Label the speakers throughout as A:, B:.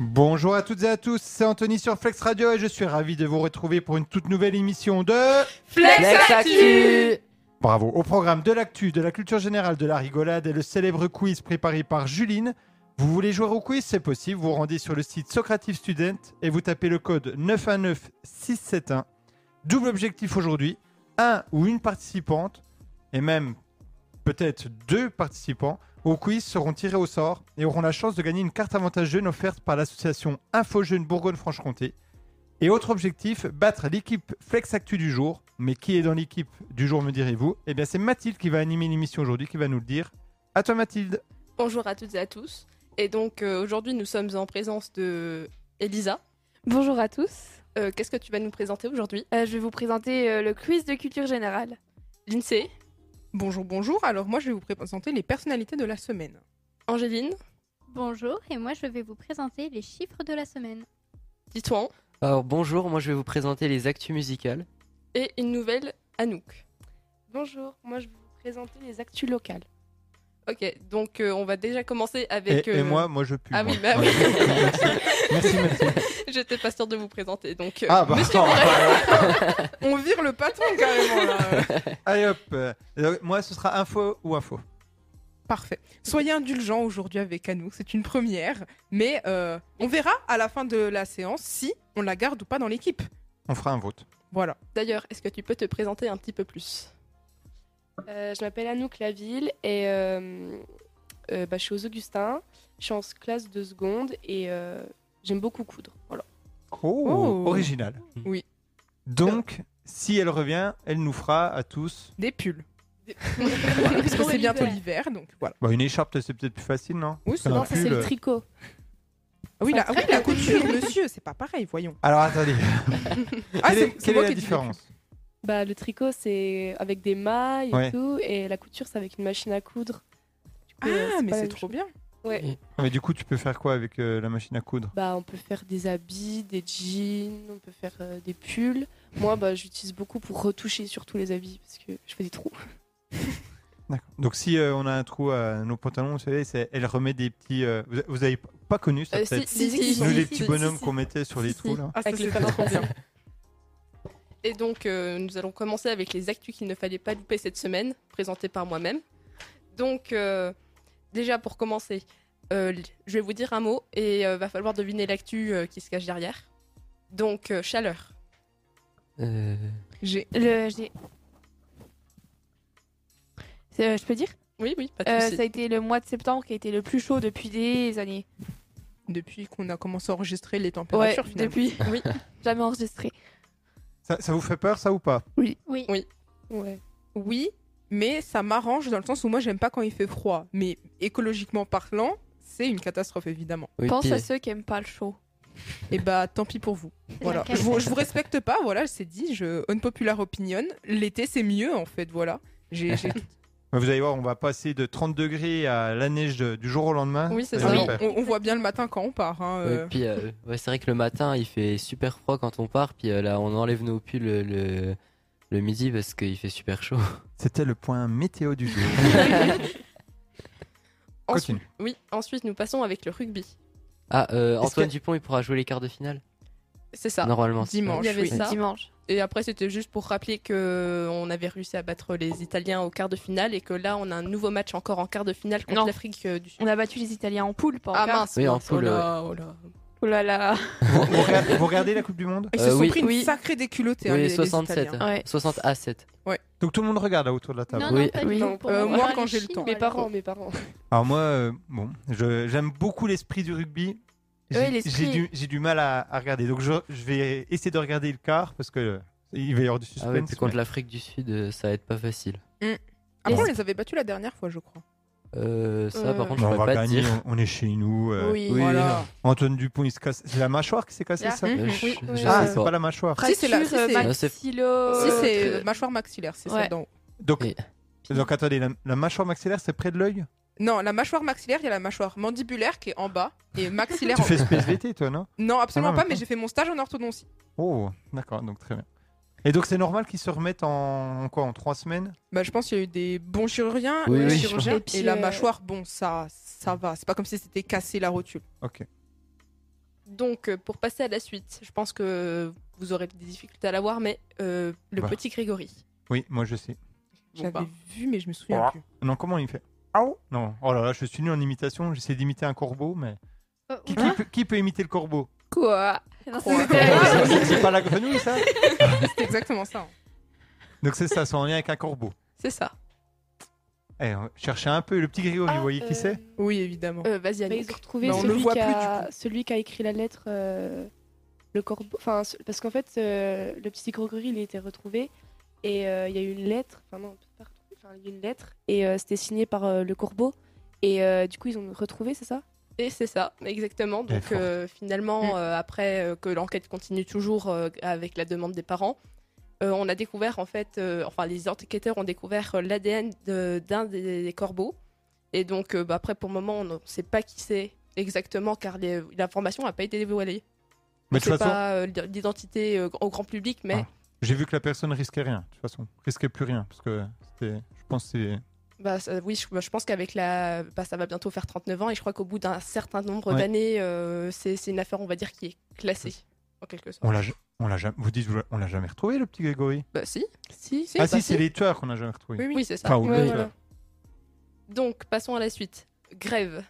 A: Bonjour à toutes et à tous, c'est Anthony sur Flex Radio et je suis ravi de vous retrouver pour une toute nouvelle émission de
B: Flex Actu
A: Bravo. Au programme de l'actu, de la culture générale, de la rigolade et le célèbre quiz préparé par Juline. Vous voulez jouer au quiz C'est possible, vous rendez sur le site Socrative Student et vous tapez le code 919671. Double objectif aujourd'hui, un ou une participante et même peut-être deux participants au quiz seront tirés au sort et auront la chance de gagner une carte avantage jeune offerte par l'association Info Jeune Bourgogne-Franche-Comté. Et autre objectif, battre l'équipe Flex Actu du jour. Mais qui est dans l'équipe du jour, me direz-vous Eh bien, c'est Mathilde qui va animer l'émission aujourd'hui, qui va nous le dire. À toi, Mathilde.
C: Bonjour à toutes et à tous. Et donc, euh, aujourd'hui, nous sommes en présence de Elisa.
D: Bonjour à tous.
C: Euh, Qu'est-ce que tu vas nous présenter aujourd'hui
D: Euh, je vais vous présenter euh, le quiz de culture générale.
C: L'INSEE,
E: Bonjour, bonjour. Alors moi, je vais vous présenter les personnalités de la semaine.
C: Angéline,
F: Bonjour et moi je vais vous présenter les chiffres de la semaine.
C: Titouan
B: Alors bonjour, moi je vais vous présenter les actus musicales.
C: et une nouvelle Anouk.
G: Bonjour, moi je vais vous présenter les actus locales.
C: Ok, donc euh, on va déjà commencer
A: Et,
C: avec.
A: et
C: euh,
A: moi, moi, je pue.
C: Ah
A: moi.
C: oui, bah oui.
A: Merci, Mathilde.
C: J'étais pas sûre de vous présenter. Donc, euh,
A: Ah, bah attends.
E: On vire le patron carrément là.
A: Allez hop. Euh, moi, ce sera info ou info.
E: Parfait. Soyez indulgents aujourd'hui avec Anouk, c'est une première. Mais euh, on verra à la fin de la séance si on la garde ou pas dans l'équipe.
A: On fera un vote.
E: Voilà.
C: d'ailleurs, est-ce que tu peux te présenter un petit peu plus
G: Euh, je m'appelle Anouk Laville et euh, euh, bah, je suis aux Augustins. Je suis en classe de seconde et euh, j'aime beaucoup coudre. Voilà.
E: Oh.
A: Original.
E: Oui.
A: Donc, si elle revient, elle nous fera à tous.
E: Des pulls. Voilà, parce que
F: Pour
E: c'est bientôt
F: l'hiver.
E: l'hiver, donc voilà.
A: Bah, une écharpe, c'est peut-être plus facile, non
E: Oui, c'est
A: Un
G: Non, ça c'est
A: pull,
G: le
A: euh,
G: tricot.
E: Ah oui, la, ah oui, la couture, monsieur, c'est pas pareil, voyons.
A: Alors, attendez.
E: Ah,
A: quelle est,
E: c'est- c'est
A: quelle
E: moi
A: est la
E: qui ai dit les
A: différence
G: Bah, le tricot c'est avec des mailles et
A: Ouais.
G: tout et la couture c'est avec une machine à coudre. Du coup,
E: pulls.
G: euh,
E: Ah, mais
G: pas la
E: c'est
G: même
E: trop
G: chose.
E: bien.
A: Ah, Mais du coup, tu peux faire quoi avec euh, la machine à coudre
G: Bah, on peut faire des habits, des jeans, on peut faire euh, des pulls. Moi, bah, j'utilise beaucoup pour retoucher surtout les habits parce que je fais des trous.
A: D'accord. Donc si euh, on a un trou à nos pantalons, vous savez, c'est- elle remet des petits. euh, vous, vous avez p- pas connu ça
C: Euh,
A: peut-être
C: si, si, si,
A: Nous
C: si,
A: les
C: si,
A: petits
C: si,
A: bonhommes
C: si,
A: qu'on mettait sur
C: Si,
A: les
C: si.
A: trous là.
E: Ah, ça,
G: Avec les
E: c'est
G: femmes
E: trop bien.
C: Et donc, euh, nous allons commencer avec les actus qu'il ne fallait pas louper cette semaine, présentées par moi-même. Donc, euh, déjà pour commencer, euh, l- je vais vous dire un mot et euh, va falloir deviner l'actu euh, qui se cache derrière. Donc, euh, chaleur,
B: Euh,
E: J'ai.
D: Le, j'ai- Euh, je peux dire
C: oui, oui, pas de
D: Euh,
C: souci.
D: Ça a été le mois de septembre qui a été le plus chaud depuis des années.
E: Depuis qu'on a commencé à enregistrer les températures, finalement.
D: depuis.
C: Oui.
D: Jamais enregistré.
A: Ça, ça vous fait peur ça ou pas
F: Oui.
C: Oui.
G: Ouais.
E: Oui, mais ça m'arrange dans le sens où moi j'aime pas quand il fait froid. Mais écologiquement parlant, c'est une catastrophe évidemment.
B: oui,
D: Pense
B: puis- euh,
D: à ceux qui aiment pas le chaud.
E: Et bah tant pis pour vous. Voilà.
F: Laquelle
E: Je vous, je vous respecte pas, voilà, c'est dit, je unpopular opinion. L'été c'est mieux en fait, voilà. J'ai j'ai-
A: Mais Vous allez voir, on va passer de 30 degrés à la neige de- du jour au lendemain.
C: Oui, c'est
A: Vous
C: ça.
A: allez
C: Oui.
A: faire.
E: on, on voit bien le matin quand on part. hein,
B: oui,
E: euh.
B: puis, euh, ouais, c'est vrai que le matin il fait super froid quand on part, puis euh, là on enlève nos pulls euh, le, le midi parce qu'il fait super chaud.
A: C'était le point météo du jour.
C: Ensuite,
A: Continue.
C: oui, ensuite, nous passons avec le rugby.
B: Ah, euh,
A: Est-ce
B: Antoine
A: que-
B: Dupont il pourra jouer les quarts de finale
C: C'est ça.
B: Normalement. c'est-
E: dimanche.
C: Il y avait
E: oui.
B: Ah.
C: ça.
D: Dimanche.
C: Et après, c'était juste pour rappeler que euh, on avait réussi à battre les Italiens au quart de finale et que là, on a un nouveau match encore en quart de finale contre
D: Non.
C: l'Afrique euh, du Sud.
D: On a battu les Italiens en poule, pas en
C: Ah
D: quart.
C: mince,
B: Oui, en
C: mince,
B: poule,
C: oh là, oh là.
D: Oh là là.
A: vous, vous regardez, vous regardez la Coupe du Monde
E: Ils se
B: Euh,
E: sont
B: oui.
E: pris une
D: Oui.
E: sacrée déculottée. hein,
B: Oui,
E: les- les
B: 67.
E: Italiens.
D: Ouais.
B: 60 à 7.
A: Donc tout le monde regarde là, autour de la table.
F: Non,
B: Oui.
F: non, pas du
D: Oui.
F: tout. Pour
E: Euh, moi,
F: voilà,
E: quand
F: les
E: j'ai le
F: chiffres,
G: Mes
F: voilà.
G: parents, mes parents.
A: Alors moi, euh, bon, je- j'aime beaucoup l'esprit du rugby. J'ai
D: Ouais, l'esprit.
A: j'ai du, j'ai du mal à, à regarder. Donc je, je vais essayer de regarder le quart parce que euh, il va y avoir du
B: Ah
A: suspense.
B: ouais, puis contre
A: mais-
B: l'Afrique du Sud euh, ça va être pas facile.
E: Après, on les avait battus la dernière fois, je crois.
B: Euh, ça
C: Euh,
B: par contre
A: Mais
B: je
A: on
B: pourrais
A: va
B: pas te
A: gagner,
B: dire.
A: on, on est chez nous. euh,
D: oui.
B: oui.
E: Voilà.
A: Antoine Dupont, il se casse. C'est la mâchoire qui s'est cassée,
D: Là.
A: ça
B: Euh, je-
C: Oui.
B: je
D: Ah,
B: sais
A: Ah,
B: pas.
A: c'est pas la mâchoire.
E: Si, c'est la-
D: Fracture,
E: si, c'est-
D: euh,
B: Non, Ah, c'est-
D: maxillo-
E: Si,
B: Euh,
E: c'est
B: euh,
E: mâchoire maxillaire, c'est ça.
D: ouais.
E: dans-
A: Donc,
B: Oui.
A: donc attendez, la, la mâchoire maxillaire, c'est près de l'œil
E: Non, la mâchoire maxillaire, il y a la mâchoire mandibulaire qui est en bas et maxillaire
A: Tu
E: en
A: fais ce PSVT, toi, non
E: Non, absolument
A: Ah non,
E: pas,
A: mais
E: mais
A: pas.
E: j'ai fait mon stage en orthodontie.
A: Oh, d'accord, donc très bien. Et donc c'est normal qu'ils se remettent en, en quoi En trois semaines
E: Bah, je pense qu'il y a eu des bons chirurgiens,
B: Oui,
E: des
B: oui.
E: chirurgiens.
G: Et puis,
E: et la
G: euh,
E: mâchoire, bon, ça, ça va. C'est pas comme si c'était cassé la rotule.
A: Ok.
C: Donc, euh, pour passer à la suite, je pense que vous aurez des difficultés à la voir, mais euh, le
A: Bah.
C: petit Grégory.
A: Oui, moi je sais.
E: J'avais
C: bah.
E: vu, mais je me souviens
A: Ah.
E: plus.
A: Non, comment il fait Aou Non, oh là là, je suis nul en imitation, j'essaie d'imiter un corbeau, mais.
F: Oh,
D: Euh,
A: Qui, qui peut, qui peut imiter le corbeau
D: Quoi Eh Non, ça,
E: Quoi
D: c'était-
A: C'est c'est pas la grenouille, ça
E: Ah, C'est exactement ça. hein.
A: Donc c'est ça, c'est en lien avec un corbeau.
C: C'est ça.
A: Eh, euh, cherchez un peu le petit Grégory, vous voyez qui
D: Euh,
A: c'est
E: Oui, évidemment.
C: Euh, Vas-y,
G: Ah, Bah,
C: Anouk.
G: ils ont retrouvé
E: Bah, on le
G: celui,
E: voit
G: qui
E: plus, du
G: a... celui qui a écrit la lettre, euh, le corbeau. Enfin, ce- parce qu'en fait, euh, le petit Grégory, il a été retrouvé et euh, il y a eu une lettre. Enfin, non, peut-être pas retrouvé, enfin, il y a eu une lettre et euh, c'était signé par euh, le corbeau. Et euh, du coup, ils ont retrouvé, c'est ça
C: Et c'est ça, exactement.
A: Elle est
C: Donc
A: forte.
C: euh, finalement,
E: Mm.
C: euh, après euh, que l'enquête continue toujours euh, avec la demande des parents, euh, on a découvert en fait, euh, enfin les enquêteurs ont découvert euh, l'ADN d'un des, des corbeaux. Et donc euh, bah, après pour le moment, on ne sait pas qui c'est exactement car les- l'information n'a pas été dévoilée.
A: Mais de
C: C'est
A: toute façon,
C: pas euh, l'identité euh, au grand public, mais
A: Ah. j'ai vu que la personne risquait rien, de toute façon. Risquait plus rien, parce que c'était. Je pense que c'est.
C: Bah, ça- oui, je, bah, je pense qu'avec la. bah, ça va bientôt faire 39 ans et je crois qu'au bout d'un certain nombre
A: Ouais.
C: d'années, euh, c'est c'est une affaire, on va dire, qui est classée, en quelque sorte.
A: On l'a, ja- on l'a jamais. Vous dites, vous l'a- on l'a jamais retrouvé, le petit Grégory
C: Bah, si. Si,
A: Ah
C: bah,
A: si, c'est les tueurs qu'on n'a jamais retrouvés.
E: Oui, oui.
C: Oui, c'est ça.
A: Enfin, ou
G: Ouais,
A: les
G: voilà.
A: tueurs.
C: Donc, passons à la suite. Grève.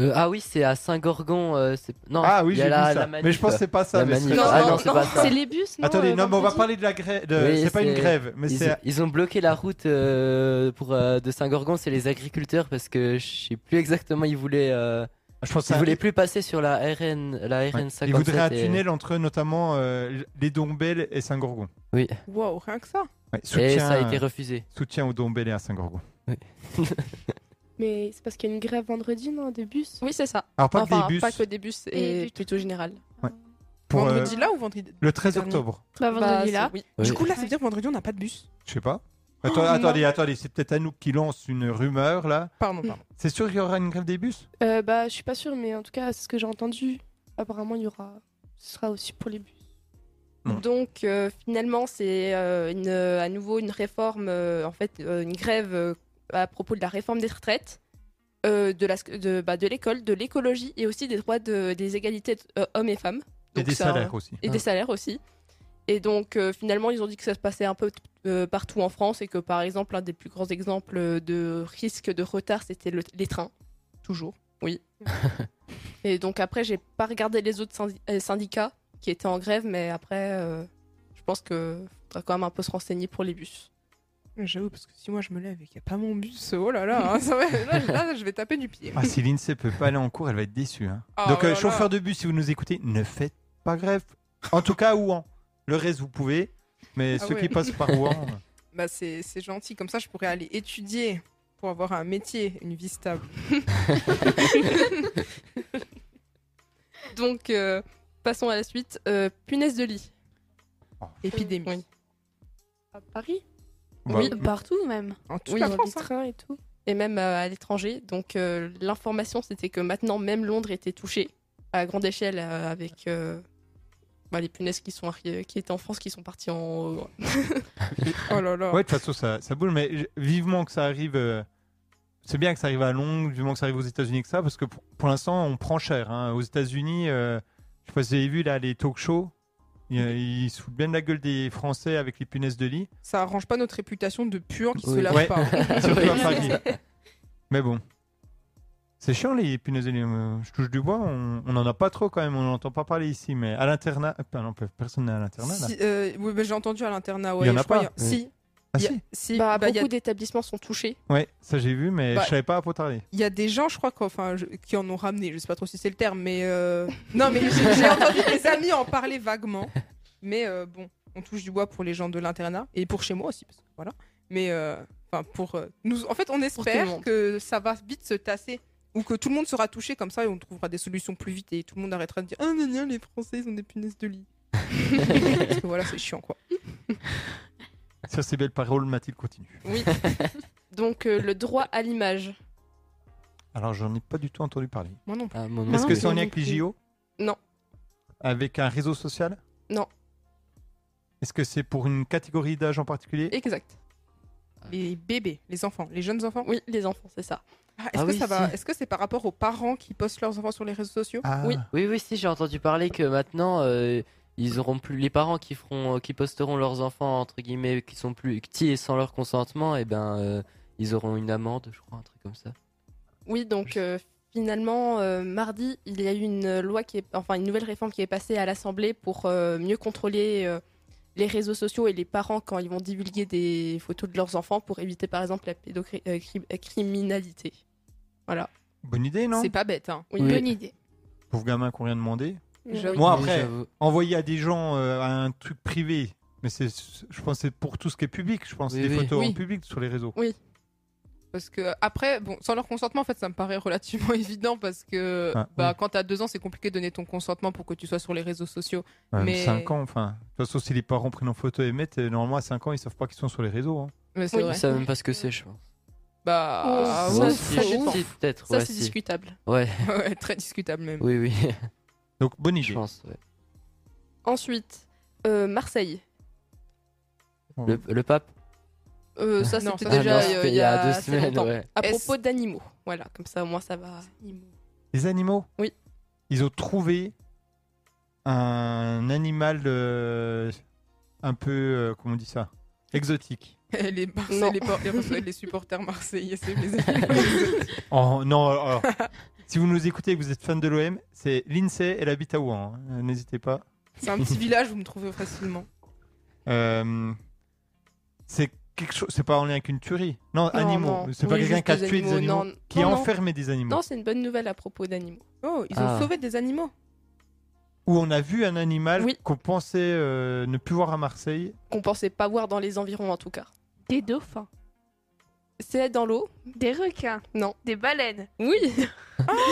B: Euh, ah oui, c'est à Saint-Gorgon. euh, c'est- non,
A: Ah oui,
B: il y
A: j'ai
B: a
A: vu
B: la-
A: ça.
B: la
A: mais
B: manif.
A: je pense que c'est pas ça.
B: La
A: mais c'est-
B: manif. Ah non, c'est pas ça.
G: C'est les bus, non
A: Attendez,
G: euh,
A: non, mais on va
G: vendredi
A: parler de la grève. de-
B: Oui,
A: c'est pas une
B: c'est-
A: grève, mais
B: Ils,
A: c'est.
B: ils ont bloqué la route euh, pour, euh, de Saint-Gorgon, c'est les agriculteurs, parce que je sais plus exactement, ils voulaient, euh,
A: Je pense que
B: ils
A: c'est un-
B: voulaient plus passer sur la RN, la
A: Ouais.
B: RN 57.
A: Il voudrait un
B: et-
A: tunnel entre notamment euh, les Dombelles et Saint-Gorgon.
E: Waouh, rien que ça.
A: Ouais,
B: Et,
A: soutien, euh,
B: ça a été refusé.
A: soutien aux Dombelles et à Saint-Gorgon.
G: Mais c'est parce qu'il y a une grève vendredi, non Des bus
C: Oui, c'est ça.
A: Alors, pas
C: enfin,
A: que des bus
C: pas que des bus,
F: Et
C: et
F: du
C: plutôt général.
A: pour, euh,
E: vendredi là ou vendredi
A: le 13
E: dernier.
A: octobre.
D: Bah,
C: Bah,
D: vendredi là.
C: c'est- oui.
E: Du
B: Oui.
E: coup, là, ça veut dire que vendredi, on n'a pas de bus.
A: Je sais pas. Attends- attendez, attendez, c'est peut-être Anouk qui lance une rumeur là.
E: Pardon,
C: Mm.
E: pardon.
A: C'est sûr qu'il y aura une grève des bus
G: Euh, Bah, je suis pas sûre, mais en tout cas, c'est ce que j'ai entendu. Apparemment, il y aura. Ce sera aussi pour les bus.
A: Non.
C: Donc euh, finalement, c'est euh, une, euh, à nouveau une réforme, euh, en fait, euh, une grève euh, à propos de la réforme des retraites, euh, de la sc- de bah, de l'école, de l'écologie et aussi des droits de- des égalités euh, hommes et femmes.
A: et
C: Donc
A: des
C: ça-
A: salaires aussi.
E: hein.
C: Et des salaires aussi. Et donc euh, finalement, ils ont dit que ça se passait un peu euh, partout en France et que par exemple, un des plus grands exemples de risque de retard, c'était le- les trains. Toujours, oui. et donc après, j'ai pas regardé les autres syndi- euh, syndicats qui étaient en grève, mais après, euh, je pense que faudra quand même un peu se renseigner pour les bus.
E: J'avoue, parce que si moi je me lève et qu'il n'y a pas mon bus, oh là là, hein, ça va- là, je- là, je vais taper du pied.
A: Ah, si l'INSEE peut pas aller en cours, elle va être déçue. hein.
E: Ah,
A: Donc, euh,
E: oh là là.
A: chauffeur de bus, si vous nous écoutez, ne faites pas grève. En tout cas, Ouan. Le reste, vous pouvez. Mais
E: Ah
A: ceux
E: ouais.
A: qui passent par Ouan. euh,
E: Bah, c'est c'est gentil, comme ça, je pourrais aller étudier pour avoir un métier, une vie stable.
C: Donc euh, passons à la suite. Euh, punaise de lit.
E: Épidémie.
C: Oui.
G: À Paris
A: bah,
C: Oui.
D: Partout même.
E: En toute
C: Oui,
E: la
G: Dans les
E: France, hein.
G: trains et tout.
C: et même euh, à l'étranger. Donc euh, l'information, c'était que maintenant, même Londres était touchée à grande échelle euh, avec euh, bah, les punaises qui, sont arri- qui étaient en France, qui sont parties en...
E: Oh là là.
A: Ouais, de toute façon, ça, ça boule, mais je- vivement que ça arrive. euh, c'est bien que ça arrive à Londres, vivement que ça arrive aux États-Unis que ça, parce que pour, pour l'instant, on prend cher. hein. Aux États-Unis, euh, je sais pas si vous avez vu là, les talk shows, ils, euh, ils se foutent bien de la gueule des Français avec les punaises de lit,
E: Ça arrange pas notre réputation de puant qui se
B: Oui.
E: lave
A: Ouais.
E: pas. hein.
A: surtout à Paris. Mais bon. C'est chiant les punaises de lit. euh, Je touche du bois, on on en a pas trop quand même, on n'entend pas parler ici, mais à l'internat. Ah, non, personne n'est à l'internat là.
E: Si, euh, oui, mais j'ai entendu à l'internat. Ouais,
A: Il y en a
E: je crois,
A: pas.
E: il y Si,
A: Ah
E: il y a-
A: si
E: si,
C: Bah,
E: bah, il y a
C: beaucoup d'établissements sont touchés.
A: Ouais, ça j'ai vu, mais
E: Bah,
A: je savais pas à Potarder.
E: Il y a des gens, je crois, qu'enfin, je- qui en ont ramené. Je sais pas trop si c'est le terme, mais euh, non, mais j'ai j'ai entendu des amis en parler vaguement. Mais euh, bon, on touche du bois pour les gens de l'internat et pour chez moi aussi, parce que voilà. Mais euh, enfin, pour euh, nous, en fait, on
C: tout le
E: espère
C: monde.
E: que ça va vite se tasser ou que tout le monde sera touché comme ça et on trouvera des solutions plus vite et tout le monde arrêtera de dire ah non non les Français ils ont des punaises de lit. parce que voilà, c'est chiant quoi.
A: Sur ces belles paroles, Mathilde continue.
C: Oui. Donc euh, le droit à l'image.
A: Alors j'en ai pas du tout entendu parler.
E: Moi non plus.
B: Ah, mon nom.
A: Est-ce
G: Non,
A: que
G: mais
A: c'est en
G: non
A: lien avec les
G: plus.
A: JO
C: Non.
A: Avec un réseau social
C: Non.
A: Est-ce que c'est pour une catégorie d'âge en particulier
C: Exact.
E: Les bébés, les enfants, les jeunes enfants.
C: Oui, les enfants, c'est ça.
E: Ah, Est-ce
B: Ah
E: que
B: oui,
E: ça va
B: si.
E: Est-ce que c'est par rapport aux parents qui postent leurs enfants sur les réseaux sociaux
A: Ah.
C: Oui.
B: Oui, oui, si, j'ai entendu parler que maintenant, euh, ils auront plus les parents qui feront, qui posteront leurs enfants entre guillemets, qui sont plus petits et sans leur consentement, et ben, euh, ils auront une amende, je crois, un truc comme ça.
C: Oui, donc euh, finalement, euh, mardi, il y a eu une loi qui est, enfin une nouvelle réforme qui est passée à l'Assemblée pour euh, mieux contrôler euh, les réseaux sociaux et les parents quand ils vont divulguer des photos de leurs enfants pour éviter par exemple la euh, pédocriminalité. Voilà.
A: Bonne idée, non
E: C'est pas bête, hein.
C: Oui.
B: Oui.
D: Bonne idée.
A: Pauvre gamin qu'on vient de demander.
C: Je-
A: Moi,
B: Oui,
A: après,
B: j'avoue.
A: envoyer à des gens euh, à un truc privé, mais c'est, je pense que c'est pour tout ce qui est public. Je pense
B: Oui,
A: des
B: oui.
A: photos en
E: Oui.
A: public sur les réseaux.
E: Parce que après, bon, sans leur consentement, en fait, ça me paraît relativement évident parce que
A: Ah,
E: bah,
A: oui.
E: quand t'as deux ans, c'est compliqué de donner ton consentement pour que tu sois sur les réseaux sociaux.
A: Même
E: Mais-
A: 5 ans, enfin. De toute façon, si les parents prennent en photo et mettent, euh, normalement à 5 ans, ils savent pas qu'ils sont sur les réseaux. hein.
E: Mais c'est
C: Oui.
E: vrai.
B: Ils savent même pas ce que c'est, je pense.
E: Bah, ah,
C: Ça,
B: Ouais,
E: ouais,
B: si,
C: ça
B: si,
C: dépend.
B: si, peut-être.
C: Ça
B: ouais,
C: c'est
B: si.
C: discutable.
B: Ouais,
E: ouais, très discutable même.
B: oui, oui,
A: Donc, bonne
B: je
A: idée.
B: pense. ouais.
C: Ensuite, euh, Marseille.
B: Le, le pape.
C: Euh, ça
E: Non,
C: c'était
E: ça,
B: Ah
C: déjà
B: non,
C: euh,
B: c'était
C: il y a,
B: deux
C: assez
B: semaines,
C: longtemps.
B: ouais.
C: À
E: Est-ce-
C: propos d'animaux, voilà, comme ça au moins ça va.
A: Les animaux
C: Oui.
A: Ils ont trouvé un animal euh, un peu, euh, comment on dit ça Exotique.
E: les, Marseillais,
C: Non.
E: les, por- les reço- les supporters marseillais, c'est mes
A: Oh non, alors, si vous nous écoutez et que vous êtes fan de l'OM, c'est l'INSEE, elle habite à Rouen. hein. N'hésitez pas.
E: C'est un petit village, vous me trouvez facilement.
A: Euh, c'est quelque chose. C'est pas en lien avec une tuerie. Non,
C: Non,
A: animaux.
C: non.
A: C'est pas
C: Oui,
A: quelqu'un
C: juste
A: qui a
C: des
A: tué des
C: animaux,
A: animaux,
C: non.
A: qui
C: Non,
A: a
C: non.
A: enfermé des animaux.
C: Non, c'est une bonne nouvelle à propos d'animaux.
E: Oh, ils ont
B: Ah.
E: sauvé des animaux.
A: Où on a vu un animal
C: Oui.
A: qu'on pensait euh, ne plus voir à Marseille.
C: Qu'on pensait pas voir dans les environs en tout cas.
D: Des dauphins.
C: C'est dans l'eau.
D: Des requins.
C: Non.
D: Des baleines.
C: Oui.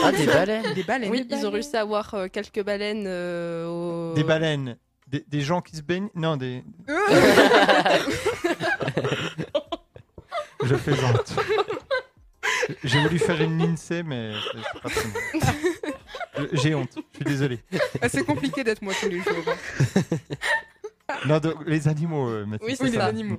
B: Ah, des baleines.
E: Des baleines.
C: Oui, ils ont
D: baleines.
C: réussi à avoir euh, quelques baleines euh, au-
A: Des baleines. Des, des gens qui se baignent. Non, des. Je plaisante. J'ai voulu faire une INSEE, mais c'est c'est pas très bon. Je- J'ai honte. Je suis désolé.
E: Ah, c'est compliqué d'être moi tous les jours. hein.
A: Non, donc, les animaux, euh, Mathis,
C: Oui,
A: c'est
C: oui,
E: les
A: ça.
E: animaux.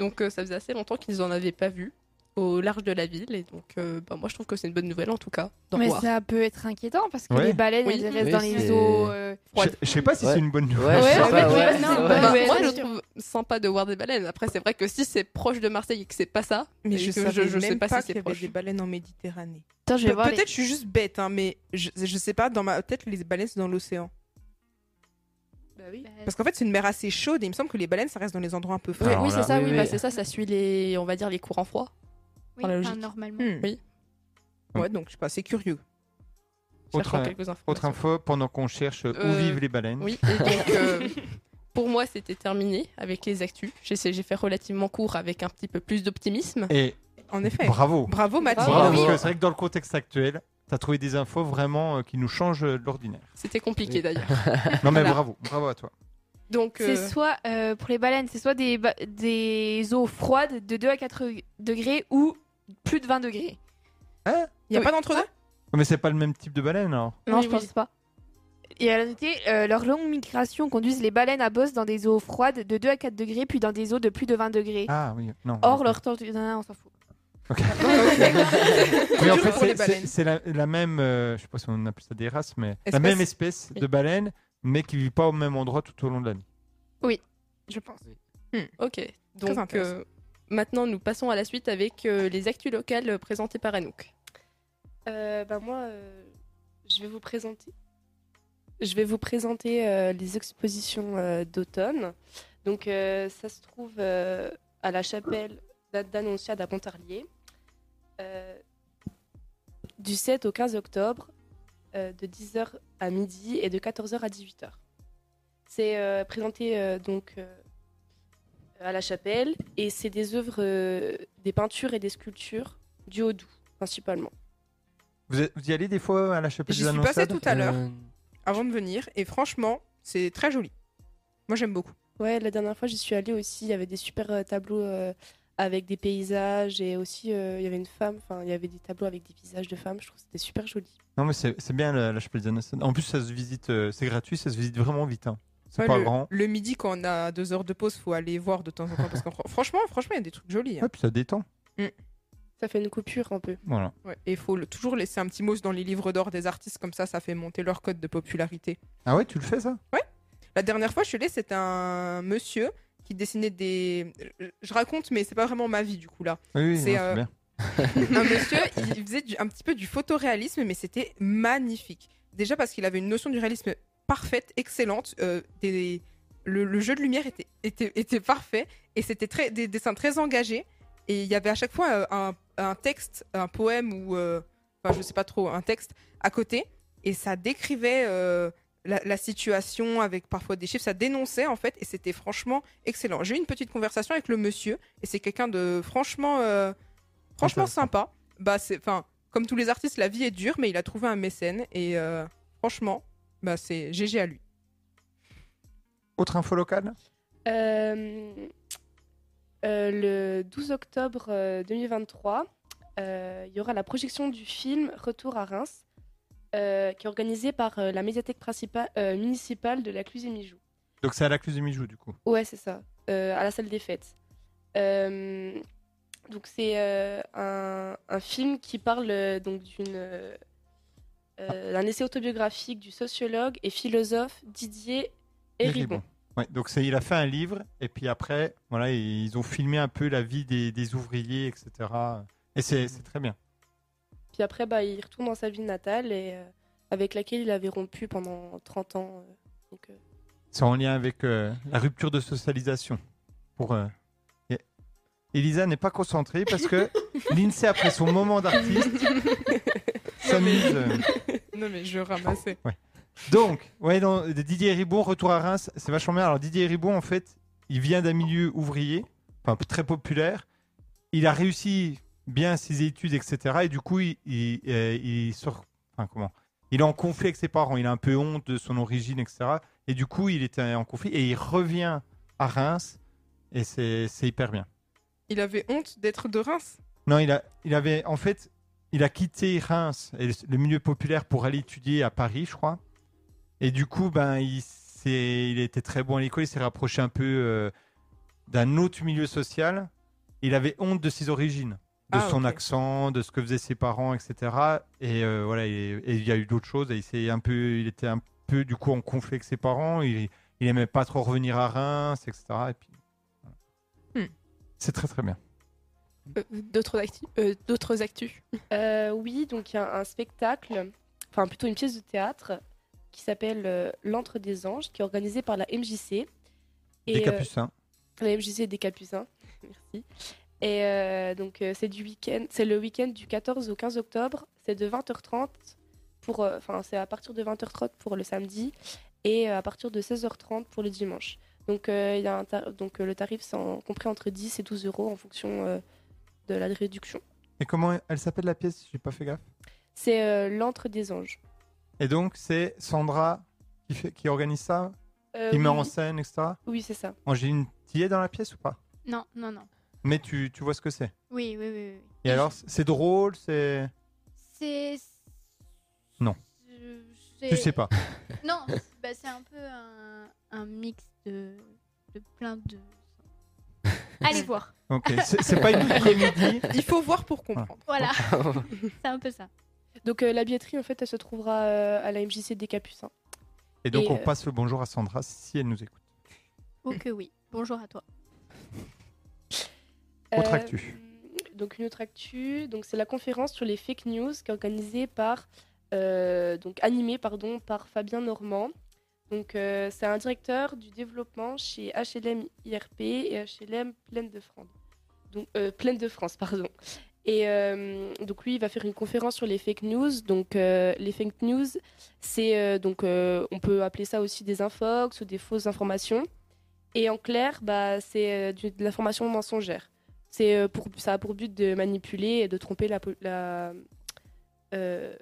C: Donc euh, ça faisait assez longtemps qu'ils en avaient pas vu au large de la ville. Et donc euh, bah, moi je trouve que c'est une bonne nouvelle en tout cas. d'en
D: Mais
C: voir.
D: ça peut être inquiétant parce que
A: Ouais.
D: les baleines,
C: Oui.
D: elles restent
B: Oui,
D: dans
B: c'est-
D: les eaux. euh,
A: Je, je sais pas si c'est
B: Ouais.
A: une bonne
B: Ouais,
A: nouvelle.
B: je sais
D: Ouais,
B: pas,
D: ouais,
B: ouais.
D: ouais, non,
B: ouais.
D: bah,
C: Bah,
D: ouais,
C: moi
D: c'est
C: je
D: sûr.
C: trouve sympa de voir des baleines. Après c'est vrai que si c'est proche de Marseille et que c'est pas ça,
E: Mais
C: et
E: je,
C: que
E: savais
C: je, je
E: même
C: sais pas,
E: pas
C: si
E: qu'il y
C: c'est
E: avait
C: proche.
E: des baleines en Méditerranée.
D: Attends, je
E: Pe-
D: vais voir. les-
E: Peut-être je suis juste bête, hein, mais je, je sais pas, dans ma tête, les baleines, c'est dans l'océan. Parce qu'en fait, c'est une mer assez chaude et il me semble que les baleines, ça reste dans les endroits un peu
C: Oui,
E: frais.
A: Alors
C: oui,
A: là.
C: c'est ça.
B: Oui,
C: Oui,
B: oui.
C: bah, c'est ça. Ça suit les, on va dire les courants froids.
F: Oui,
C: Dans la
F: enfin,
C: logique.
F: normalement.
E: Hmm.
C: Oui.
E: Ouais, donc je sais pas, c'est curieux.
A: Autre,
C: Cherchant quelques infos.
A: autre info, pendant qu'on cherche où
C: Euh,
A: vivent les baleines.
C: Oui, et donc euh, pour moi c'était terminé avec les actus. J'ai j'ai fait relativement court avec un petit peu plus d'optimisme.
A: Et
E: En effet.
A: bravo.
E: Bravo, Mathilde.
A: Bravo,
B: Bravo.
A: parce que c'est vrai que dans le contexte actuel, t'as trouvé des infos vraiment euh, qui nous changent euh, de l'ordinaire.
C: C'était compliqué
B: Oui.
C: d'ailleurs.
A: Non mais
C: Voilà.
A: bravo, bravo à toi.
C: Donc
D: C'est
C: euh,
D: soit, euh, pour les baleines, c'est soit des, ba- des eaux froides de 2 à 4 degrés ou plus de 20 degrés.
E: Il n'y a pas d'entre-deux
A: Mais c'est pas le même type de baleine alors.
D: Non,
C: Oui,
D: je
C: oui.
D: pense pas. Et elle a noté euh, leur longue migration conduisent les baleines à bosse dans des eaux froides de 2 à 4 degrés, puis dans des eaux de plus de 20 degrés.
A: Ah oui, non.
D: Or,
A: ok.
D: leur temps. Non, non, on s'en fout.
A: Ah. Oui, en
E: Toujours
A: fait,
E: pour
A: c'est-
E: les
A: c'est
E: baleines.
A: c'est la, la même, euh, je sais pas si on appelle ça des races, mais la
E: Espèce.
A: même espèce
C: Oui.
A: de baleine, mais qui vit pas au même endroit tout au long de l'année.
D: Je pense.
C: ok. Donc
E: intéressant.
C: euh, maintenant nous passons à la suite avec euh, les actus locales euh, présentées par Anouk.
G: Euh, bah moi, euh, je vais vous présenter. Je vais vous présenter euh, les expositions euh, d'automne. Donc, euh, ça se trouve euh, à la chapelle d'A- d'Annonciade à Pontarlier, euh, du 7 au 15 octobre, euh, de 10h à midi et de 14h à 18h. C'est euh, présenté euh, donc euh, à la chapelle et c'est des œuvres, euh, des peintures et des sculptures du Haut-Doubs principalement.
A: Vous, êtes- vous y allez des fois à la chapelle
E: J'y
A: des
E: suis passée
A: Annonçades
E: tout à l'heure,
B: Euh,
E: avant de venir, et franchement, c'est très joli. Moi, j'aime beaucoup.
G: Ouais, la dernière fois j'y suis allée aussi, il y avait des super euh, tableaux euh, avec des paysages et aussi euh, il y avait une femme, enfin il y avait des tableaux avec des visages de femmes, je trouve que c'était super joli.
A: Non mais c'est c'est bien la, la chapelle des Annonçades. En plus ça se visite, euh, c'est gratuit, ça se visite vraiment vite. hein. C'est
E: Ouais,
A: pas
E: le,
A: grand.
E: le midi, quand on a deux heures de pause, faut aller voir de temps en temps. Parce que franchement, franchement, il y a des trucs jolis. hein.
A: Ouais, puis ça détend.
G: Ça ça fait une coupure un peu.
A: Voilà.
E: Ouais, Et il faut le- toujours laisser un petit mot dans les livres d'or des artistes, comme ça, ça fait monter leur code de popularité.
A: Ah ouais, tu le fais ça
E: La dernière fois, je suis allée, c'était un monsieur qui dessinait des. Je raconte, mais c'est pas vraiment ma vie du coup là.
A: Oui, oui,
E: C'est,
A: non,
E: euh,
A: bien.
E: un monsieur, il faisait du- un petit peu du photoréalisme, mais c'était magnifique. Déjà parce qu'il avait une notion du réalisme parfaite, excellente. euh, des- le, le jeu de lumière était, était, était parfait et c'était très, des dessins très engagés. Et il y avait à chaque fois euh, un, un texte, un poème ou, euh, enfin, je sais pas trop, un texte à côté et ça décrivait euh, la, la situation avec parfois des chiffres, ça dénonçait en fait et c'était franchement excellent. J'ai eu une petite conversation avec le monsieur et c'est quelqu'un de franchement, euh, franchement
A: Intéressant.
E: sympa. Bah c'est, enfin, comme tous les artistes, la vie est dure, mais il a trouvé un mécène et euh, franchement, bah c'est GG à lui.
A: Autre info locale
G: Euh, euh, le 12 octobre euh, 2023, euh, il y aura la projection du film Retour à Reims, euh, qui est organisée par euh, la médiathèque principale, euh, municipale de la Cluse-et-Mijoux.
A: Donc c'est à la Cluse de Mijoux du coup.
G: Ouais, c'est ça, euh, à la salle des fêtes. Euh, donc c'est euh, un, un film qui parle euh, donc d'une euh, euh, d'un essai autobiographique du sociologue et philosophe Didier Héribon.
A: Ouais, donc c'est- il a fait un livre et puis après, voilà, ils ont filmé un peu la vie des, des ouvriers, etc. Et c'est c'est très bien.
G: Puis après, bah, il retourne dans sa ville natale et, euh, avec laquelle il avait rompu pendant 30 ans. euh, donc, euh,
A: C'est en lien avec euh, la rupture de socialisation. Pour, euh, et- Elisa n'est pas concentrée parce que l'INSEE, après son moment d'artiste, s'amuse. euh,
E: Non mais je ramassais.
A: Donc, ouais, non, Didier Ribon, retour à Reims, c'est vachement bien. Alors, Didier Ribon, en fait, il vient d'un milieu ouvrier, enfin très populaire. Il a réussi bien ses études, etc. Et du coup, il, il, euh, il sort. Enfin, comment Il est en conflit avec ses parents. Il a un peu honte de son origine, etc. Et du coup, il était en conflit et il revient à Reims. Et c'est c'est hyper bien.
E: Il avait honte d'être de Reims.
A: Non, il, a, il avait, en fait, il a quitté Reims et le, le milieu populaire pour aller étudier à Paris, je crois. Et du coup, ben, il, s'est- il était très bon à l'école, il s'est rapproché un peu euh, d'un autre milieu social. Il avait honte de ses origines, de
E: Ah,
A: son
E: ok.
A: accent, de ce que faisaient ses parents, etc. Et euh, voilà, et- et il y a eu d'autres choses. Et il, s'est un peu, il était un peu, du coup, en conflit avec ses parents. Il, il aimait pas trop revenir à Reims, etc. Et puis, voilà.
E: Hmm.
A: C'est très, très bien.
C: Euh, D'autres actu- euh, d'autres actus
G: euh, oui, donc il y a un spectacle, enfin plutôt une pièce de théâtre qui s'appelle euh, L'Antre des Anges, qui est organisée par la MJC.
A: Des
G: Et, euh,
A: capucins.
G: la MJC des Capucins. Merci. Et euh, donc euh, c'est du week-end, c'est le week-end du 14 au 15 octobre. C'est de 20h30 pour, euh, enfin c'est à partir de 20h30 pour le samedi et euh, à partir de 16h30 pour le dimanche. Donc euh, il y a un tar- donc euh, le tarif c'est en- compris entre 10 et 12 euros en fonction euh, de la réduction.
A: Et comment elle s'appelle la pièce J'ai pas fait gaffe.
G: C'est euh, l'antre des anges.
A: Et donc, c'est Sandra qui, fait, qui organise ça,
G: Euh,
A: qui met
G: oui,
A: en scène, etc.
G: oui c'est ça.
A: Angéline, t'y es dans la pièce ou pas
F: Non, non, non.
A: Mais tu, tu vois ce que c'est.
F: Oui, oui, oui. oui.
A: Et alors, c'est drôle, c'est.
F: C'est.
A: Non.
F: Je-
A: Tu sais pas.
F: Non, bah, c'est un peu un, un mix de, de plein de. Allez voir.
A: Ok, c'est c'est pas une comédie.
E: Il faut voir pour comprendre.
F: Voilà. c'est un peu ça.
G: Donc euh, la billetterie en fait elle se trouvera euh, à la MJC des Capucins.
A: Et donc,
G: Et,
A: on
G: euh,
A: passe le bonjour à Sandra si elle nous écoute.
F: Oh que oui. Bonjour à toi.
A: Autre actu.
G: Euh, Donc une autre actu, donc c'est la conférence sur les fake news qui est organisée par, euh, donc animée pardon, par Fabien Normand. Donc euh, c'est un directeur du développement chez HLM IRP et HLM Plaine de France. Donc euh, Plaine de France pardon. Et euh, donc lui il va faire une conférence sur les fake news. Donc euh, les fake news, c'est euh, donc euh, on peut appeler ça aussi des infox ou des fausses informations. Et en clair, bah c'est euh, du- de l'information mensongère. C'est euh, pour ça a pour but de manipuler et de tromper la, po- la euh,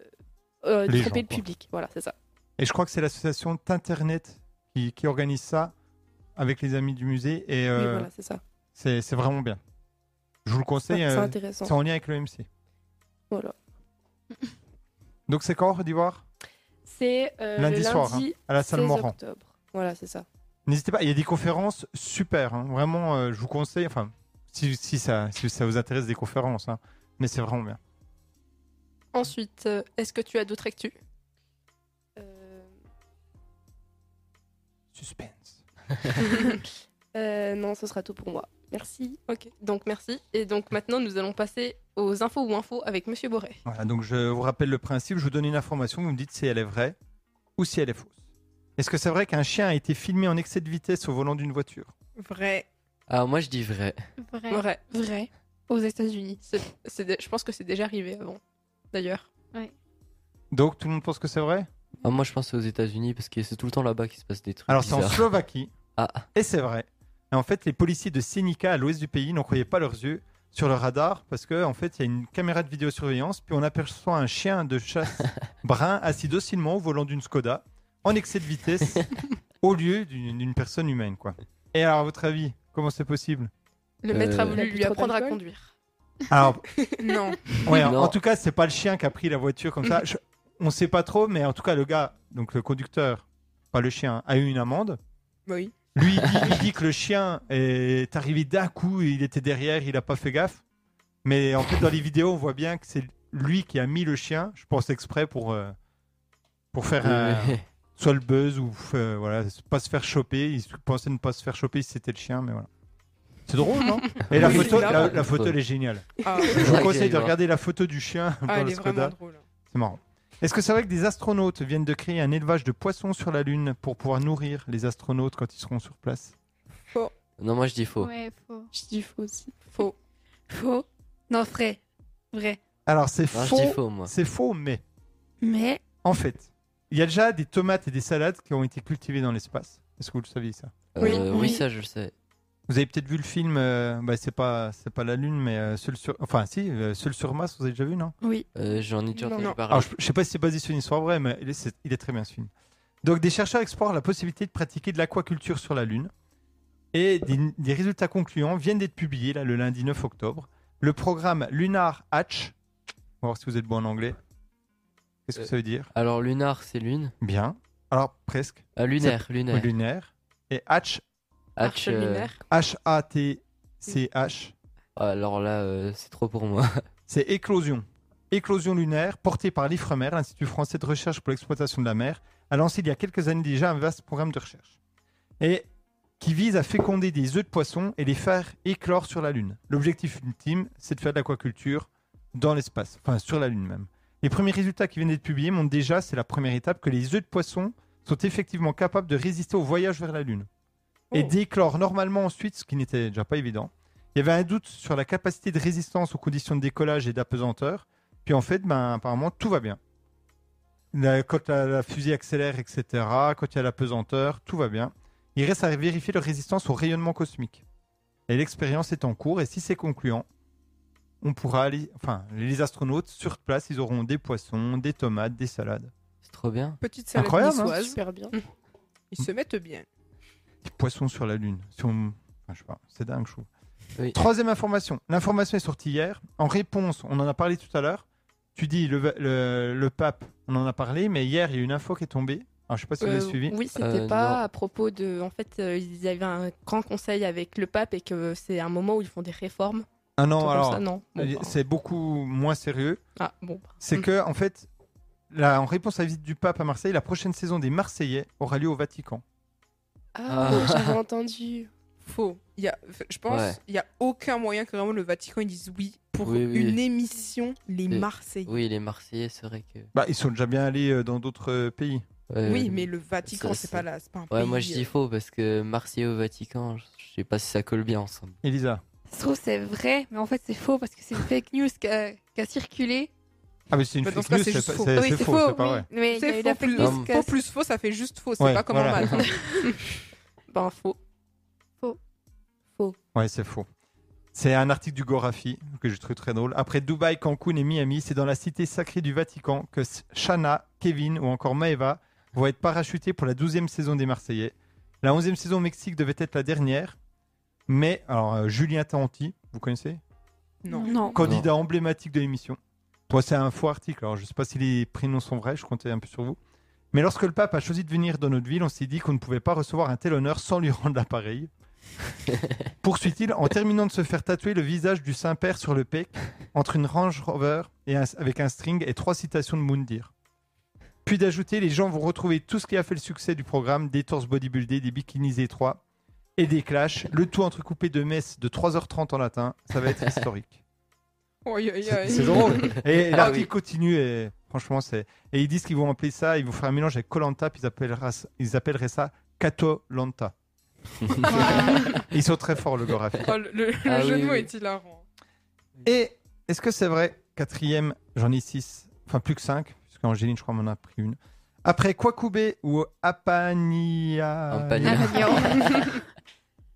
G: euh, de
A: Les
G: tromper
A: gens,
G: le
A: quoi.
G: public. Voilà, c'est ça.
A: Et je crois que c'est l'association T'Internet qui, qui organise ça avec les amis du musée. Et
G: Oui,
A: euh,
G: voilà, c'est ça.
A: c'est c'est vraiment bien. Je vous le
G: C'est
A: conseille.
G: c'est
A: euh,
G: intéressant.
A: c'est en lien avec le MC.
G: Voilà.
A: Donc, c'est quand, Redivoire
G: C'est euh,
A: Lundi
G: le
A: soir,
G: lundi
A: À la salle
G: 16
A: Morand.
G: octobre. Voilà, c'est ça.
A: N'hésitez pas, il y a des conférences super, hein. vraiment, euh, je vous conseille, enfin, si, si ça, si ça vous intéresse des conférences, hein. Mais c'est vraiment bien.
C: Ensuite, euh, est-ce que tu as d'autres actus
G: Euh,
A: Suspense.
G: euh, non, ce sera tout pour moi. Merci.
C: Ok, donc merci. Et donc maintenant, nous allons passer aux infos ou infos avec Monsieur Boré.
A: Voilà, donc je vous rappelle le principe, je vous donne une information, vous me dites si elle est vraie ou si elle est fausse. Est-ce que c'est vrai qu'un chien a été filmé en excès de vitesse au volant d'une voiture
E: Ah. Vrai.
B: Alors moi je dis vrai.
F: Vrai.
C: Vrai.
D: Vrai. Aux États-Unis.
C: C'est- c'est dé- je pense que c'est déjà arrivé avant, d'ailleurs.
A: Donc tout le monde pense que c'est vrai
B: Ah, moi je pense que c'est aux États-Unis parce que c'est tout le temps là-bas qu'il se passe des trucs.
A: Alors c'est en
B: bizarres.
A: Slovaquie.
B: Ah.
A: Et c'est vrai. Et en fait, les policiers de Senica à l'ouest du pays n'en croyaient pas leurs yeux sur le radar parce que en fait, il y a une caméra de vidéosurveillance puis on aperçoit un chien de chasse brun assis docilement au volant d'une Skoda en excès de vitesse au lieu d'une d'une personne humaine quoi. Et alors à votre avis, comment c'est possible
C: Le maître a
B: Euh,
C: voulu
G: Il a bu
C: lui
G: trop
C: apprendre à
G: d'alcool
C: conduire.
A: Alors
E: Non.
A: Ouais, en-
B: Non.
A: en tout cas, c'est pas le chien qui a pris la voiture comme ça. Je- on sait pas trop, mais en tout cas, le gars, donc le conducteur, pas le chien, a eu une amende.
E: Bah oui.
A: Lui, il dit, il dit que le chien est arrivé d'un coup, il était derrière, il a pas fait gaffe. Mais en fait, dans les vidéos, on voit bien que c'est lui qui a mis le chien, je pense exprès pour, euh, pour faire euh, un- soit le buzz ou euh, voilà, pas se faire choper. Il pensait ne pas se faire choper si c'était le chien, mais voilà. C'est drôle, non Et la
E: Oui,
A: photo,
E: c'est
A: la,
B: marrant.
A: la photo, elle est géniale.
E: Ah,
A: Je vous
B: Ok,
A: conseille de
B: voir.
A: regarder la photo du chien
E: ah,
A: dans
E: elle
A: le
E: est vraiment
A: Skoda.
E: drôle.
A: C'est marrant. Est-ce que c'est vrai que des astronautes viennent de créer un élevage de poissons sur la Lune pour pouvoir nourrir les astronautes quand ils seront sur place
B: Non moi je dis faux.
F: Ouais, faux.
G: Je dis faux aussi.
C: Faux.
D: Faux. Non, vrai. Vrai.
A: Alors c'est
B: Non, je dis
A: faux.
B: faux moi.
A: C'est faux, mais
D: Mais
A: en fait, il y a déjà des tomates et des salades qui ont été cultivées dans l'espace. Est-ce que vous le saviez ça
B: Euh,
E: Oui.
B: oui.
D: Oui.
B: ça je le sais.
A: Vous avez peut-être vu le film. euh, bah, c'est pas, c'est pas la Lune, mais euh, seul sur, enfin si, euh, seul sur Mars. Vous avez déjà vu, non
D: oui.
B: Euh, J'en ai déjà
E: Non,
B: entendu
E: non.
B: parler.
A: Alors, Ah, je, je sais pas si c'est basé sur une histoire vraie, mais il est, c'est- il est très bien ce film. Donc, des chercheurs explorent la possibilité de pratiquer de l'aquaculture sur la Lune. Et des, des résultats concluants viennent d'être publiés là, le lundi 9 octobre. Le programme Lunar Hatch. On va voir si vous êtes bon en anglais. Qu'est-ce que
B: Euh.
A: ça veut dire
B: Alors lunar c'est lune.
A: Bien. Alors, presque.
B: Ah, lunaire,
A: Ou
B: lunaire.
A: Lunaire. Et Hatch,
C: Arche
B: Hatch, euh,
C: lunaire.
A: H-A-T-C-H.
B: Alors là euh, c'est trop pour moi.
A: C'est Éclosion. Éclosion lunaire, portée par l'IFREMER, l'Institut français de recherche pour l'exploitation de la mer, a lancé il y a quelques années déjà un vaste programme de recherche. Et qui vise à féconder des œufs de poissons et les faire éclore sur la Lune. L'objectif ultime, c'est de faire de l'aquaculture dans l'espace, enfin sur la Lune même. Les premiers résultats qui viennent d'être publiés montrent déjà, c'est la première étape, que les œufs de poissons sont effectivement capables de résister au voyage vers la Lune et
E: Oh.
A: d'éclore normalement ensuite, ce qui n'était déjà pas évident. Il y avait un doute sur la capacité de résistance aux conditions de décollage et d'apesanteur. Puis en fait, ben, apparemment, tout va bien. La- quand la, la fusée accélère, etc., quand il y a l'apesanteur, tout va bien. Il reste à vérifier leur résistance au rayonnement cosmique. Et l'expérience est en cours, et si c'est concluant, on pourra aller. Enfin, les astronautes, sur place, ils auront des poissons, des tomates, des salades.
B: C'est trop bien.
E: Petite salade
A: Incroyable, hein.
E: niçoise.
G: Super bien.
E: Ils se mettent bien.
A: Des poissons sur la Lune. Si on- enfin, je sais pas, c'est dingue, je trouve.
B: Oui.
A: Troisième information. L'information est sortie hier. En réponse, on en a parlé tout à l'heure. Tu dis le, va- le- le pape, on en a parlé, mais hier, il y a une info qui est tombée. Alors, je sais pas si vous
C: Euh,
A: l'avez suivi.
C: oui, c'était
B: Euh,
C: pas
B: non.
C: à propos de. En fait, euh, ils avaient un grand conseil avec le pape et que c'est un moment où ils font des réformes.
A: Ah non,
C: tout comme
A: alors,
C: ça, non. Bon,
A: euh,
C: bah,
A: c'est beaucoup moins sérieux.
C: Ah bon. bah.
A: C'est
C: Mm.
A: que, en fait, là, en réponse à la visite du pape à Marseille, la prochaine saison des Marseillais aura lieu au Vatican.
G: Ah,
B: Ah.
G: j'avais entendu.
E: Faux. Il y a, f- je pense
B: Ouais.
E: il y a aucun moyen que vraiment le Vatican ils disent oui pour
B: Oui, oui.
E: une émission les
B: Oui.
E: Marseillais.
B: Oui les Marseillais c'est vrai que.
A: Bah, ils sont déjà bien allés euh, dans d'autres euh, pays.
B: Ouais,
E: oui, mais le Vatican
B: ça,
E: c'est
B: c'est-
E: pas là, c'est pas un
B: Ouais
E: pays,
B: moi je dis
E: euh,
B: faux parce que Marseillais au Vatican je je sais pas si ça colle bien ensemble.
A: Elisa.
D: Ça se trouve, c'est vrai, mais en fait, c'est faux parce que c'est une fake news qui a, qui a circulé.
A: Ah, mais c'est une
E: Bah, dans
A: fake
E: ce cas,
A: news,
E: c'est
A: c'est
E: juste
A: pas-
E: faux.
A: c'est-
D: oui,
A: c'est faux, c'est pas
D: oui.
A: vrai.
D: Mais il y a
E: C'est
D: eu la
E: faux
D: fake
E: plus,
D: news qui a-
E: faux plus faux, ça fait juste faux, c'est
A: Ouais,
E: pas comme en
A: voilà.
E: maths. hein.
C: Ben, faux.
A: Ouais, c'est faux. C'est un article du Gorafi que j'ai trouvé très drôle. Après Dubaï, Cancun et Miami, c'est dans la cité sacrée du Vatican que S- Shana, Kevin ou encore Maeva vont être parachutés pour la 12e saison des Marseillais. La 11e saison au Mexique devait être la dernière, mais alors euh, Julien Tanti, vous connaissez
E: Non.
A: Candidat emblématique de l'émission. Toi, c'est un faux article, alors je sais pas si les prénoms sont vrais, je comptais un peu sur vous. Mais lorsque le pape a choisi de venir dans notre ville, on s'est dit qu'on ne pouvait pas recevoir un tel honneur sans lui rendre l'appareil. poursuit-il en terminant de se faire tatouer le visage du Saint-Père sur le pec, entre une Range Rover et un- avec un string et trois citations de Moundir. Puis d'ajouter, les gens vont retrouver tout ce qui a fait le succès du programme, des torses bodybuildés, des bikinis étroits et des clashs, le tout entrecoupé de messes de 3h30 en latin. Ça va être historique.
E: Oi, oi,
A: C'est
E: oi.
A: c'est drôle. Et
B: Ah
A: l'article
B: oui.
A: continue et franchement, c'est. Et ils disent qu'ils vont appeler ça, ils vont faire un mélange avec Colanta, puis ils appelleraient, ils appelleraient ça Catolanta. Ils sont très forts, le Gorafi.
E: Oh, le le- le
B: Ah
E: jeu
B: oui,
E: de mots
B: oui.
E: est hilarant.
A: Et est-ce que c'est vrai Quatrième, j'en ai six, enfin plus que cinq, puisque Angéline, je crois, m'en a pris une. Après Kwakubé ou Apania.
B: Apania.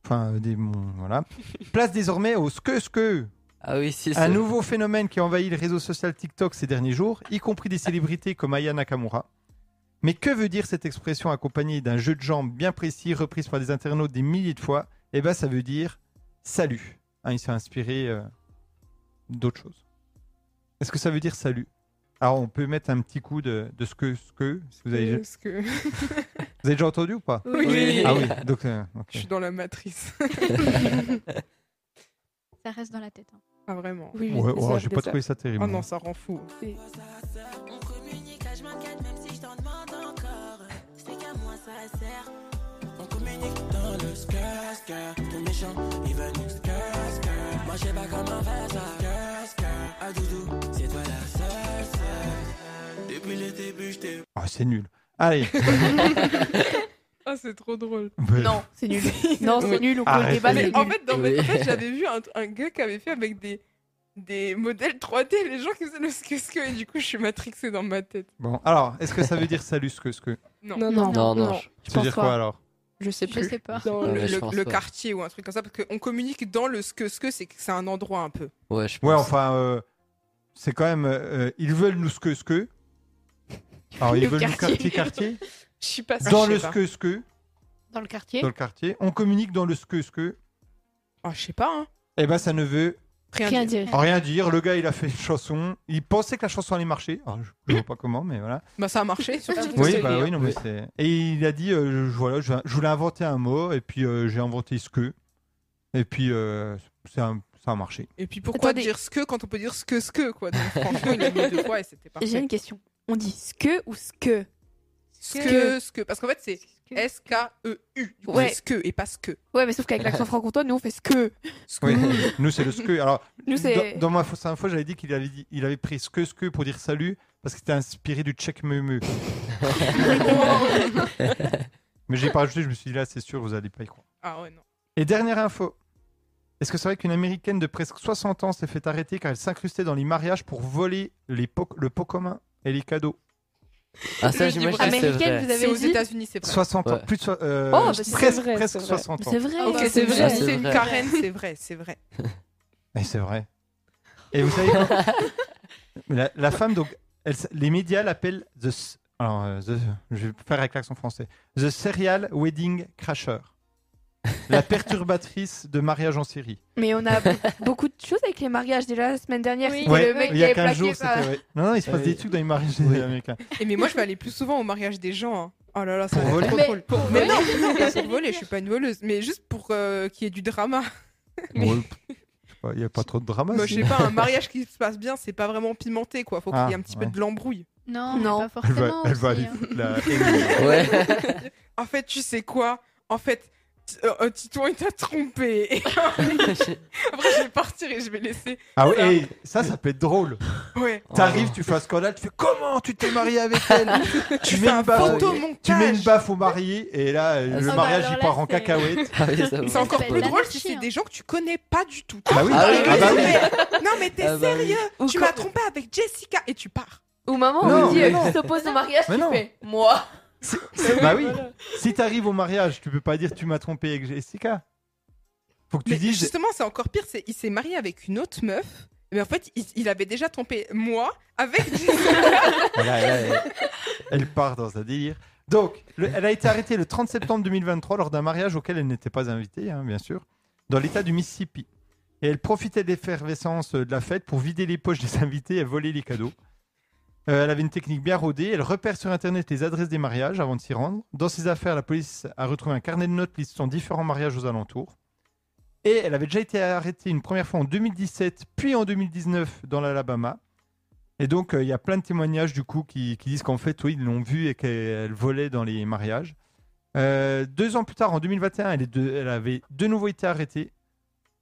A: Enfin, euh, des bon, voilà. Place désormais au Ske Ske.
B: Ah oui, si,
A: Un
B: c'est
A: nouveau phénomène qui a envahi le réseau social TikTok ces derniers jours, y compris des célébrités comme Aya Nakamura. Mais que veut dire cette expression accompagnée d'un jeu de jambes bien précis, reprise par des internautes des milliers de fois Eh bien, ça veut dire salut. Hein, il s'est inspiré euh, d'autres choses. Est-ce que ça veut dire salut Alors, on peut mettre un petit coup de, de ce que, ce que, si vous avez,
E: Parce que
A: vous avez déjà entendu ou pas
E: Oui.
B: Oui.
A: Ah oui, donc, euh, ok.
E: je suis dans la matrice.
F: Ça reste dans la tête. hein.
E: Ah, vraiment.
G: Oui,
A: Ouais,
G: c'est
A: oh,
G: ça,
A: j'ai
G: c'est
A: pas
G: ça.
A: trouvé ça terrible.
E: Oh non, ça rend fou.
H: On communique à 24 même si je t'en demande encore. Explique à moi ça sert. On communique dans le skaska. Ton méchant, il veut nous skaska. Moi je sais pas comment faire ça. Skaska. Ah doudou, c'est toi la seule, seule. Depuis le début, je t'ai
A: Ah, c'est nul. Allez.
E: Ah, c'est trop drôle.
C: Non,
D: C'est nul. Non, c'est
E: Oui.
D: nul. On peut le
A: Arrêtez.
D: débat. c'est
E: Mais Bah, en
D: nul.
E: fait, dans
B: Oui.
E: en fait, j'avais vu un, un gars qui avait fait avec des, des modèles 3D les gens qui faisaient le skeu-skeu et du coup, je suis matrixée dans ma tête.
A: Bon, alors, est-ce que ça veut dire salut ce que ce que
G: Non, non,
F: Non,
B: Non, non.
G: non.
B: je-
A: Ça veut
D: pense
A: dire
D: pas.
A: quoi alors
E: Je sais
F: Je sais pas.
G: Dans
B: Ouais,
E: Le,
G: le-
B: je
E: le-
B: pense
E: le
B: pas.
E: quartier ou un truc comme ça, parce qu'on communique dans le skeu-skeu, c'est que c'est un endroit un peu.
B: Ouais, je pense.
A: Ouais, enfin, euh, c'est quand même. euh, ils veulent nous ce que ce que. Alors, ils
D: Le
A: veulent
D: quartier.
A: nous quartier quartier.
E: Je suis pas
A: Dans le
E: je sais
A: ce
E: pas.
A: que ce que.
D: Dans le quartier.
A: Dans le quartier. On communique dans le ce que ce que.
E: Ah, je sais pas, hein.
A: Eh ben, ça ne veut
E: Rien,
D: Rien à
E: dire.
D: dire.
A: rien dire. Le gars, il a fait une chanson. Il pensait que la chanson allait marcher. Alors, je, je vois pas comment, mais voilà.
E: Bah, ça a marché, surtout.
A: Oui,
B: c'est
A: bah
B: rire.
A: oui, non, mais
B: Oui.
A: c'est. Et il a dit, euh, je- voilà, je, je voulais inventer un mot, et puis euh, j'ai inventé ce que. Et puis, euh, c'est un- ça a marché.
E: Et puis pourquoi
D: Attendez.
E: dire ce que quand on peut dire ce que ce que quoi Donc, Franchement, il a mis deux fois et c'était parfait.
D: J'ai une question. On dit ce que ou ce que
E: Ce que ce que parce qu'en fait c'est S K E U. Du coup,
D: Ouais.
E: c'est ce que et pas ce que.
D: Ouais, mais sauf qu'avec l'accent franc-comtois, nous on fait ce que.
E: Ce que.
A: Oui, nous c'est le sque. Alors,
D: Nous c'est.
A: dans, dans ma fausse info, j'avais dit qu'il avait, dit- il avait pris sque sque pour dire salut parce qu'il était inspiré du tchèque meumeu. Mais j'ai pas rajouté, je me suis dit là, c'est sûr, vous allez pas y croire.
E: Ah ouais non.
A: Et dernière info. Est-ce que c'est vrai qu'une américaine de presque 60 ans s'est fait arrêter car elle s'incrustait dans les mariages pour voler les pots- le pot commun et les cadeaux
B: Ah, ça,
E: Le
B: j'imagine que c'est
D: Américaine,
B: vrai.
D: vous
E: C'est aux
D: avez dit.
E: États-Unis c'est vrai.
A: 60 ans,
B: Ouais.
A: plus de so- euh,
D: Oh, bah, c'est
A: presque,
G: vrai,
A: presque
G: c'est vrai.
A: 60 ans.
D: C'est vrai.
E: Ah ouais,
G: c'est
E: c'est
G: vrai.
E: vrai.
B: C'est
E: C'est une
B: vrai.
E: carène c'est vrai c'est vrai.
A: Et c'est vrai. Et vous savez quoi la, la femme, donc, elle s- les médias l'appellent the, s- alors, euh, the- je vais faire avec l'accent français, the serial wedding crasher, la perturbatrice de mariage en série.
D: Mais on a beaucoup de choses avec les mariages. Déjà la semaine dernière,
F: Oui.
D: c'était
A: Ouais,
D: le mec
A: il
D: qui
A: y a
D: avait
A: 15
D: plaqué
A: jours,
D: par-
A: c'était. euh, ouais. Non, non, il se passe
B: Oui.
A: des trucs dans les mariages des
B: Oui.
A: américains.
E: Et mais moi je vais aller plus souvent au mariage des gens. hein. Oh là là ça
A: Pour
E: va
A: voler.
E: être trop
D: Mais-
E: drôle.
D: pour
E: Mais
D: voler.
E: non pas pour voler je suis pas une voleuse mais juste pour euh, qu'il y ait du drama.
A: Ouais, pff, je sais pas, Il n'y a pas trop de drama.
E: Moi
A: si.
E: je sais pas un mariage qui se passe bien c'est pas vraiment pimenté quoi faut qu'il y ait
A: Ah,
E: un petit
A: ouais.
E: peu de l'embrouille.
F: Non,
D: Non.
F: pas
A: Elle va,
F: forcément.
A: elle va
F: aussi,
A: aller
F: hein.
A: foutre la.
B: Ouais.
E: En fait, tu sais quoi En fait, t- euh, euh, Titouan, il t'a trompé. Et Après, je vais partir et je vais laisser.
A: Ah oui,
E: Ça.
A: hey, ça, ça peut être drôle.
E: Ouais.
A: T'arrives, tu fais un scandale, tu fais comment tu t'es marié avec elle Tu mets
E: un
A: une baffe.
E: photomontage.
A: Tu mets une baffe au marié et là, euh, le
B: Ah, ça va,
A: mariage,
F: alors
A: il
F: là,
A: part en
F: c'est-
A: cacahuète.
B: Ah oui, ça va.
E: C'est encore
F: s'appelle
E: plus drôle
F: l'anarchie,
E: si c'est
F: hein.
E: des gens que tu connais pas du tout.
A: Bah oui,
B: Ah oui,
A: ah bah
E: non,
A: oui.
E: mais, non, mais t'es
B: Ah bah oui.
E: sérieux
D: Ou
E: Tu
D: quand-
E: m'as trompé avec Jessica et tu pars.
D: Ou maman,
A: Non,
D: on dit
A: mais
D: euh,
A: non.
D: qui s'oppose au mariage,
A: Mais
D: tu
A: non.
D: fais moi.
A: Bah oui. Si t'arrives au mariage, tu peux pas dire tu m'as trompé avec Jessica. Faut que tu
E: Mais
A: dises.
E: justement, c'est encore pire. c'est- Il s'est marié avec une autre meuf. Mais en fait, il, il avait déjà trompé moi avec Jessica.
A: Voilà, là, elle, elle part dans un délire. Donc, le- elle a été arrêtée le 30 septembre 2023 lors d'un mariage auquel elle n'était pas invitée, hein, bien sûr, dans l'état du Mississippi. Et elle profitait de l'effervescence euh, de la fête pour vider les poches des invités et voler les cadeaux. Euh, elle avait une technique bien rodée. Elle repère sur Internet les adresses des mariages avant de s'y rendre. Dans ses affaires, la police a retrouvé un carnet de notes listant différents mariages aux alentours. Et elle avait déjà été arrêtée une première fois en 2017, puis en 2019 dans l'Alabama. Et donc, euh, il y a plein de témoignages du coup qui, qui disent qu'en fait, oui, ils l'ont vue et qu'elle volait dans les mariages. Euh, deux ans plus tard, en 2021, elle, est de- elle avait de nouveau été arrêtée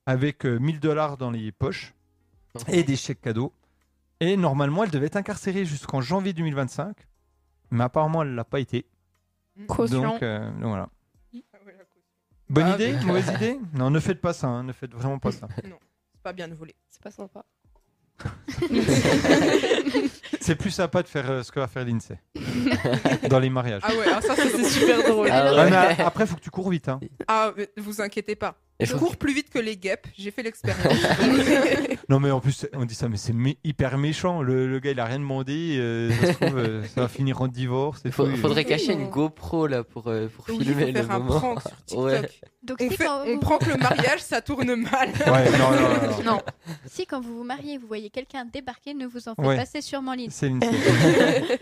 A: avec euh, 1000 dollars dans les poches et des chèques cadeaux. Et normalement, elle devait être incarcérée jusqu'en janvier 2025, mais apparemment, elle l'a pas été. Donc, euh, donc voilà. Bonne
E: Ah,
A: idée
E: mais-
A: Mauvaise idée Non, ne faites pas ça, hein, ne faites vraiment pas ça.
E: C'est pas bien de voler.
G: C'est pas sympa.
A: C'est plus sympa de faire euh, ce que va faire l'INSEE dans les mariages.
E: Ah ouais, ah, ça, ça, c'est super drôle.
B: Ah
A: Ouais,
B: ouais.
A: mais a- après, faut que tu cours vite. hein.
E: Ah, mais vous inquiétez pas.
B: Et
E: Je
B: faut-
E: cours plus vite que les guêpes, j'ai fait l'expérience.
A: Non, mais en plus, on dit ça, mais c'est mé- hyper méchant. Le, le gars, il a rien demandé. euh, ça, se trouve, euh, ça va finir en divorce. et
B: faut-
A: tout, et-
B: faudrait cacher
D: non.
B: une GoPro là pour, euh, pour
E: Oui,
B: filmer
E: faut faire
B: le
E: un
B: moment.
E: prank sur TikTok.
B: Ouais.
F: Donc
E: On,
F: si,
E: fait,
F: quand
E: on
F: vous...
E: prend que le mariage, ça tourne mal.
A: Ouais, non, non, non, non.
D: Non.
F: si quand vous vous mariez, vous voyez quelqu'un débarquer, ne vous en faites
A: Ouais.
F: pas, c'est sûrement l'île.
A: C'est l'INSEE.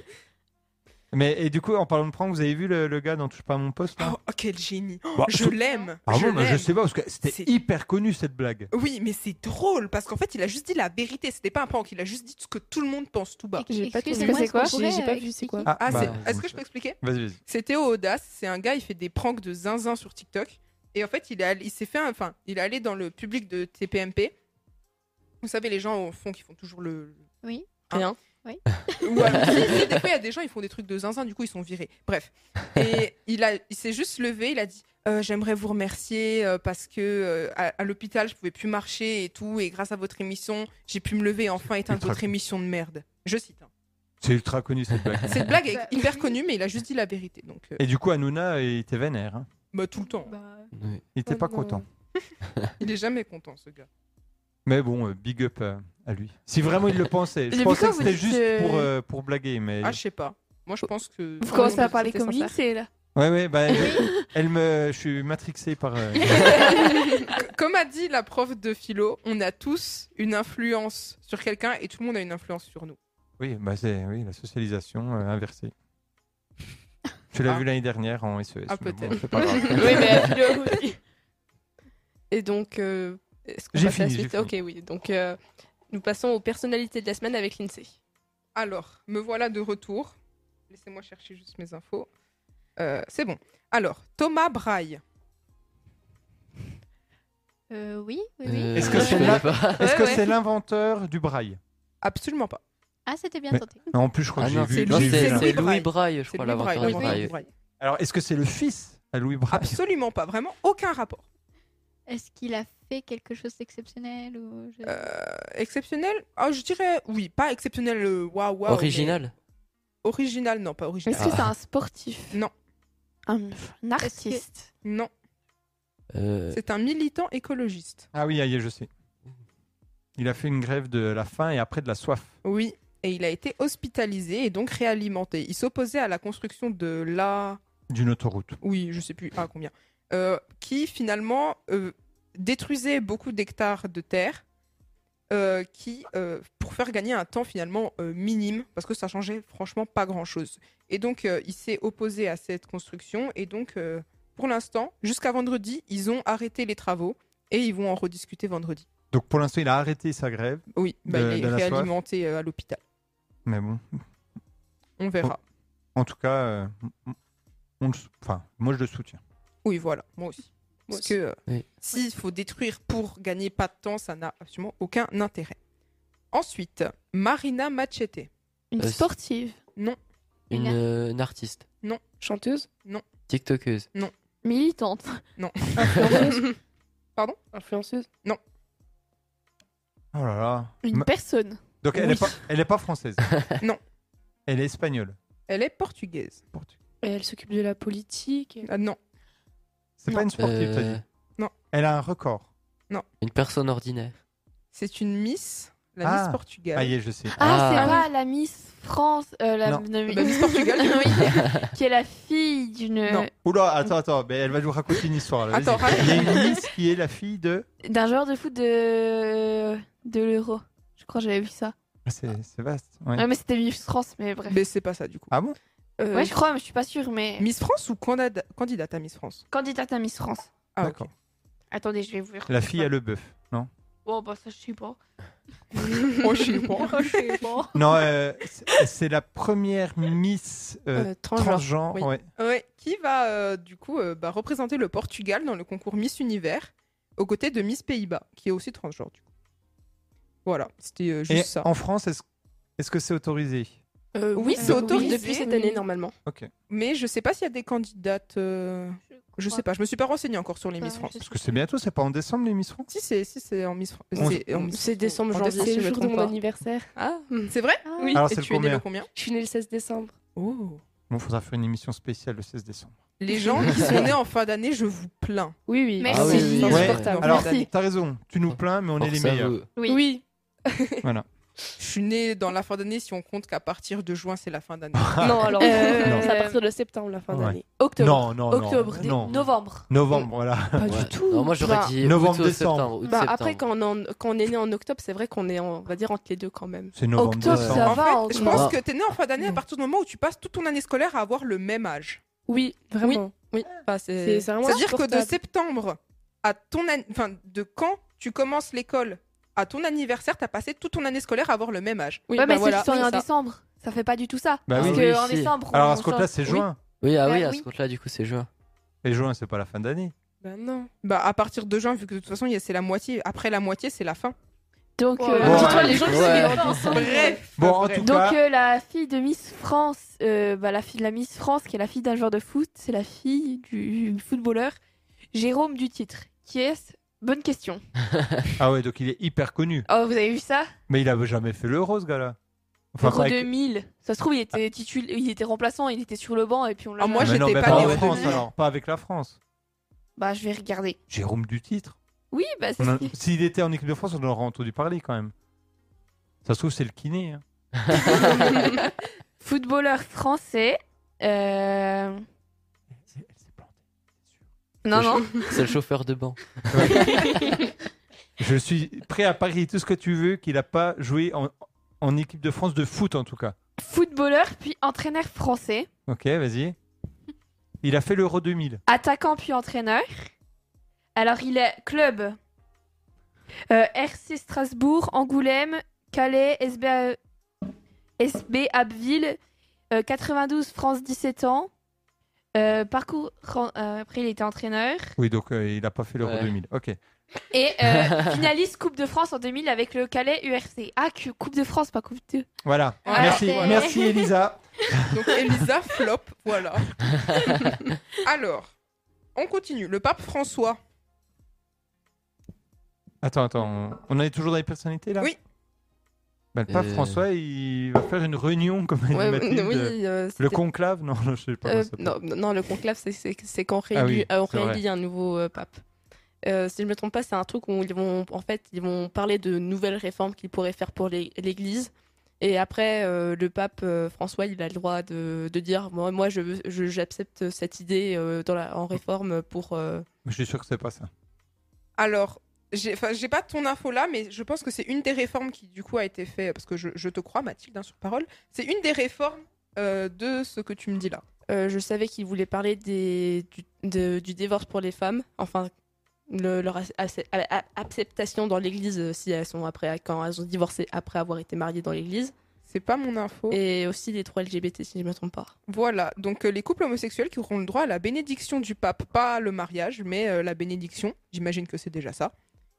A: mais et du coup, en parlant de prank, vous avez vu le, le gars dans Touche pas à mon poste là
E: Oh, oh, quel génie.
A: Bah,
E: Je l'aime.
A: Ah bon, mais je
E: l'aime.
A: sais pas, parce que c'était
E: C'est-
A: hyper connu cette blague.
E: Oui, mais c'est drôle parce qu'en fait, il a juste dit la vérité. C'était pas un pranc, il a juste dit ce que tout le monde pense tout bas.
G: J'ai pas tout
F: Excusez-moi,
G: vu.
F: est-ce qu'on
G: C'est quoi
F: pourrait,
G: J'ai- j'ai pas
F: euh,
G: vu, c'est quoi
F: expliquer
A: Ah,
E: Ah,
A: bah,
E: c'est- est-ce que je peux expliquer
A: Vas-y, vas-y.
E: C'est Théo Audace, c'est un gars, il fait des pranks de zinzin sur TikTok. Et en fait, il, est allé- il s'est fait, un- enfin, il est allé dans le public de TPMP. Vous savez, les gens au fond qui font toujours le.
F: Oui.
E: Hein
C: Rien.
F: Oui.
E: Ou alors, si, si, des fois, il y a des gens, ils font des trucs de zinzin, du coup, ils sont virés. Bref. Et il, a- il s'est juste levé, il a dit Euh, J'aimerais vous remercier euh, parce que euh, à, à l'hôpital, je pouvais plus marcher et tout. Et grâce à votre émission, j'ai pu me lever et enfin éteindre
A: Ultra
E: votre
A: cool.
E: émission de merde. Je cite. hein.
A: C'est ultra connu cette blague.
E: Cette blague est
F: Bah,
E: hyper
F: oui.
E: connue, mais il a juste dit la vérité. Donc, euh,
A: Et du coup, Hanouna il était vénère. hein.
E: bah, tout le temps.
B: Oui.
A: Il était
G: Oh
A: pas
G: non.
A: content.
E: Il est jamais content, ce gars.
A: Mais bon, euh, big up euh, à lui. Si vraiment il le pensait. Je
D: J'ai vu
A: pensais
D: quand
A: que
D: vous
A: c'était
D: dites,
A: juste
D: euh,
A: pour, euh, pour blaguer, mais.
E: Ah, je sais pas. Moi, je pense que.
D: Vous commencez à parler
G: C'était
D: comme
G: sincère.
D: lycée là.
A: Ouais, ouais, bah, elle, elle me. Je suis matrixé par. euh,
E: Comme a dit la prof de philo, on a tous une influence sur quelqu'un et tout le monde a une influence sur nous.
A: Oui, bah, c'est oui, la socialisation euh, inversée. Tu l'as
E: Ah.
A: vu l'année dernière en SES.
E: Ah,
A: mais bon,
E: peut-être.
A: c'est pas grave.
C: Oui, mais à philo, oui. Et donc, euh, est-ce qu'on
A: J'ai
C: passe à la
A: fini, j'ai
C: suite Ok, oui. Donc, euh, nous passons aux personnalités de la semaine avec l'INSEE.
E: Alors, me voilà de retour. Laissez-moi chercher juste mes infos. Euh, c'est bon. Alors, Thomas Braille.
F: Euh, oui, oui, oui.
B: Euh,
A: Est-ce que
B: je
A: c'est
B: connais
A: là-
B: pas
A: Est-ce que
D: Ouais, ouais.
A: c'est l'inventeur du braille
E: Absolument pas.
F: Ah, c'était bien
A: Mais-
F: tenté.
A: Non, En plus, je crois
B: Ah
A: que
B: non,
A: j'ai
B: c'est
A: vu.
B: non,
A: j'ai vu
E: Louis-
B: c'est-
A: là.
B: c'est
E: Louis
B: Louis Braille, je
E: C'est
B: crois,
E: Louis Braille.
B: l'inventeur du
E: l'inventeur
B: Braille.
E: du Braille.
A: Alors, est-ce que c'est le fils à Louis Braille
E: Absolument pas. Vraiment, aucun rapport.
F: Est-ce qu'il a fait quelque chose d'exceptionnel ou je-
E: Euh, exceptionnel Ah, Je dirais oui. Pas exceptionnel. euh, Waouh, waouh. mais-
B: Original
E: Original, non, pas original.
D: Est-ce
A: Ah.
D: que c'est un sportif
E: Non.
D: Un, un artiste
E: Non,
B: Euh,
E: c'est un militant écologiste.
A: Ah oui, aïe, je sais. Il a fait une grève de la faim et après de la soif.
E: Oui, et il a été hospitalisé et donc réalimenté. Il s'opposait à la construction de la...
A: D'une autoroute.
E: Oui, je sais plus à combien. Euh, qui finalement euh, détruisait beaucoup d'hectares de terre euh, qui, euh, pour faire gagner un temps finalement euh, minime, parce que ça changeait franchement pas grand-chose. Et donc, euh, il s'est opposé à cette construction. Et donc, euh, pour l'instant, jusqu'à vendredi, ils ont arrêté les travaux et ils vont en rediscuter vendredi.
A: Donc pour l'instant, il a arrêté sa grève,
E: Oui, bah,
A: De-
E: il
A: de
E: est
A: la soif.
E: réalimenté euh, à l'hôpital.
A: mais bon.
E: On verra.
A: En tout cas, euh, m- on le sou- enfin, moi je le soutiens.
E: Oui, voilà, moi aussi.
C: Moi
E: Parce que euh,
B: Oui.
E: s'il faut détruire pour gagner pas de temps, ça n'a absolument aucun intérêt. Ensuite, Marina Machete.
D: Une
B: Euh, c'est-
D: sportive
B: une,
F: Une-
B: euh, une artiste.
G: Chanteuse
B: TikTokeuse.
D: Militante
G: Influenceuse
E: Pardon
G: Influenceuse
A: Oh là là.
D: Une
A: Ma-
D: personne
A: Donc elle
E: Oui.
A: n'est pas, elle est pas française.
E: Non.
A: Elle est espagnole.
E: Elle est portugaise.
G: Et Elle s'occupe de la politique.
E: Ah, non,
A: C'est pas une sportive, t'as
B: Euh,
A: dit.
E: Non.
A: Elle a un record.
B: une personne ordinaire.
E: c'est une Miss, la
A: Ah,
E: Miss
A: Aïe,
E: Portugal.
A: je sais.
D: Ah,
B: Ah.
D: c'est pas la Miss France euh, la...
A: Non.
E: La Bah, Miss Portugal.
D: Oui, qui est la fille d'une
E: Non.
A: Oula, attends, attends, mais elle va nous raconter une histoire. là, vas-y.
E: Attends, raconte.
A: il y a une Miss qui est la fille de.
D: d'un joueur de foot de de l'Euro. Je crois que j'avais vu ça.
A: Ah, C'est c'est vaste. ouais.
E: Ah
D: Ouais, mais c'était Miss France, mais bref.
E: Mais c'est pas ça du coup.
A: Ah bon
E: Euh,
D: Ouais, je crois, mais je suis pas sûre, mais.
E: Miss France ou candida- candidate à Miss France
D: Candidate à Miss France.
E: Ah, ok.
A: D'accord.
D: Attendez, je vais vous
A: La fille a le bœuf, non
D: Bon, bah ça, je sais pas.
E: Oh, je sais pas.
D: je sais pas.
A: Non, euh, c'est- c'est la première Miss euh,
G: Euh, transgenre.
A: transgenre.
G: oui.
A: ouais.
E: Ouais, qui va euh, du coup euh, bah, représenter le Portugal dans le concours Miss Univers aux côtés de Miss Pays-Bas, qui est aussi transgenre du coup. Voilà, c'était euh, juste
A: Et
E: ça.
A: en France, est-ce est-ce que c'est autorisé
C: Euh,
E: Oui, c'est autorisé,
C: depuis cette
E: mais-
C: année normalement.
E: Mais je sais pas s'il y a des candidates. euh, Je Bah, sais pas, je me suis pas renseignée encore sur les Miss France.
A: Parce que c'est bientôt, c'est pas en décembre les Miss France
E: Si c'est si c'est en Miss France.
A: On-
G: C'est décembre,
E: en
G: janvier,
E: décembre,
G: c'est
E: si
G: le
E: je
G: jour
E: me
G: de
E: trompe
G: mon
E: pas.
G: anniversaire.
C: Ah,
E: C'est vrai
C: oui.
A: Alors
E: Et
A: c'est le
E: tu es né
A: combien
E: le combien
G: Je suis née le 16 décembre.
E: Oh.
A: Bon, faudra faire une émission spéciale le 16 décembre.
E: Les gens qui sont nés en fin d'année, je vous plains.
G: Oui, oui.
D: Merci.
B: Ah oui, oui, oui.
G: C'est
B: Ouais,
G: insupportable.
A: Alors,
E: Merci.
A: t'as raison, tu nous plains, mais on est les
B: Force à
A: meilleurs.
B: vous.
D: Oui.
G: Oui.
E: Je suis née dans la fin d'année si on compte qu'à partir de juin, c'est la fin d'année.
G: Ah. Non, alors,
D: Euh,
A: Non.
G: c'est à partir de septembre, la fin
A: Ouais.
G: d'année.
D: Octobre.
A: Non, non, non.
D: Octobre, dé-
A: non.
D: novembre.
A: Novembre, voilà.
G: Pas
B: Ouais.
G: du tout.
B: Non, moi j'aurais
C: Bah,
B: dit
A: novembre,
B: août ou
A: décembre.
B: septembre. août,
C: Bah, après,
B: septembre.
C: quand on, en- quand on est né en octobre, c'est vrai qu'on est, en- on va dire, entre les deux quand même.
A: C'est novembre,
D: Octobre,
A: décembre.
D: Ça
E: en
D: va,
E: fait,
D: en
E: je
B: gros.
E: pense
B: Ah.
E: que t'es né en fin d'année à partir du moment où tu passes toute ton année scolaire à avoir le même âge.
G: Oui, vraiment.
C: Oui, enfin,
G: C'est
C: c'est.
D: Ah,
G: c'est vraiment
E: C'est-à-dire que de
G: insupportable.
E: septembre à ton an- enfin de quand tu commences l'école à ton anniversaire, t'as passé toute ton année scolaire à avoir le même âge.
G: Oui,
D: ouais,
G: bah
D: mais
G: voilà.
D: ceux qui sont nés en
G: Oui, ça.
D: décembre, ça fait pas du tout ça.
A: Bah
B: Ah
D: Parce
A: oui.
B: oui,
D: que en
B: si.
D: décembre.
A: Alors
D: on
A: à ce compte-là, c'est
D: change-
A: juin.
B: Oui, ah
D: Bah
B: oui, à
D: oui.
B: ce compte-là, du coup, c'est juin.
A: Et juin, c'est pas la fin d'année.
G: Bah non.
E: Bah à partir de juin, vu que de toute façon il y a- c'est la moitié, après la moitié c'est la fin.
D: Donc,
F: Wow.
D: euh,
A: Bon,
D: dis-toi,
A: allez.
D: les gens qui
B: Ouais.
D: sont nés en décembre.
E: Bref.
A: Bon, en
E: bref.
A: tout cas,
D: Donc euh, la fille de Miss France, euh, bah, la fille de la Miss France, qui est la fille d'un joueur de foot, c'est la fille du footballeur Jérôme Dutitre. Qui est-ce Bonne question.
A: ah ouais, donc il est hyper connu.
D: Oh, vous avez vu ça
A: Mais il a jamais fait l'euro, ce gars-là. Enfin,
D: Euro
A: pas avec-
D: 2000. Ça se trouve, il était titula- il était remplaçant, il était sur le banc et puis on l'a.
E: Ah, moi,
A: Mais
D: jamais-
A: non,
E: j'étais
A: mais
E: pas
A: pas
E: né
A: en
E: au
A: France,
E: début.
A: alors. Pas avec la France.
D: Bah, je vais regarder.
A: Jérôme du titre.
D: Oui, bah c'est.
A: On a- S'il était en équipe de France, on en aurait entendu parler quand même. Ça se trouve, c'est le kiné. hein.
D: Footballeur français. euh,
A: Elle s'est plantée.
D: Non,
B: Le
D: non.
B: C'est le chauffeur de banc.
A: Je suis prêt à parier tout ce que tu veux qu'il n'a pas joué en, en équipe de France de foot, en tout cas.
D: Footballeur puis entraîneur français.
A: Ok, vas-y. Il a fait l'Euro 2000.
D: Attaquant puis entraîneur. Alors, il est club euh, RC Strasbourg, Angoulême, Calais, SB, euh, SB Abbeville, euh, 92 France 17 ans. Euh, parcours. euh, après, il était entraîneur.
A: Oui, donc euh, il n'a pas fait l'Euro
B: Ouais.
A: 2000. Ok.
D: Et euh, finaliste Coupe de France en 2000 avec le Calais URC. Ah, que- Coupe de France, pas Coupe de.
A: Voilà.
E: Voilà.
A: Merci,
D: Voilà.
A: merci Elisa.
E: Donc Elisa flop, voilà. Alors, on continue. Le pape François.
A: Attends, attends. on- On en est toujours dans les personnalités là
E: Oui.
A: Bah, le pape
B: Euh.
A: François, il va faire une réunion comme elle dit
C: Ouais,
A: Mathilde.
C: oui, euh,
A: Le
C: c'était-
A: conclave Non, je sais pas.
C: Euh,
A: comment ça s'appelle.
C: non, non, le conclave, c'est- c'est c'est quand on réélit,
A: Ah oui,
C: euh, on
A: c'est vrai.
C: réélit un nouveau euh, pape. Euh, si je me trompe pas, c'est un truc où ils vont, en fait, ils vont parler de nouvelles réformes qu'ils pourraient faire pour l'é- l'Église. Et après, euh, le pape euh, François, il a le droit de, de dire, moi, moi, je veux- je- j'accepte cette idée euh, dans la, en réforme pour. euh,
A: Mais Je suis sûr que c'est pas ça.
E: Alors, j'ai enfin, j'ai pas ton info là, mais je pense que c'est une des réformes qui, du coup, a été faite, parce que je, je te crois, Mathilde, hein, sur parole, c'est une des réformes euh, de ce que tu me dis là.
C: Euh, je savais qu'il voulait parler des, du, de- du divorce pour les femmes, enfin le- leur ac- ac- a- a- acceptation dans l'Église euh, si elles sont après quand elles ont divorcé après avoir été mariées dans l'Église,
E: C'est pas mon info.
C: et aussi les trois LGBT si je me trompe pas.
E: Voilà, donc euh, les couples homosexuels qui auront le droit à la bénédiction du pape, pas le mariage, mais euh, la bénédiction, j'imagine que c'est déjà ça.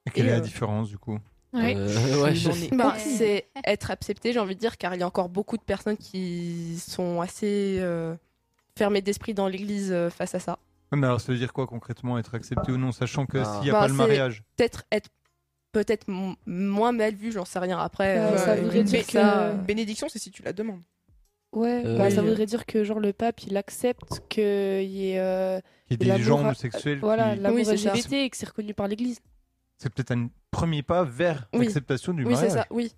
A: Et quelle est la
E: euh,
A: différence du coup
D: Oui.
B: Euh, ouais, je-
E: J'en ai-
C: Bah,
F: Ouais.
C: c'est être accepté, j'ai envie de dire, car il y a encore beaucoup de personnes qui sont assez euh, fermées d'esprit dans l'Église euh, face à ça.
A: Ouais, Mais alors, ça veut dire quoi concrètement être accepté ou non, sachant que
B: Ah.
A: s'il n'y a
C: Bah,
A: pas le
C: c'est-
A: mariage
C: Peut-être être peut-être m- moins mal vu, j'en sais rien. Après,
G: Euh, ça euh. voudrait
C: mais
G: dire que-
C: ça, euh,
E: Bénédiction, c'est si tu la demandes.
G: Ouais,
B: Euh,
G: bah,
B: oui.
G: ça voudrait dire que genre le pape il accepte qu'il y ait euh,
A: qu'il y a
G: la
A: des gens
G: bourra-
A: homosexuels
G: voilà,
A: qui-
G: l'amour
C: Oui, c'est ça.
G: LGBT et que c'est reconnu par l'église.
A: C'est peut-être un premier pas vers
C: Oui.
A: l'acceptation du
C: oui, c'est
A: mariage.
C: ça, oui.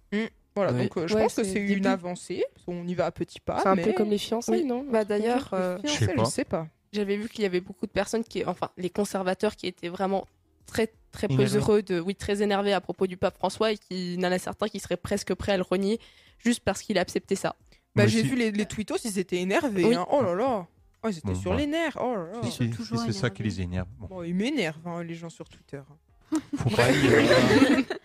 E: Voilà,
B: Oui.
E: donc euh, je
G: Ouais,
E: pense que
G: c'est
E: c'est
G: le
E: une
G: début.
E: avancée, parce qu'on y va à petits pas.
G: C'est un
E: mais-
G: peu comme les fiançailles,
C: Oui.
G: non
C: Bah, d'ailleurs, euh,
E: Je
A: Je
E: sais
A: sais
E: pas.
A: pas.
E: Je sais pas.
C: J'avais vu qu'il y avait beaucoup de personnes qui, enfin, les conservateurs qui étaient vraiment très très peu
A: Énervé.
C: heureux, de, oui, très énervé à propos du pape François et qu'il y en a certains qui seraient presque prêts à le renier juste parce qu'il a accepté ça.
E: Bah,
A: Moi
E: j'ai
A: aussi.
E: vu les, les tweetos, ils étaient énervés.
C: Oui.
E: hein. Oh là là. Oh, ils étaient
A: Bon,
E: sur
A: bah.
E: les nerfs. Oh là là.
A: Si, si,
F: toujours
A: si, c'est ça qui
F: énervés.
A: les énerve. Bon,
E: Bon, ils m'énervent, hein, les gens sur Twitter.
A: faut pas y- hein.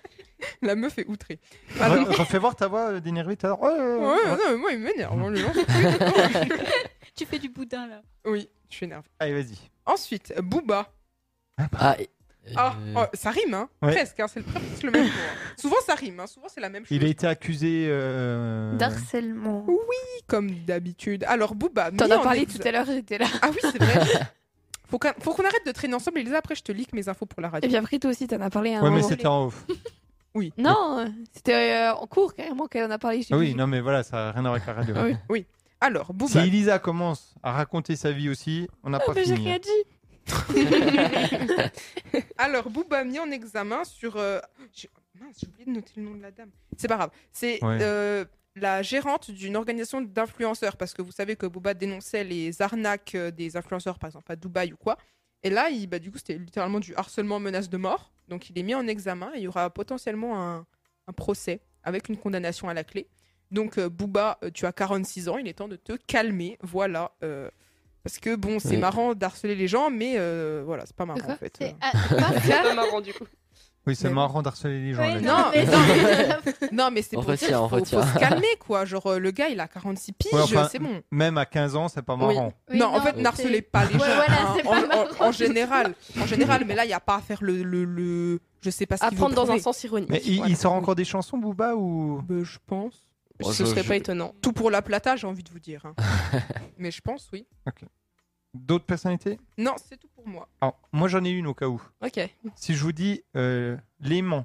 E: La meuf est outrée. Alors-
A: Re- Refais voir ta voix euh, d'énervé tout à l'heure. Ouais, ouais,
E: Ouais,
A: ouais.
E: non, mais moi, ils m'énervent, hein, les gens sur Twitter.
F: Tu fais du boudin là.
E: oui, je suis énervée.
A: Allez, vas-y.
E: Ensuite, Booba.
B: Ah, et-
E: Ah,
B: euh,
E: oh, ça rime, hein
A: Ouais.
E: Presque, hein, c'est le- presque le même mot. hein. Souvent, ça rime, hein, souvent, c'est la même chose.
A: Il a été accusé. euh,
D: D'harcèlement.
E: Comme d'habitude. Alors, Booba.
D: T'en
E: mis
D: as
E: en
D: parlé
E: examen-
D: tout à l'heure, j'étais là.
E: Ah oui, c'est vrai. Faut qu'on faut qu'on arrête de traîner ensemble, Elisa. Après, je te leak mes infos pour la
D: Et
E: radio.
D: puis après, toi aussi, t'en as parlé à un
A: Ouais, mais
D: moment.
A: c'était en off.
D: Non, euh, c'était euh, en cours carrément quand on a parlé. chez
A: Ah oui,
D: Gigi.
A: non, mais voilà, ça n'a rien à voir avec la radio.
D: Ah oui.
E: Alors, Booba.
A: Si Elisa commence à raconter sa vie aussi, on n'a
D: Ah,
A: pas
D: mais j'ai
C: Mmh.
A: fini.
D: rien dit.
E: Alors, Booba mis en examen sur. euh, j'ai- Mince, j'ai oublié de noter le nom de la dame. C'est pas grave. C'est
A: Ouais.
E: euh, la gérante d'une organisation d'influenceurs. Parce que vous savez que Booba dénonçait les arnaques euh, des influenceurs, par exemple à Dubaï ou quoi. Et là, il, bah, du coup, c'était littéralement du harcèlement, menace de mort. Donc, il est mis en examen. et Il y aura potentiellement un, un procès avec une condamnation à la clé. Donc, euh, Booba, euh, tu as 46 ans. Il est temps de te calmer. Voilà. euh, parce que bon, c'est
B: Oui.
E: marrant d'harceler les gens, mais euh, voilà, c'est pas marrant en fait.
F: C'est ah, quoi
C: C'est pas marrant du coup.
A: Oui, c'est
E: Mais-
A: marrant d'harceler les gens.
F: Ouais,
A: là.
E: non,
F: mais-
B: euh,
E: Non, mais c'est
B: On
E: pour
B: retient,
E: dire
B: on
E: faut,
B: retient.
E: faut se calmer, quoi. Genre, euh, le gars, il a 46 piges,
A: Ouais, enfin,
E: c'est bon.
A: Même à 15 ans, c'est pas marrant.
F: Oui,
E: non, en fait,
F: c'est-
E: n'harcelez pas les
F: Ouais,
E: gens. Hein,
F: voilà, c'est
E: en,
F: pas
E: en-
F: marrant.
E: en général, en général, mais là, il n'y a pas à faire le, le, le- je sais pas ce
C: À
E: qu'il veut
C: prendre dans un
E: prouver.
C: sens ironique.
A: Mais il,
E: Voilà.
A: il sort encore des chansons, Booba ou...
E: Bah, je pense.
B: bon,
C: Ce
B: je-
C: serait
B: je-
C: pas étonnant.
E: Tout pour la plata, j'ai envie de vous dire. hein. mais je pense, oui.
A: D'autres personnalités
E: Non, c'est tout pour moi.
A: Alors, moi, j'en ai une au cas où.
C: Ok.
A: Si je vous dis euh, Léman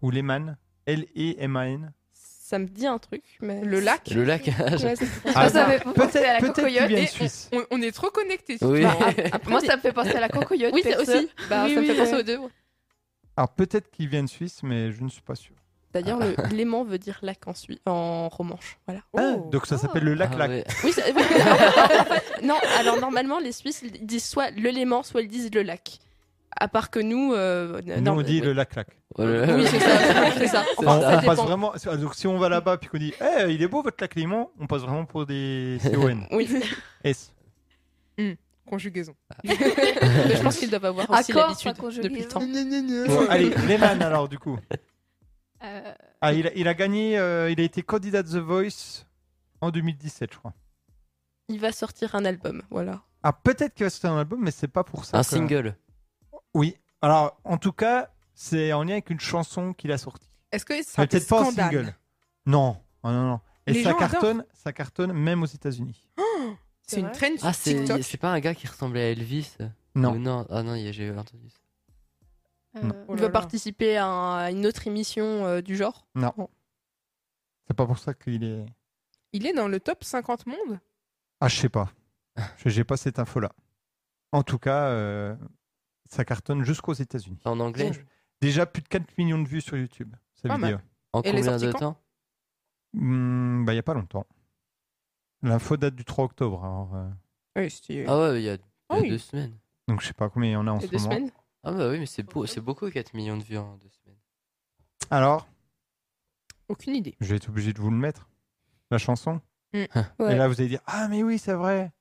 A: ou Léman, E L-E-M-A-N.
C: Ça me dit un truc, mais.
E: Le lac.
B: Le lac.
C: Ouais, c'est ça.
D: Moi, ça
A: bah,
D: me fait penser à
A: Peut-être peut-être
D: la
A: qu'il
D: cocoyote.
A: vient de
E: et-
A: Suisse.
E: On, on est trop connectés.
B: Oui.
C: Ah,
D: Moi, ça me fait penser à la cocoyote.
C: Oui, c'est
D: perso.
C: aussi. Bah,
D: Oui,
C: ça me
D: oui,
C: fait penser
D: ouais.
C: aux deux. ouais.
A: Alors, peut-être qu'il vient de Suisse, mais je ne suis pas sûr.
C: D'ailleurs, le- l'aimant veut dire lac en, sui- en romanche. Voilà.
D: Oh.
A: Ah, donc, ça s'appelle le
B: Ah,
A: lac-lac.
B: ouais.
C: Oui, c'est- oui, mais en fait- en fait, non, alors normalement, les Suisses ils disent soit le léman, soit ils disent le lac. À part que nous. euh,
A: Nous,
C: non,
A: on dit
C: oui.
A: le lac-lac.
B: Oh là là.
C: Oui, c'est ça. c'est ça.
B: C'est
C: Enfin,
A: on,
B: ça.
A: on
C: ça
A: passe
C: dépend.
A: vraiment. Donc, si on va là-bas puis qu'on dit, Eh, il est beau votre lac Léman, on passe vraiment pour des CON.
C: Oui,
A: S.
E: Oh, Conjugaison.
C: mais je pense qu'ils doivent avoir aussi
D: Accord,
C: l'habitude
D: pas conjugué.
C: depuis le temps.
A: Bon, allez, Léman alors, du coup.
F: Euh,
A: Ah, il a, il a gagné, euh, il a été candidat de The Voice en 2017, je crois.
C: Il va sortir un album, voilà.
A: Ah, peut-être qu'il va sortir un album, mais c'est pas pour ça.
B: Un
A: que-
B: single.
A: Oui. Alors, en tout cas, c'est en lien avec une chanson qu'il a sortie.
E: Est-ce que ça
A: Mais
E: a été
A: peut-être pas en
E: scandale
A: single. Non, non, non, non. Et
E: Les
A: ça
E: gens
A: cartonne, ça cartonne même aux États-Unis.
E: C'est une
D: C'est
E: traîne sur
B: Ah,
E: TikTok.
B: c'est c'est pas un gars qui ressemblait à Elvis Ou
A: Non.
B: non. Ah non, il y a- j'ai entendu ça.
F: euh,
C: Il
E: Oh là
C: va
E: là.
C: participer à, un- à une autre émission euh, du genre.
A: C'est pas pour ça qu'il est.
E: Il est dans le top 50 monde.
A: Ah, je sais pas. Je- J'ai pas cette info-là. En tout cas, euh, ça cartonne jusqu'aux États-Unis.
B: En anglais
A: Déjà plus de 4 millions de vues sur YouTube, sa
E: Pas
A: vidéo.
B: En
E: Elle est
B: combien
E: sortie
B: de
E: quand
B: temps
A: Hmm, bah, il y a pas longtemps. L'info date du 3 octobre. alors, euh,
E: Oui, c'est-
B: Ah ouais, il y a il y
E: Ah
B: a
E: oui.
B: deux semaines.
A: donc, je sais pas combien il y en a en
C: Il
A: ce
C: y a deux
A: moment.
C: semaines.
B: Ah bah oui, mais c'est beau, c'est beaucoup 4 millions de vues en deux semaines.
A: Alors,
E: Aucune idée.
A: je vais être obligé de vous le mettre, la chanson.
E: Mm.
A: Et
D: Ouais.
A: là, vous allez dire Ah, mais oui, c'est vrai.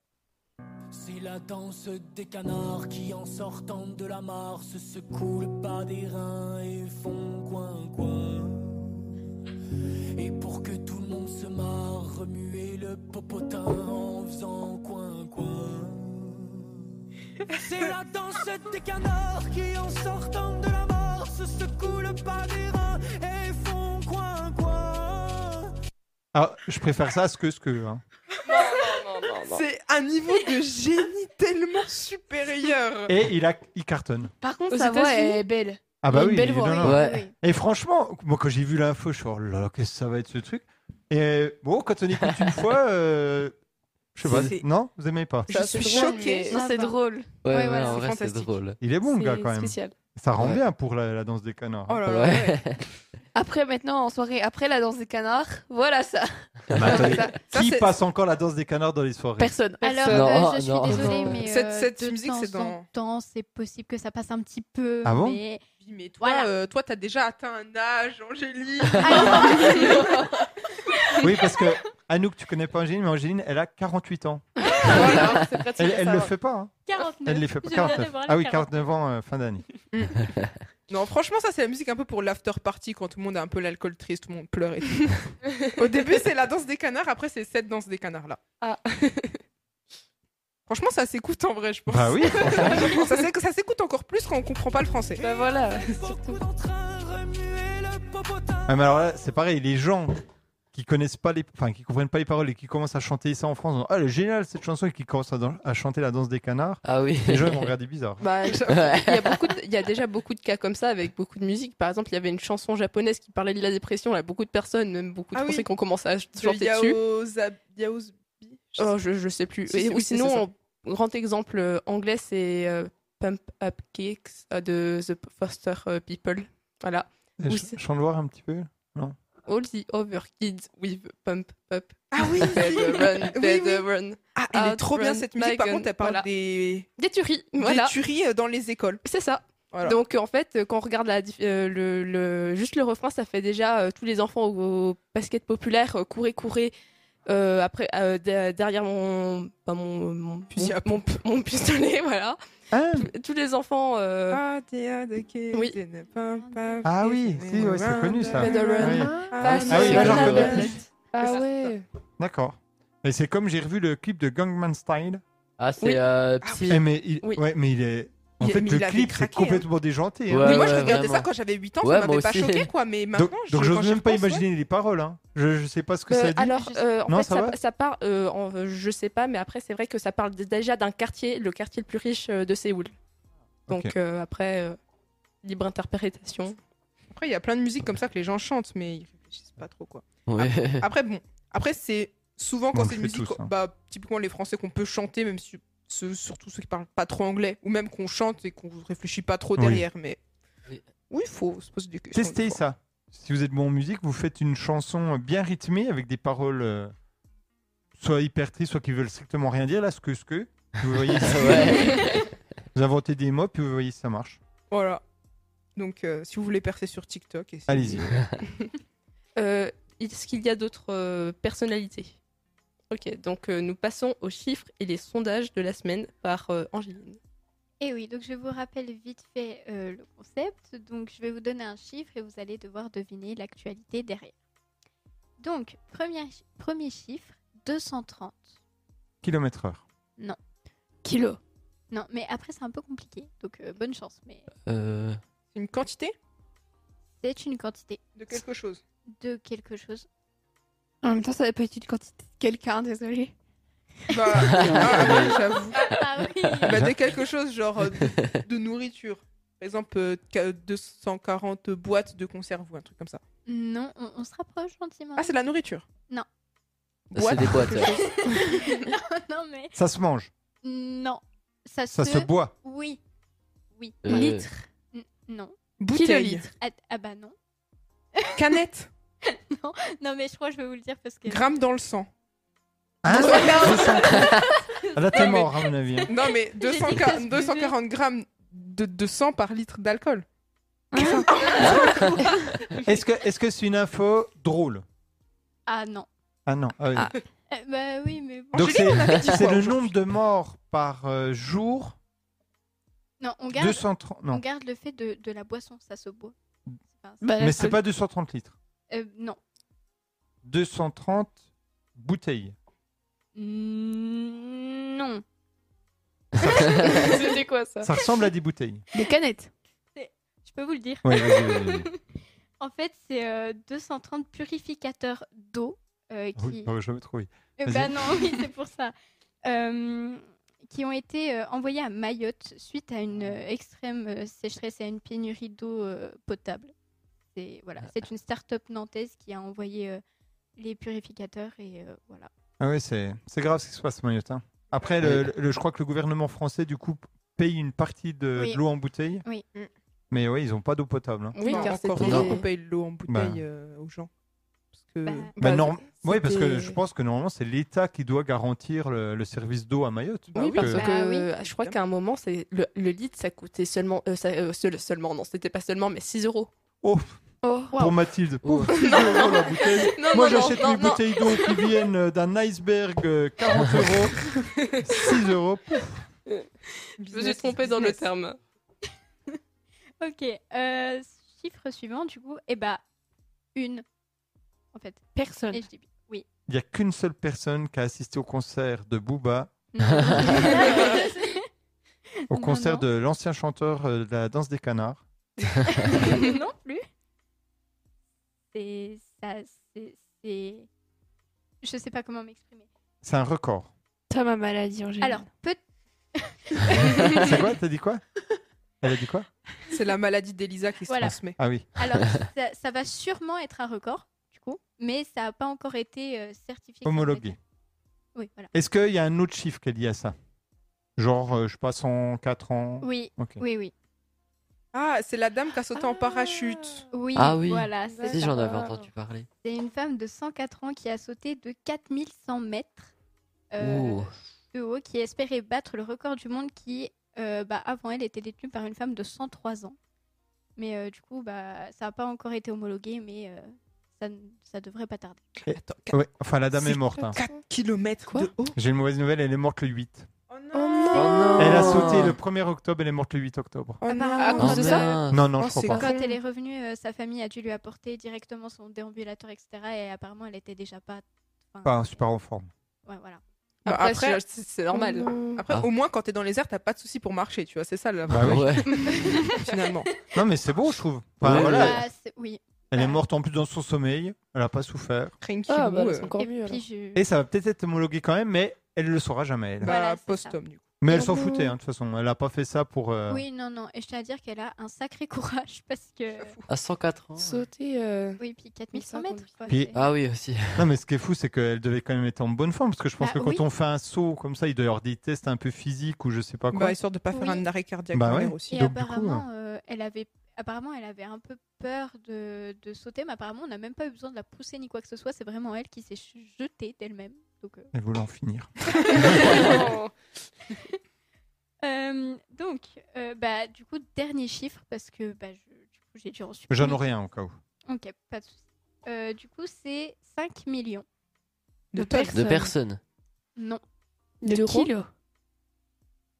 H: C'est la danse des canards qui en sortant de la mare se secouent le bas des reins et font coin coin. Et pour que tout le monde se marre, remuez le popotin en faisant coin coin. C'est la danse des canards qui en sortant de la mare se secouent le bas des reins et font coin coin.
A: Ah, je préfère ça à ce que ce que. hein.
E: C'est un niveau de génie tellement supérieur.
A: Et il, a, il cartonne.
D: Par contre,
C: Aux
D: sa voix
C: États-Unis
D: est belle.
A: Ah, bah
D: Il a
A: oui.
D: une belle
A: non,
D: voix,
A: non.
D: oui.
B: Ouais.
D: Oui.
A: Et franchement, moi, quand j'ai vu l'info, je suis Oh là là, qu'est-ce que ça va être ce truc Et bon, quand on écoute une fois, euh, je sais pas.
E: C'est-
A: Non, vous aimez pas.
E: Je suis choquée.
D: Non, c'est drôle.
B: Ouais,
D: Ouais,
B: ouais,
D: voilà,
B: en
E: c'est
B: vrai, c'est
E: fantastique.
B: drôle.
A: Il est bon, le gars, quand
D: C'est
A: même.
D: spécial.
A: Ça rend
B: Ouais.
A: bien pour la, la danse des canards. hein.
E: Oh là là. ouais.
B: Ouais.
D: Après, maintenant, en soirée, après la danse des canards, voilà ça.
A: Ah, mais attendez,
D: Ça,
E: Oh ça,
A: qui
E: c'est-
A: passe encore la danse des canards dans les soirées
D: Personne.
F: Alors,
B: Non,
F: euh, je suis
B: non,
F: désolée,
D: non.
F: mais
E: Cette-
F: euh,
E: cette
F: de
E: musique,
F: temps
E: c'est dans-
F: en temps, c'est possible que ça passe un petit peu.
A: Ah bon
F: mais
E: lui dis, mais toi,
F: Voilà.
E: euh, toi, t'as déjà atteint un âge, Angéline.
A: Ah, Oui, parce que Anouk, tu connais pas Angéline, mais Angéline, elle a 48 ans.
E: Voilà, c'est pratique
A: Elle,
E: à
A: elle le
E: savoir.
A: fait pas. hein.
F: 49.
A: Elle les fait pas.
F: Je viens de
A: 49.
F: voir les
A: Ah oui,
F: 49.
A: 49 ans, euh, fin d'année.
E: Non, franchement, ça, c'est la musique un peu pour l'after party quand tout le monde a un peu l'alcool triste, tout le monde pleure et tout. Au début, c'est la danse des canards, après, c'est cette danse des canards là.
G: Ah.
E: franchement, ça s'écoute en vrai, je pense.
A: Bah oui, franchement.
E: ça s'éc- ça s'écoute encore plus quand on comprend pas le français.
G: Bah voilà.
H: Beaucoup d'entrain, remuer le popotin.
A: Ouais, Ah, mais alors là, c'est pareil, les gens qui connaissent pas les, enfin, qui comprennent pas les paroles et qui commencent à chanter ça en France, en disant, ah, elle est géniale cette chanson, et qui commencent à, dan- à chanter la danse des canards,
B: Ah oui.
A: les gens ils vont regarder bizarre.
C: Bah,
B: Ouais.
C: Il y, a beaucoup de- il y a déjà beaucoup de cas comme ça avec beaucoup de musique. Par exemple, il y avait une chanson japonaise qui parlait de la dépression. Là, beaucoup de personnes, même beaucoup de
E: Ah oui.
C: Français, qui ont commencé à
E: De
C: chanter dessus.
E: Yaoza- Yaozbi, je
C: Oh, je, je sais plus.
E: Si,
C: Et-
E: si,
C: ou
E: oui, c'est
C: sinon,
E: ça.
C: en grand exemple euh, anglais, c'est euh, Pump Up Kicks euh, de The Foster euh, People. Voilà.
A: Et
C: oui,
A: ch-
C: c'est-
A: Chante voir un petit peu.
C: All the other kids with pump up.
E: Ah oui,
C: Better run,
E: Oui,
C: better
E: oui.
C: run.
E: Ah, elle est
C: Out
E: trop bien
C: run
E: cette musique. Par
C: Megan.
E: contre, elle parle
C: Voilà.
E: des...
C: Des tueries.
E: des
C: Voilà.
E: tueries euh, dans les écoles.
C: C'est ça.
E: Voilà.
C: Donc euh, en fait, euh, quand on regarde la diff- euh, le, le- juste le refrain, ça fait déjà euh, tous les enfants au, au basket populaire, euh, courez, courez, euh, après, euh, de- derrière mon, pas mon, mon,
E: Fusil à
C: mon- mon- mon pistolet, voilà.
A: Ah,
C: Tous- Tous les enfants. euh, Oui.
A: Ah oui, si, ouais, c'est connu, ça.
C: Run.
A: oui.
E: Ah
A: Ah oui, là, j'en reconnais plus.
G: Ah
E: ça.
G: ouais.
A: D'accord. Et c'est comme j'ai revu le clip de Gangnam Style.
B: Ah, c'est
C: Oui.
B: euh, Psy.
A: Eh, mais il...
C: Oui.
A: ouais, mais il est. En
E: Il-
A: fait,
E: mais
A: le
E: il avait
A: clip, c'est
E: craqué, hein.
A: complètement déjanté. hein.
B: Ouais,
E: Mais moi, je
B: ouais,
E: regardais ça
B: vraiment.
E: quand j'avais 8 ans,
B: Ouais,
E: ça
B: moi
E: m'avait pas
B: aussi.
E: choqué, quoi. Mais maintenant,
A: Donc, donc
E: je,
A: j'ose
E: quand j'y
A: même pas
E: repense, ouais.
A: imaginer les paroles. Hein. Je, je sais pas ce que
C: Euh,
A: ça dit.
C: alors, euh, en
A: Non,
C: fait,
A: ça
C: ça,
A: va
C: ça part, euh, en- euh, je sais pas, mais après, c'est vrai que ça parle d- déjà d'un quartier, le quartier le plus riche euh, de Séoul. Donc
A: Ok.
C: euh, après, euh, libre interprétation.
E: Après, il y a plein de musiques comme ça que les gens chantent, mais ils réfléchissent pas trop, quoi.
B: Ouais.
E: Après, bon. Après, c'est souvent quand
A: On
E: c'est
A: le
E: une
A: fait
E: musique,
A: tous, hein.
E: bah, typiquement les Français qu'on peut chanter, même si ceux- surtout ceux qui parlent pas trop anglais, ou même qu'on chante et qu'on réfléchit pas trop
A: Oui.
E: derrière. Mais
B: Oui.
E: oui, il faut se poser des questions. des
A: Testez
E: fois.
A: ça. Si vous êtes bon en musique, vous faites une chanson bien rythmée avec des paroles euh, soit hyper tristes, soit qui veulent strictement rien dire. Là, ce que, ce que. Puis Vous voyez, si-
B: Ouais.
A: vous inventez des mots, puis vous voyez si ça marche.
E: Voilà. Donc, euh, si vous voulez percer sur TikTok, essayez.
A: Allez-y.
C: Euh, Est-ce qu'il y a d'autres euh, personnalités Ok, donc euh, nous passons aux chiffres et les sondages de la semaine par euh, Angéline.
F: Et Eh oui, donc je vous rappelle vite fait euh, le concept. Donc je vais vous donner un chiffre et vous allez devoir deviner l'actualité derrière. Donc, premier, chi- premier chiffre, 230.
A: Kilomètre heure.
D: Kilo.
F: Non, mais après c'est un peu compliqué, donc euh, bonne chance. Mais
B: Euh,
E: C'est Une quantité
F: c'est une quantité
E: de quelque chose.
F: de quelque chose.
D: En même temps, ça n'a pas été une quantité de quelqu'un, désolé.
E: Bah, ah, ouais, j'avoue.
F: Ah oui
E: Bah, de quelque chose genre euh, de, de nourriture. Par exemple, euh, ca- 240 boîtes de conserve ou un truc comme ça.
F: Non, on, on se rapproche gentiment.
E: Ah, c'est de la nourriture
F: Non.
B: c'est
E: Boîte
B: des boîtes.
E: quelque
B: ouais.
E: chose.
D: Ah.
F: non, non, mais.
A: Ça se mange.
F: Non. Ça,
A: Ça se boit.
F: Oui. Oui.
B: Euh,
F: N- Non.
E: Bouteille.
F: Ah, ah bah non.
E: Canette.
F: Non, mais je crois que je vais vous le dire parce que.
E: Gramme dans le sang.
A: Hein
E: Non,
A: Ah, Là, t'es mort, hein, à mon avis. hein.
E: non, mais
F: que ça
E: 240
F: se buvait.
E: 240 grammes de, de sang par litre d'alcool.
A: Est-ce que est-ce que c'est une info drôle
F: Ah non.
A: Ah non. ah oui.
D: Ah.
F: Euh, bah oui, mais bon.
A: Donc
E: Angéline, on avait dit
A: c'est
E: quoi
A: le
E: aujourd'hui
A: nombre de morts par euh, jour.
F: Non, on garde,
A: 230.
F: on
A: Non.
F: garde le fait de, de la boisson, ça se boit. Enfin, c'est-
A: Mais c'est pas 230 litres.
F: euh, non.
A: 230 bouteilles.
F: Mm, Non.
C: C'était quoi ça
A: Ça ressemble à des bouteilles.
D: Des canettes.
F: Je peux vous le dire.
A: Ouais, vas-y, vas-y, vas-y.
F: En fait, c'est euh, 230 purificateurs d'eau euh, qui.
A: Ah Oui, j'avais trouvé.
F: Euh,
A: Vas-y.
F: bah non, oui, c'est pour ça. Euh, qui ont été euh, envoyés à Mayotte suite à une euh, extrême euh, sécheresse et à une pénurie d'eau euh, potable. C'est voilà, c'est une start-up nantaise qui a envoyé euh, les purificateurs et euh, voilà.
A: Ah ouais, c'est c'est grave ce qui se passe, Mayotte. hein. Après, le, le- je crois que le gouvernement français, du coup, paye une partie de,
F: Oui.
A: de l'eau en bouteille.
F: Oui.
A: Mais ouais, ils ont pas d'eau potable. hein.
C: Oui,
E: Non, Bah,
C: car
E: encore
C: c'était-
E: heureux qu'on paye de l'eau en bouteille
A: Bah.
E: euh, aux gens. Parce que...
F: Bah,
A: Mais
E: bah,
A: non, oui, parce que
E: c'était-
A: je pense que normalement, c'est l'État qui doit garantir le, le service d'eau à Mayotte.
E: Bah
C: Ah oui,
E: oui,
A: Donc,
C: parce
A: euh,
C: que
F: Bah oui,
C: euh, je crois qu'à un moment, c'est le, le litre, ça coûtait seulement. euh, ça- euh, seul- seulement, non, c'était pas seulement, mais 6 euros.
A: Oh,
D: Oh,
A: pour Mathilde, pauvre
B: Oh.
A: petite euro, la bouteille.
C: Non,
A: Moi,
C: non, non,
A: j'achète
C: non,
A: mes
C: non.
A: bouteilles d'eau qui viennent euh, d'un iceberg euh, 40 euros, 6 euros.
C: Je me suis trompée dans le terme.
F: Ok, euh, chiffre suivant, du coup, eh bah, une, en fait.
D: personne.
F: Et je dis bien. Oui.
A: Il n'y a qu'une seule personne qui a assisté au concert de Booba,
F: Non.
A: au
F: Non,
A: concert
F: non.
A: de l'ancien chanteur euh, de la danse des canards.
F: non plus. C'est ça, c'est, c'est- Je sais pas comment m'exprimer.
A: C'est un record.
D: Ça, ma maladie en général.
F: Alors, peut
A: C'est quoi T'as dit quoi Elle a dit quoi
E: C'est la maladie d'Elisa qui se
F: Voilà.
E: transmet.
A: Ah oui.
F: Alors, ça, ça va sûrement être un record, du coup, mais ça n'a pas encore été euh, certifié.
A: Homologué.
F: Oui, voilà.
A: Est-ce qu'il y a un autre chiffre qui est lié à ça Genre, euh, je passe en 4 ans.
F: Oui,
A: Ok.
F: oui, oui.
E: Ah, c'est la dame qui a sauté en parachute.
F: Oui,
B: Ah oui.
F: voilà, c'est
B: Si
F: ça.
B: j'en avais entendu parler.
F: C'est une femme de 104 ans qui a sauté de 4100 mètres euh,
B: Oh.
F: de haut, qui espérait battre le record du monde qui, euh, bah, avant elle, était détenu par une femme de 103 ans. Mais euh, du coup, bah, ça n'a pas encore été homologué, mais euh, ça, ne- ça devrait pas tarder.
E: Attends,
A: Ouais, Enfin, la dame
E: C'est
A: est morte. hein.
E: 4 km
B: Quoi
E: de haut.
A: J'ai une mauvaise nouvelle, elle est morte le 8.
E: Oh non,
B: Oh.
A: Elle a sauté le 1er octobre, elle est morte le 8 octobre.
E: Oh À
F: Apparemment,
E: cause de ça
B: mince.
A: Non, non,
E: Oh,
A: je crois
E: c'est
A: pas.
E: grave.
F: Quand
E: Con.
F: elle est revenue, euh, sa famille a dû lui apporter directement son déambulateur, etc. Et apparemment, elle était déjà pas. enfin,
A: Pas super en forme.
F: Ouais, voilà.
E: Bah,
C: Après,
E: après-
C: je- c'est c'est normal.
E: Après,
B: Ah.
E: au moins, quand t'es dans les airs, t'as pas de soucis pour marcher, tu vois. C'est ça, là,
A: Bah oui.
B: Ouais.
E: finalement.
A: Non, mais c'est beau, je trouve. Enfin,
B: Ouais,
A: voilà,
B: ouais.
F: Bah, c'est- oui.
A: Elle est morte en plus dans son sommeil, elle n'a pas souffert.
E: Rien qui
G: Ah, bah,
E: vaut, euh,
G: c'est encore
F: Et
G: mieux.
F: puis,
G: alors.
F: je-
A: Et ça va peut-être être homologué quand même, mais elle ne le saura jamais. elle.
E: bah,
F: Voilà, c'est ça.
E: post-homme, du coup.
A: mais elle s'en
G: non.
A: foutait, hein, de toute façon. Elle n'a pas fait ça pour. euh,
F: Oui, non, non. Et je tiens à dire qu'elle a un sacré courage parce que.
B: À 104 ans.
G: Sauter. euh,
F: Oui, puis 4100
G: 50.
F: mètres. quoi,
A: Puis-
F: c'est-
B: Ah oui, aussi.
A: Non, mais ce qui est fou, c'est qu'elle devait quand même être en bonne forme, parce que je pense
F: Bah
A: que quand
F: oui.
A: on fait un saut comme ça, il doit y avoir des tests un peu physiques ou je sais pas quoi.
E: Bah, histoire de pas faire
F: Oui.
E: un arrêt cardiaque
A: Bah
E: dans
A: ouais.
E: l'air aussi.
F: Et
A: donc, du coup, hein.
F: apparemment, euh, elle avait. Apparemment, elle avait un peu peur de, de sauter, mais apparemment, on n'a même pas eu besoin de la pousser ni quoi que ce soit. C'est vraiment elle qui s'est ch- jetée d'elle-même. Donc, euh,
A: Elle voulait en finir.
F: Euh, donc, euh, bah, du coup, dernier chiffre, parce que bah, je- du coup, j'ai dû en supprimer.
A: J'en aurais un au cas où.
F: Ok, pas de souci. Euh, du coup, c'est 5 millions.
E: De
D: de
E: top.
D: personne.
B: De personnes.
F: Non,
D: De
G: D'euros.
D: kilos.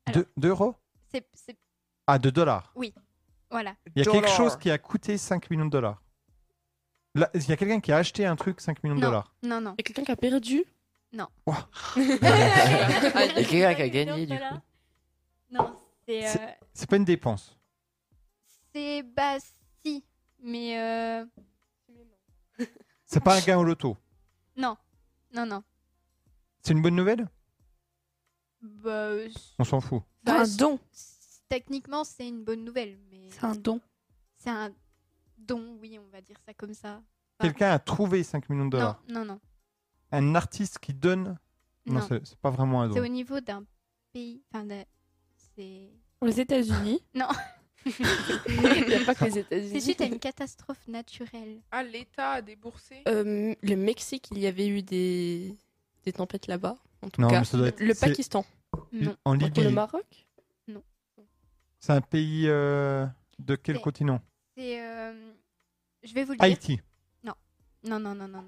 F: Alors.
A: De- D'euros
F: c'est. c'est-
A: Ah, de dollars.
F: Voilà.
A: Il y a quelque
E: Dollars.
A: chose qui a coûté 5 millions de dollars. Là, Il y a quelqu'un qui a acheté un truc 5 millions de
F: Non.
A: dollars.
F: Non, non.
G: Il y a quelqu'un qui a perdu.
B: Et quelqu'un qui Ah, a gagné, du coup.
F: Non, c'est. euh,
A: C'est pas une dépense.
F: c'est. Bah, si. Mais. euh,
A: C'est pas un gain au loto.
F: non. Non, non.
A: C'est une bonne nouvelle
F: Bah, euh,
A: On s'en fout.
F: bah,
D: un don.
F: c- techniquement, c'est une bonne nouvelle, mais.
D: C'est un don.
F: C'est un don, oui, on va dire ça comme ça. Ah.
A: Quelqu'un a trouvé 5 millions de
F: Non,
A: dollars.
F: non, non.
A: Un artiste qui donne. Non,
F: Non.
A: c'est c'est pas vraiment un
F: C'est au
A: don.
F: niveau d'un pays. Enfin, de- c'est.
D: Aux États-Unis.
G: Il n'y a pas que les
F: C'est
G: États-Unis.
F: suite à une catastrophe naturelle.
E: Ah, l'État a déboursé.
C: Euh, le Mexique, il y avait eu des, des tempêtes là-bas. En tout
A: Non,
C: cas,
A: mais ça doit être-
C: le
A: c'est-
C: Pakistan.
F: Non.
A: En
G: Pour le
A: Libye.
G: Maroc
A: C'est un pays euh, de quel
F: C'est-
A: continent
F: C'est. euh, Je vais vous le dire.
A: Haïti.
F: Non, non, non, non, non.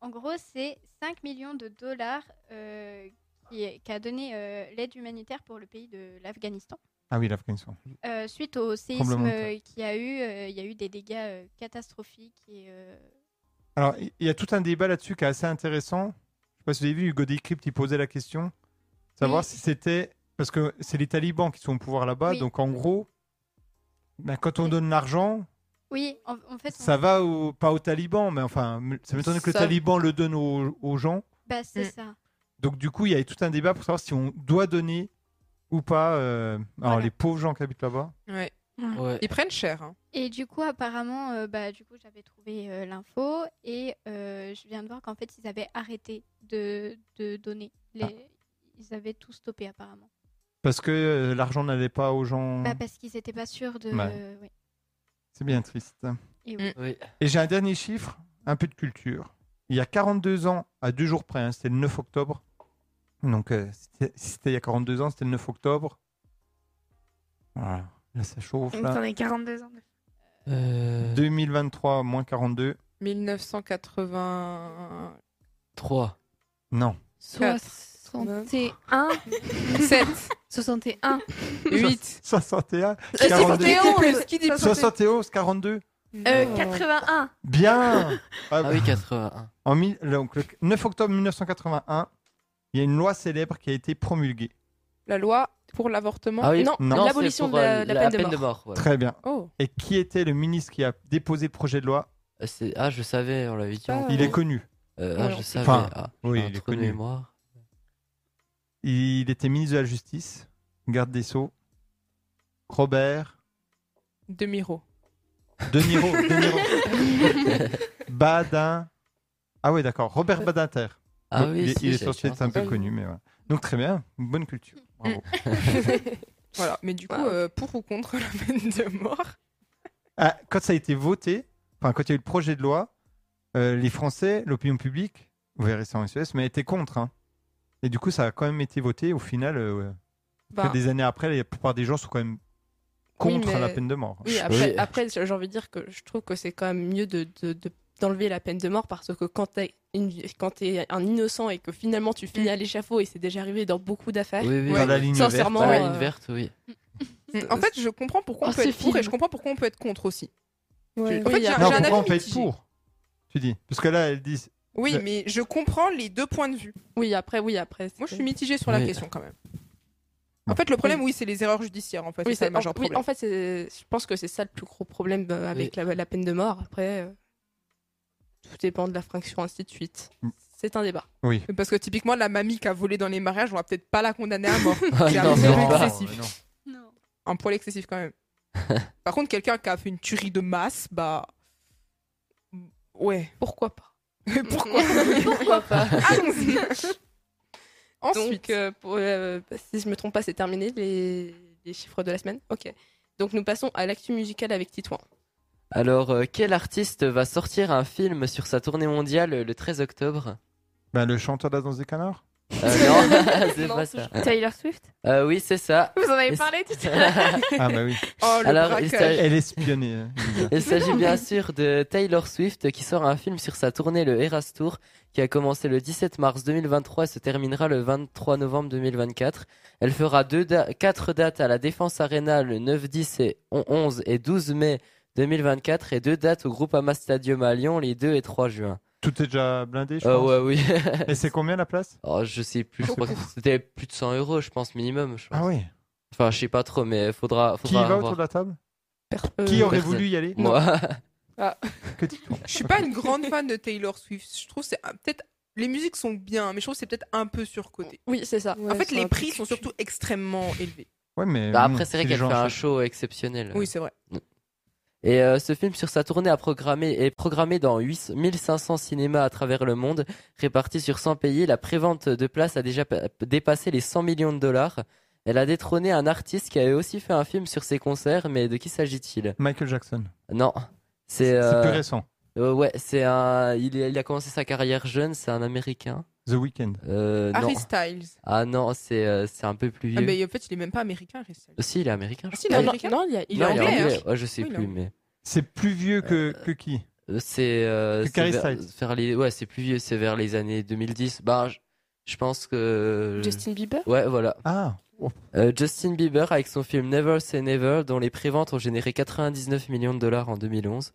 F: En gros, c'est 5 millions de dollars euh, qui est- qu'a donné euh, l'aide humanitaire pour le pays de l'Afghanistan.
A: Ah oui, l'Afghanistan.
F: Euh, suite au
A: Tremblement
F: séisme
A: de terre.
F: euh, qu'il y a eu, euh, il y a eu des dégâts euh, catastrophiques. Et, euh,
A: Alors, il il y a tout un débat là-dessus qui est assez intéressant. Je sais pas si vous avez vu, Hugo Décrypte, il posait la question. Savoir
F: Oui.
A: si c'était. Parce que c'est les talibans qui sont au pouvoir là-bas.
F: Oui.
A: Donc, en gros, ben, quand on
F: Oui.
A: donne l'argent,
F: Oui, en, en fait, on-
A: ça va au- pas aux talibans. Mais enfin, m- ça m'étonne que le
C: Ça-
A: taliban le donne aux, aux gens.
F: bah, c'est
E: Mm.
F: ça.
A: Donc, du coup, il y a eu tout un débat pour savoir si on doit donner ou pas. euh, Alors,
E: Voilà.
A: les pauvres gens qui habitent là-bas.
E: Ouais.
B: Ouais.
E: Ils prennent cher. hein.
F: Et du coup, apparemment, euh, bah, du coup, j'avais trouvé euh, l'info et euh, je viens de voir qu'en fait, ils avaient arrêté de, de donner. Les...
A: Ah.
F: Ils avaient tout stoppé apparemment.
A: Parce que euh, l'argent n'allait pas aux gens.
F: Bah, parce qu'ils n'étaient pas sûrs de.
A: Mm. Ouais.
F: oui.
A: C'est bien triste.
F: Et
E: Mm.
F: oui.
B: Oui.
A: Et j'ai un dernier chiffre. un peu de culture. Il y a 42 ans, à deux jours près, hein, c'était le 9 octobre. Donc, euh, c'était- si c'était il y a 42 ans, c'était le 9 octobre. Voilà. Là, ça chauffe.
D: T'en
A: Là.
D: as 42 ans.
A: Euh,
B: Euh,
A: 2023, moins 42.
E: 1987.
B: 3.
A: Non.
D: 61. 61.
E: 8.
A: 61.
D: Euh,
A: 42.
D: 71.
E: Qui dit
A: 71, 42.
D: Euh, 81.
A: Bien Ah
B: Ah oui, 81.
A: En mille- donc, le 9 octobre 1981, il y a une loi célèbre qui a été promulguée.
E: La loi pour l'avortement.
B: Ah oui,
C: Non,
A: non,
B: c'est
C: l'abolition
B: pour,
C: de la-
B: euh,
C: la peine de
B: mort. voilà.
A: Très bien.
E: Oh.
A: Et qui était le ministre qui a déposé le projet de loi
B: Euh, c'est- Ah, je savais, on l'avait dit.
E: Ah.
B: on-
A: Il est connu.
B: Euh,
E: Ouais,
B: ah,
E: on
B: je
E: sait.
B: savais.
A: Enfin,
B: ah,
A: oui,
B: j'ai un
A: il est
B: trou de
A: connu.
B: mémoire.
A: Il était ministre de la Justice, garde des Sceaux, Robert,
E: De Miro.
A: De Niro, De Niro. Badin. Ah oui, d'accord. Robert Badinter.
B: Ah
A: Donc,
B: oui,
A: il, est-
B: si,
A: il est
B: j'ai-
A: censé être un peu connu, mais voilà. Donc très bien, bonne culture. Bravo.
E: Voilà. Mais du coup,
C: Wow.
E: euh, pour ou contre la peine de mort
A: Ah, quand ça a été voté, enfin quand il y a eu le projet de loi, euh, les Français, l'opinion publique, vous verrez ça en SES, mais était contre. hein. Et du coup, ça a quand même été voté. Au final, euh, ouais.
E: Bah,
A: des années après, la plupart des gens sont quand même
C: Oui,
A: contre
C: mais-
A: la peine de mort.
C: Oui, après,
B: Oui.
C: après, j'ai envie de dire que je trouve que c'est quand même mieux de, de- de- d'enlever la peine de mort parce que quand t'es, une, quand t'es un innocent et que finalement tu
E: Mm.
C: finis à l'échafaud, et c'est déjà arrivé dans beaucoup d'affaires,
B: Oui, oui.
A: Dans la ligne verte,
C: sincèrement,
B: Dans la
C: euh,
B: ligne verte, Ah oui.
C: Mm.
E: en fait, je comprends pourquoi
F: Oh,
E: on peut
F: ce
E: être pour et
F: film.
E: je comprends pourquoi on peut être contre aussi.
G: Ouais.
E: En fait,
C: Oui,
E: j'ai un-
A: Non,
E: euh, j'ai un avis
A: pourquoi on peut être
E: mitigé.
A: pour Tu dis. Parce que là, elles disent.
E: Oui,
A: Ouais.
E: mais je comprends les deux points de vue.
C: oui, après, oui, après.
E: Moi, je
C: c'est-
E: suis mitigée sur la
B: Oui.
E: question quand même. En fait, le problème, oui, c'est les erreurs judiciaires. En fait,
C: Oui,
E: c'est ça
C: c'est,
E: le majeur
C: en, oui,
E: problème.
C: en fait, c'est- je pense que c'est ça le plus gros problème euh, avec la, la peine de mort. Après, euh, tout dépend de la fraction, ainsi de suite.
A: Mm.
C: C'est un débat.
A: Oui.
E: Parce que typiquement, la mamie qui a volé dans les mariages, on va peut-être pas la condamner à mort.
B: Ah,
E: C'est un
B: non,
E: peu
B: non, non.
E: excessif.
A: Ah,
F: Non.
E: Un poil excessif quand même. Par contre, quelqu'un qui a fait une tuerie de masse, bah. Ouais.
C: Pourquoi pas
E: Pourquoi
C: Pourquoi pas
E: Allons-y. Ensuite,
C: Donc, euh, pour- euh, si je me trompe pas, c'est terminé les, les chiffres de la semaine. Ok. Donc, nous passons à l'actu musicale avec Titouan.
B: Alors, euh, quel artiste va sortir un film sur sa tournée mondiale euh, le 13 octobre
A: Ben, le chanteur de la danse des canards
B: Euh, Non, c'est
C: Non,
B: pas
C: c'est-
B: ça.
D: Taylor Swift.
B: Euh, oui, c'est ça.
D: Vous en avez
B: Et-
D: parlé tout à l'heure.
B: Il
A: Ah, bah oui.
E: oh, le
B: alors,
E: braquage.
B: il s'agit-
A: Elle est espionnée. hein, Lisa.
B: s'agit bien sûr de Taylor Swift qui sort un film sur sa tournée, le Eras Tour, qui a commencé le 17 mars 2023 et se terminera le 23 novembre 2024. Elle fera deux da- quatre dates à la Défense Arena le 9, 10 et on- 11 et 12 mai 2024 et deux dates au Groupama Stadium à Lyon les 2 et 3 juin.
A: Tout est déjà blindé, je
B: Euh,
A: pense.
B: ouais, oui.
A: Et c'est combien la place
B: Oh, je sais plus, je crois que c'était plus de 100 euros, je pense, minimum. Je pense.
A: Ah oui.
B: Enfin, je sais pas trop, mais faudra.
A: Qui
B: faudra
A: y va
B: voir.
A: autour de la table
C: Euh,
A: Qui aurait
B: personne.
A: voulu y aller
B: Moi,
A: Que Titouan.
E: Je suis pas une grande fan de Taylor Swift. Je trouve que c'est un- peut-être les musiques sont bien, mais je trouve que c'est peut-être un peu surcoté.
C: Oui, c'est ça.
E: en fait, les prix sont surtout extrêmement élevés.
A: Ouais, mais.
B: Bah,
A: bon,
B: après, c'est vrai
A: les
B: qu'elle
A: gens
B: fait un
A: achètent.
B: show exceptionnel.
E: Oui, c'est vrai.
B: Et euh, ce film sur sa tournée a programmé, est programmé dans 8 1500 cinémas à travers le monde, répartis sur 100 pays. La prévente de places a déjà pa- dépassé les 100 millions de dollars. Elle a détrôné un artiste qui avait aussi fait un film sur ses concerts, mais de qui s'agit-il
A: Michael Jackson.
B: Non, c'est
A: C'est
B: euh,
A: plus récent.
B: euh, ouais, c'est un, il, il a commencé sa carrière jeune, c'est un Américain.
A: The Weeknd.
B: Euh, non.
E: Harry Styles.
B: Ah non, c'est euh, c'est un peu plus vieux.
E: Ah, mais en fait, il est même pas américain, Harry Styles.
B: Si, il est américain.
E: Ah,
B: je
E: si,
B: crois.
E: il est américain
C: Non, il, y a- il
B: Non,
C: est
E: il
C: anglais.
E: anglais, hein.
B: Ouais, je sais
E: Oui, il est
B: plus, mais
A: C'est plus vieux que, que qui
B: Euh, C'est euh,
A: Que
B: c'est
A: Carrie
B: vers,
A: Styles.
B: vers les ouais, c'est plus vieux, c'est vers les années 2010. Bah, je, je pense que
C: Justin Bieber.
B: Ouais, voilà.
A: Ah,
B: Euh, Justin Bieber avec son film Never Say Never, dont les préventes ont généré 99 millions de dollars en 2011.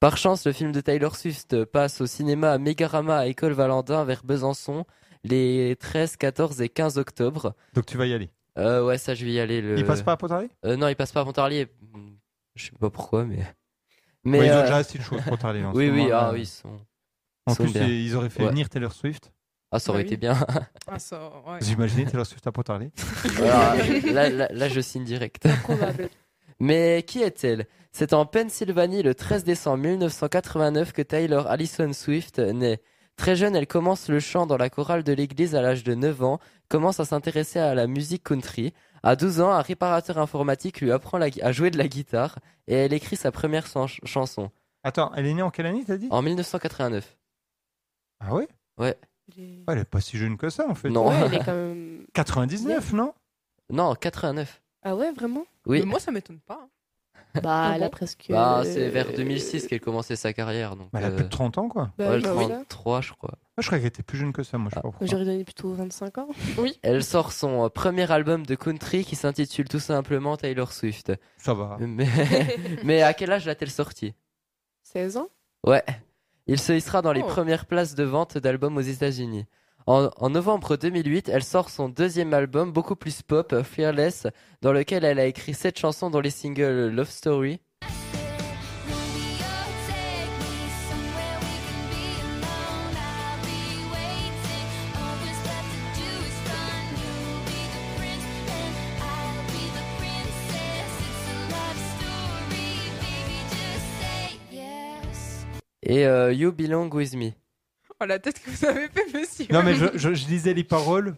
B: Par chance, le film de Taylor Swift passe au cinéma à Megarama à École Valentin vers Besançon les 13, 14 et 15 octobre.
A: donc tu vas y aller.
B: Euh, ouais, ça je vais y aller. Le...
A: Il passe pas à Pontarlier
B: Euh, non, il passe pas à Pontarlier. Je sais pas pourquoi, mais.
A: Ouais, Ils ont
B: euh,
A: déjà hein, assez de choses pour Pontarlier. en ce
B: oui, oui,
A: moment,
B: ah
A: là.
B: oui, ils sont.
A: En
B: ils sont
A: plus,
B: bien.
A: ils auraient fait
B: Ouais.
A: venir Taylor Swift.
B: Ah, ça aurait
E: Ah oui.
B: été bien.
E: Ah, ça, ouais.
A: Vous imaginez Taylor Swift à Pontarlier
B: Voilà, là, là- là, je signe direct. Mais qui est-elle C'est en Pennsylvanie le 13 décembre 1989 que Taylor Allison Swift naît. Très jeune, elle commence le chant dans la chorale de l'église à l'âge de 9 ans, commence à s'intéresser à la musique country. À 12 ans, un réparateur informatique lui apprend la gui- à jouer de la guitare et elle écrit sa première chan- chanson.
A: Attends, elle est née en quelle année, t'as dit
B: En 1989.
A: Ah ouais Ah,
B: Ouais.
G: Les-
A: Elle est pas si jeune que ça, en fait.
B: Non.
G: Ouais, elle est quand même.
A: 99, non
B: Non, 89.
G: Ah ouais, vraiment
B: Oui.
E: Mais moi, ça m'étonne pas. hein.
G: Bah,
E: elle
G: elle
E: a
G: a presque.
B: Bah, c'est vers 2006 qu'elle commençait sa carrière. Donc,
A: Bah, Elle a plus de 30 ans, quoi. Moi,
G: bah,
B: euh, ouais,
E: bah,
B: 33, je crois.
A: je croyais qu'elle était plus jeune que ça, moi, je sais
B: Ah,
A: pas pourquoi.
G: J'aurais donné plutôt 25 ans.
B: Elle sort son euh, premier album de country qui s'intitule tout simplement Taylor Swift.
A: Ça va.
B: Mais, mais à quel âge l'a-t-elle sorti
G: 16 ans
B: Ouais. Il se hissera dans les
E: Oh.
B: premières places de vente d'albums aux États-Unis. En, en novembre 2008, elle sort son deuxième album, beaucoup plus pop, euh, Fearless, dans lequel elle a écrit sept chansons, dont les singles Love Story, et euh, You Belong With Me.
E: Oh, la tête que vous avez fait, monsieur.
A: Non, mais je, je, je lisais les paroles.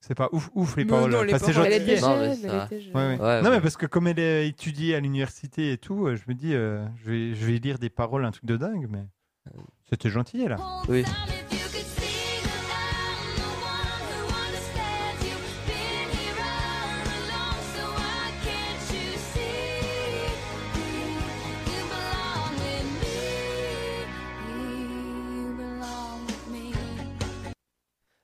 A: C'est pas ouf, ouf, les
E: Mais
A: paroles.
E: non, les
A: Enfin, c'est
E: paroles,
A: gentil.
G: Elle était
B: Non,
G: jeune.
B: mais
G: elle
B: ça-
G: était jeune.
A: Ouais, ouais.
B: Ouais,
A: non,
B: Ah, ouais.
A: mais parce que comme elle est étudiée à l'université et tout, euh, je me dis, euh, je, vais, je vais lire des paroles, un truc de dingue, mais
B: Euh,
A: c'était gentil, là.
B: Oui.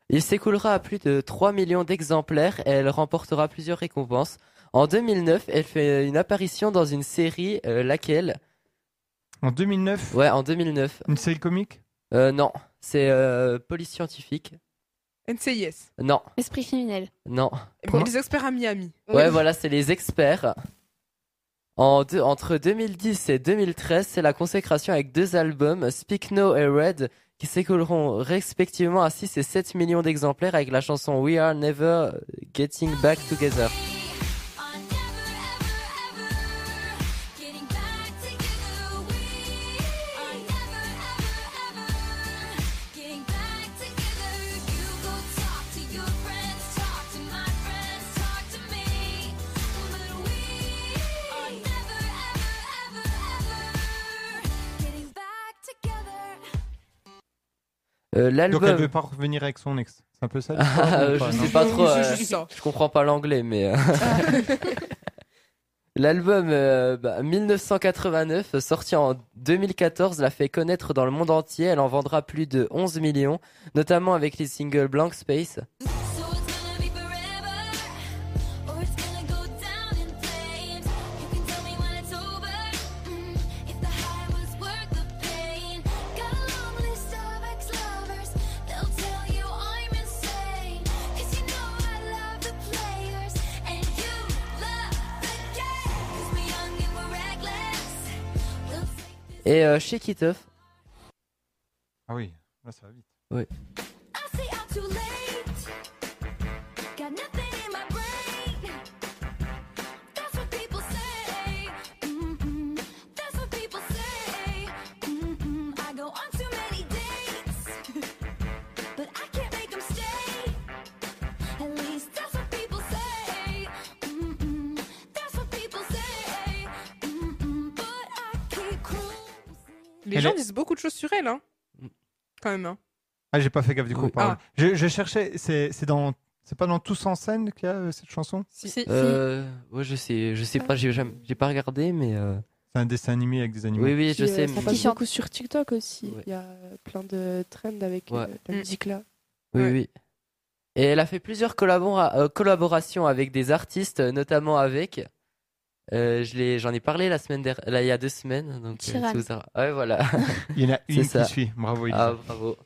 B: Il s'écoulera à plus de 3 millions d'exemplaires et elle remportera plusieurs récompenses. En 2009, elle fait une apparition dans une série, euh, laquelle
A: En 2009,
B: Ouais, en 2009.
A: une série comique
B: Euh, non, c'est euh, Police Scientifique.
E: NCIS.
B: Non,
F: Esprit criminel.
B: non.
A: Comment
E: les experts à Miami.
B: Ouais, voilà, c'est les experts. En deux- entre 2010 et 2013, c'est la consécration avec deux albums, Speak No et Red, qui s'écouleront respectivement à 6 et 7 millions d'exemplaires avec la chanson We Are Never Getting Back Together. Euh,
A: Donc elle
B: L'album,
A: veut pas revenir avec son ex. C'est un peu ça l'histoire,
B: Ah,
A: ou
B: je
A: pas, non
B: sais pas trop.
E: C'est
B: euh,
E: juste ça.
B: Je comprends pas l'anglais, mais. euh, L'album euh, bah, 1989, sorti en 2014, l'a fait connaître dans le monde entier. Elle en vendra plus de 11 millions, notamment avec les singles Blank Space.
F: mm,
B: Et euh, Shake It Off.
A: Ah oui, là ça va vite.
F: Mm-hmm. Mm-hmm.
E: Les
A: Elle
E: gens
A: est-
E: disent beaucoup de choses sur elle, hein. Quand même, hein.
A: Ah j'ai pas fait gaffe du coup.
B: Oui. Ah.
A: aux paroles. Je, je cherchais, c'est c'est dans, c'est pas dans Tous en scène qu'il y a euh, cette chanson
C: Si.
B: Euh, ouais, je sais, je sais pas, j'ai jamais- j'ai pas regardé, mais. euh,
A: C'est un dessin animé avec des animaux.
B: Oui, oui, je
G: Puis, euh,
B: sais.
G: Ça
B: mais-
G: passe
F: chante.
G: beaucoup sur TikTok aussi.
B: Ouais.
G: Il y a euh, plein de trends avec euh,
B: Ouais.
G: la
E: Mm.
G: musique là.
B: Oui,
E: Ouais.
B: oui. Et elle a fait plusieurs collabora- euh, collaborations avec des artistes, euh, notamment avec. Euh, je l'ai- j'en ai parlé la semaine dernière, là, il y a deux semaines. Donc, euh,
F: Chiran.
B: si vous en- Ouais, voilà.
A: Il y en a une
B: ça.
A: qui suit. Bravo. Elisa.
B: ah, bravo.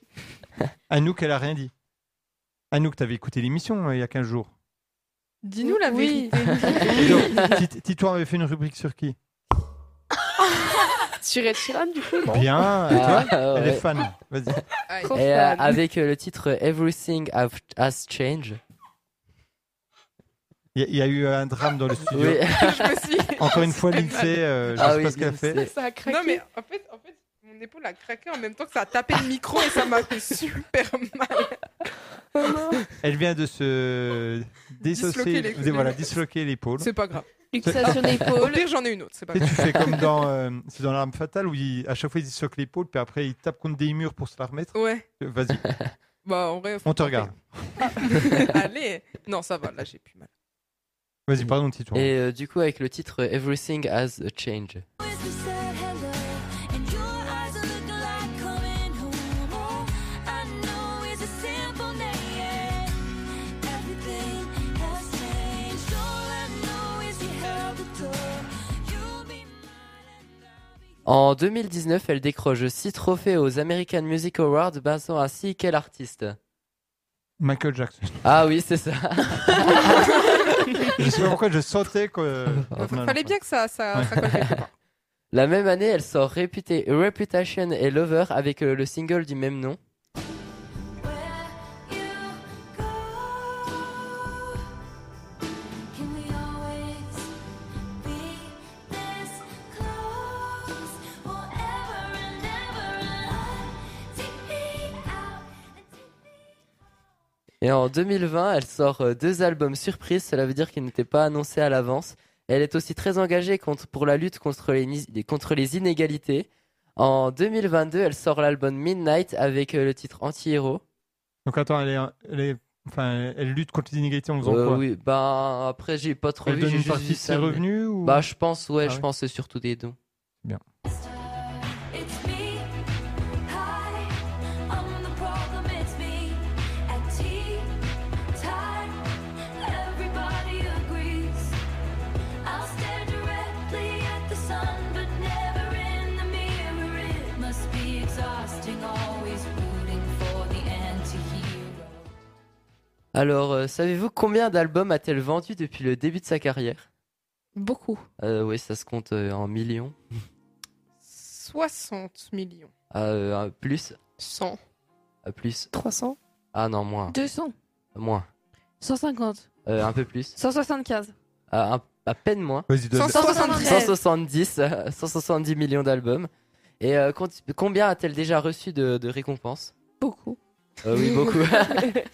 A: Anouk elle a rien dit. Anouk t'avais écouté l'émission euh, il y a 15 jours.
E: Dis-nous la
G: Oui.
E: vérité.
A: Et donc, Tit- Titouan avait fait une rubrique sur qui
G: Sur Ed Sheeran, du coup non
A: Bien. et toi
B: Ah,
A: Elle
B: ouais.
A: est fan. Vas-y.
E: Aïe.
G: Trop
B: Et, euh,
G: fan.
B: avec euh, le titre Everything Have- Has Changed.
A: Il y a- il y, a eu un drame dans le studio.
B: Oui.
E: Je me suis-
A: Encore une fois l'INSEE, euh, je
B: Ah
A: sais
B: oui,
A: pas ce qu'elle a fait.
B: l'INSEE.
G: Ça a craqué.
E: Non, mais en fait, en fait, mon épaule a craqué en même temps que ça a tapé le micro et ça m'a fait super mal.
A: Elle vient de se dissocier,
E: Disloquer les-
A: voilà, disloquer l'épaule.
E: C'est pas grave.
F: ça sur
E: Au
F: l'épaule.
E: pire, j'en ai une autre, c'est pas
A: Tu sais,
E: grave.
A: tu fais comme dans, euh, c'est dans l'arme fatale où il- à chaque fois ils se soquent l'épaule, puis après ils tapent contre des murs pour se la remettre.
E: Ouais,
A: Euh, Vas-y,
E: bah en vrai. faut
A: on te
E: tenter.
A: regarde.
E: Allez Non, ça va, là j'ai plus mal.
A: Vas-y, pardon, petit tour.
B: Et euh, du coup, avec le titre euh, Everything Has a Change.
F: Oh,
B: En 2019, elle décroche 6 trophées aux American Music Awards, basant ainsi quel artiste
A: Michael Jackson.
B: Ah oui, c'est ça.
A: je sais pas pourquoi je sentais que. euh,
E: Fa-
A: Non, non,
E: Fallait
A: non.
E: bien que ça, ça, ça colle quelque part.
B: La même année, elle sort Reputa- Reputation et Lover avec euh, le single du même nom. Et en 2020, elle sort euh, deux albums surprises, cela veut dire qu'ils n'étaient pas annoncés à l'avance. Elle est aussi très engagée contre- pour la lutte contre les, ni- contre les inégalités. En 2022, elle sort l'album Midnight avec euh, le titre Anti-Héros.
A: Donc attends, elle, est, elle, est- enfin, elle lutte contre les inégalités en faisant
B: Euh,
A: quoi
B: oui, ben après, j'ai pas trop
A: Elle
B: vu,
A: donne
B: j'ai
A: une
B: juste
A: partie
B: vu
A: de ses
B: ça, mais-
A: revenus ou...
B: Bah, je pense, ouais,
A: Ah
B: je
A: ouais.
B: pense que c'est surtout des dons.
I: Always rooting for the anti-hero.
B: Alors, euh, savez-vous combien d'albums a-t-elle vendu depuis le début de sa carrière
C: Beaucoup.
B: euh, Oui, ça se compte euh, en millions.
E: 60 millions.
B: Euh, euh, plus
C: 100.
B: euh, Plus
G: 300
B: Ah non, moins.
D: 200,
B: Moins.
D: 150,
B: Euh, un peu plus.
D: 175.
B: Euh, un- à peine moins.
A: Vas-y, donne-
D: 173.
B: 170, euh, 170 millions d'albums. Et euh, conti- combien a-t-elle déjà reçu de, de récompenses
D: Beaucoup.
B: Euh, Oui, beaucoup.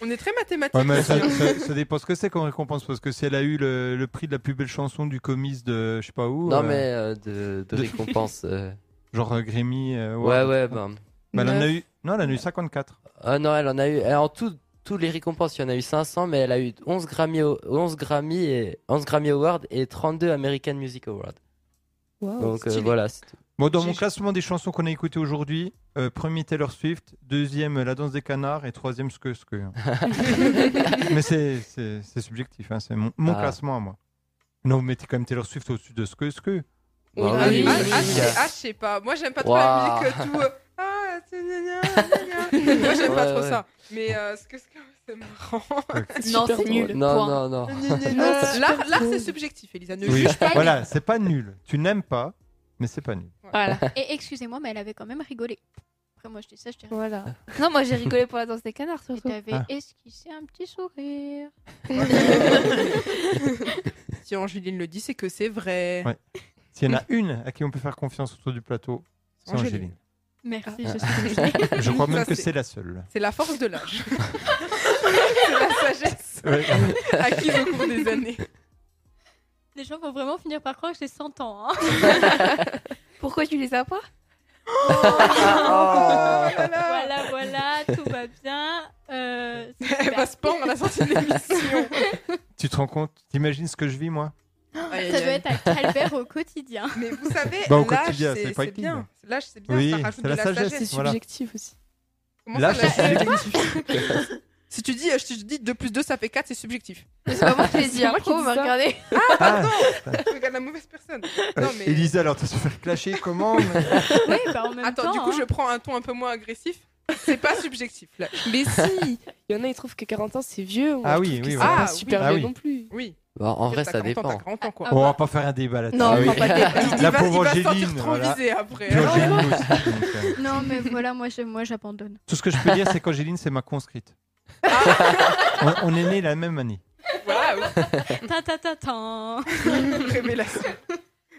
E: On est très mathématiques.
A: Ouais, mais
E: aussi,
A: ça,
E: hein.
A: ça- ça dépend ce que c'est comme récompense, parce que si elle a eu le, le prix de la plus belle chanson du comice de je sais pas où,
B: non,
A: euh,
B: mais euh, de, de
A: De-
B: récompenses. euh.
A: genre euh, Grammy, euh,
B: Ouais,
A: ouais,
B: ouais, ben.
A: Bah, elle en a eu, non, elle en a eu 54.
B: Ah non, elle en a eu. elle- en tout, toutes les récompenses, il y en a eu 500, mais elle a eu 11 Grammy, au- 11 Grammy, et, 11 Grammy Awards et 32 American Music Awards. Donc euh,
E: stylé.
B: voilà, c'est tout.
A: Bon, dans
E: J'ai-
A: mon classement des chansons qu'on a écoutées aujourd'hui, euh, premier Taylor Swift, deuxième euh, La danse des canards et troisième ce que ce que. mais c'est c'est- c'est subjectif, hein, c'est mon, mon
B: Ah.
A: classement à moi. Non, vous mettez quand même Taylor Swift au-dessus de ce que ce que.
E: Oui,
B: Bah
E: ah,
B: oui,
E: ah,
B: oui,
E: ah,
B: oui.
E: je sais- ah, je sais pas. Moi, j'aime pas trop la
B: Waouh.
E: musique euh, tout. euh, Ah, c'est gna gna, gna gna. Moi, j'aime pas
B: Ouais,
E: trop
B: ouais.
E: ça. Mais euh, ce que ce que- c'est marrant.
G: Ah,
F: Non, c'est
G: drôle.
F: nul.
B: Non,
F: point.
B: non, non.
E: Gna gna gna.
G: c'est
E: L'art, l'art, c'est subjectif, Elisa. Ne
A: Oui,
E: juge pas.
A: voilà, c'est pas nul. Tu n'aimes pas, mais c'est pas nul.
D: Voilà.
F: Et excusez-moi, mais elle avait quand même rigolé. Après, moi, je dis ça, je dis rien.
G: Voilà.
D: Non, moi j'ai rigolé pour la danse des canards
F: Et
D: surtout.
F: t'avais
A: Ah.
F: esquissé un petit sourire.
E: Si Angéline le dit, c'est que c'est vrai.
A: Ouais. S'il y en a une à qui on peut faire confiance autour du plateau, c'est
E: Angéline.
A: Angéline.
F: Merci,
B: Ah.
F: je suis désolée.
A: Je crois
E: Ça,
A: même que
E: c'est-
A: c'est la seule.
E: C'est la force de l'âge. c'est la sagesse acquise au cours des années.
F: Les gens vont vraiment finir par croire que j'ai 100 ans. hein.
D: Pourquoi tu les as pas
B: Ah, oh.
E: Voilà.
F: Voilà, voilà, tout va bien. Euh, c'est
E: Elle
F: super.
E: va se pendre à la sortie de l'émission.
A: Tu te rends compte T'imagines ce que je vis moi
E: Aïe,
F: Ça
E: aïe,
F: doit
E: aïe.
F: être un calvaire au quotidien.
E: Mais vous savez,
A: Bah, au
E: l'âge,
A: quotidien,
E: c'est
A: c'est pas
E: c'est
A: qui,
E: bien.
A: là.
E: L'âge, c'est bien.
A: Oui,
E: ça rajoute
A: c'est
E: de
A: la
E: la,
A: sagesse.
E: sagesse.
G: C'est
A: Voilà.
G: subjectif aussi.
E: Comment
A: L'âge,
E: ça,
A: c'est
E: la-
A: subjectif.
E: Si tu dis, euh, je te dis 2 plus 2, ça fait 4, c'est subjectif.
D: C'est pas moi qui les dis,
G: C'est moi qui
D: après, vous
G: dis
D: me
G: ça.
D: regardez.
A: Ah,
E: Regarde la mauvaise personne. Non, mais...
A: Euh,
E: Ah
A: Elisa, alors tu se faire clasher comment
F: Oui, bah en même
E: Attends,
F: temps.
E: du coup,
F: hein.
E: je prends un ton un peu moins agressif. C'est pas subjectif, là.
G: Mais si Il y en a, ils trouvent que 40 ans, c'est vieux. Moi,
A: Ah
G: je
A: oui,
G: trouve que
A: oui,
G: c'est
E: voilà.
G: pas
E: Ah,
G: super
A: oui.
G: vieux
A: Ah oui.
G: non plus.
E: Oui.
B: Bon, en vrai,
E: T'as
B: ça
E: 40 ans,
B: dépend.
E: T'as 40 ans, quoi.
A: On va pas faire un débat là-dessus.
D: Non,
B: Ah oui.
D: prends pas de débat.
E: Il
A: Ah, La
E: va,
A: pauvre
E: il va se
A: Angéline,
E: sentir trop
A: voilà.
E: visé après. hein.
A: Puis Angéline aussi. donc, euh,
F: Non, mais voilà, moi, je, moi, j'abandonne.
A: Tout ce que je peux dire, c'est qu'Angéline, c'est ma conscrite. on, on est nés la même année.
E: Waouh
F: Ta ta ta ta.
E: Révélation.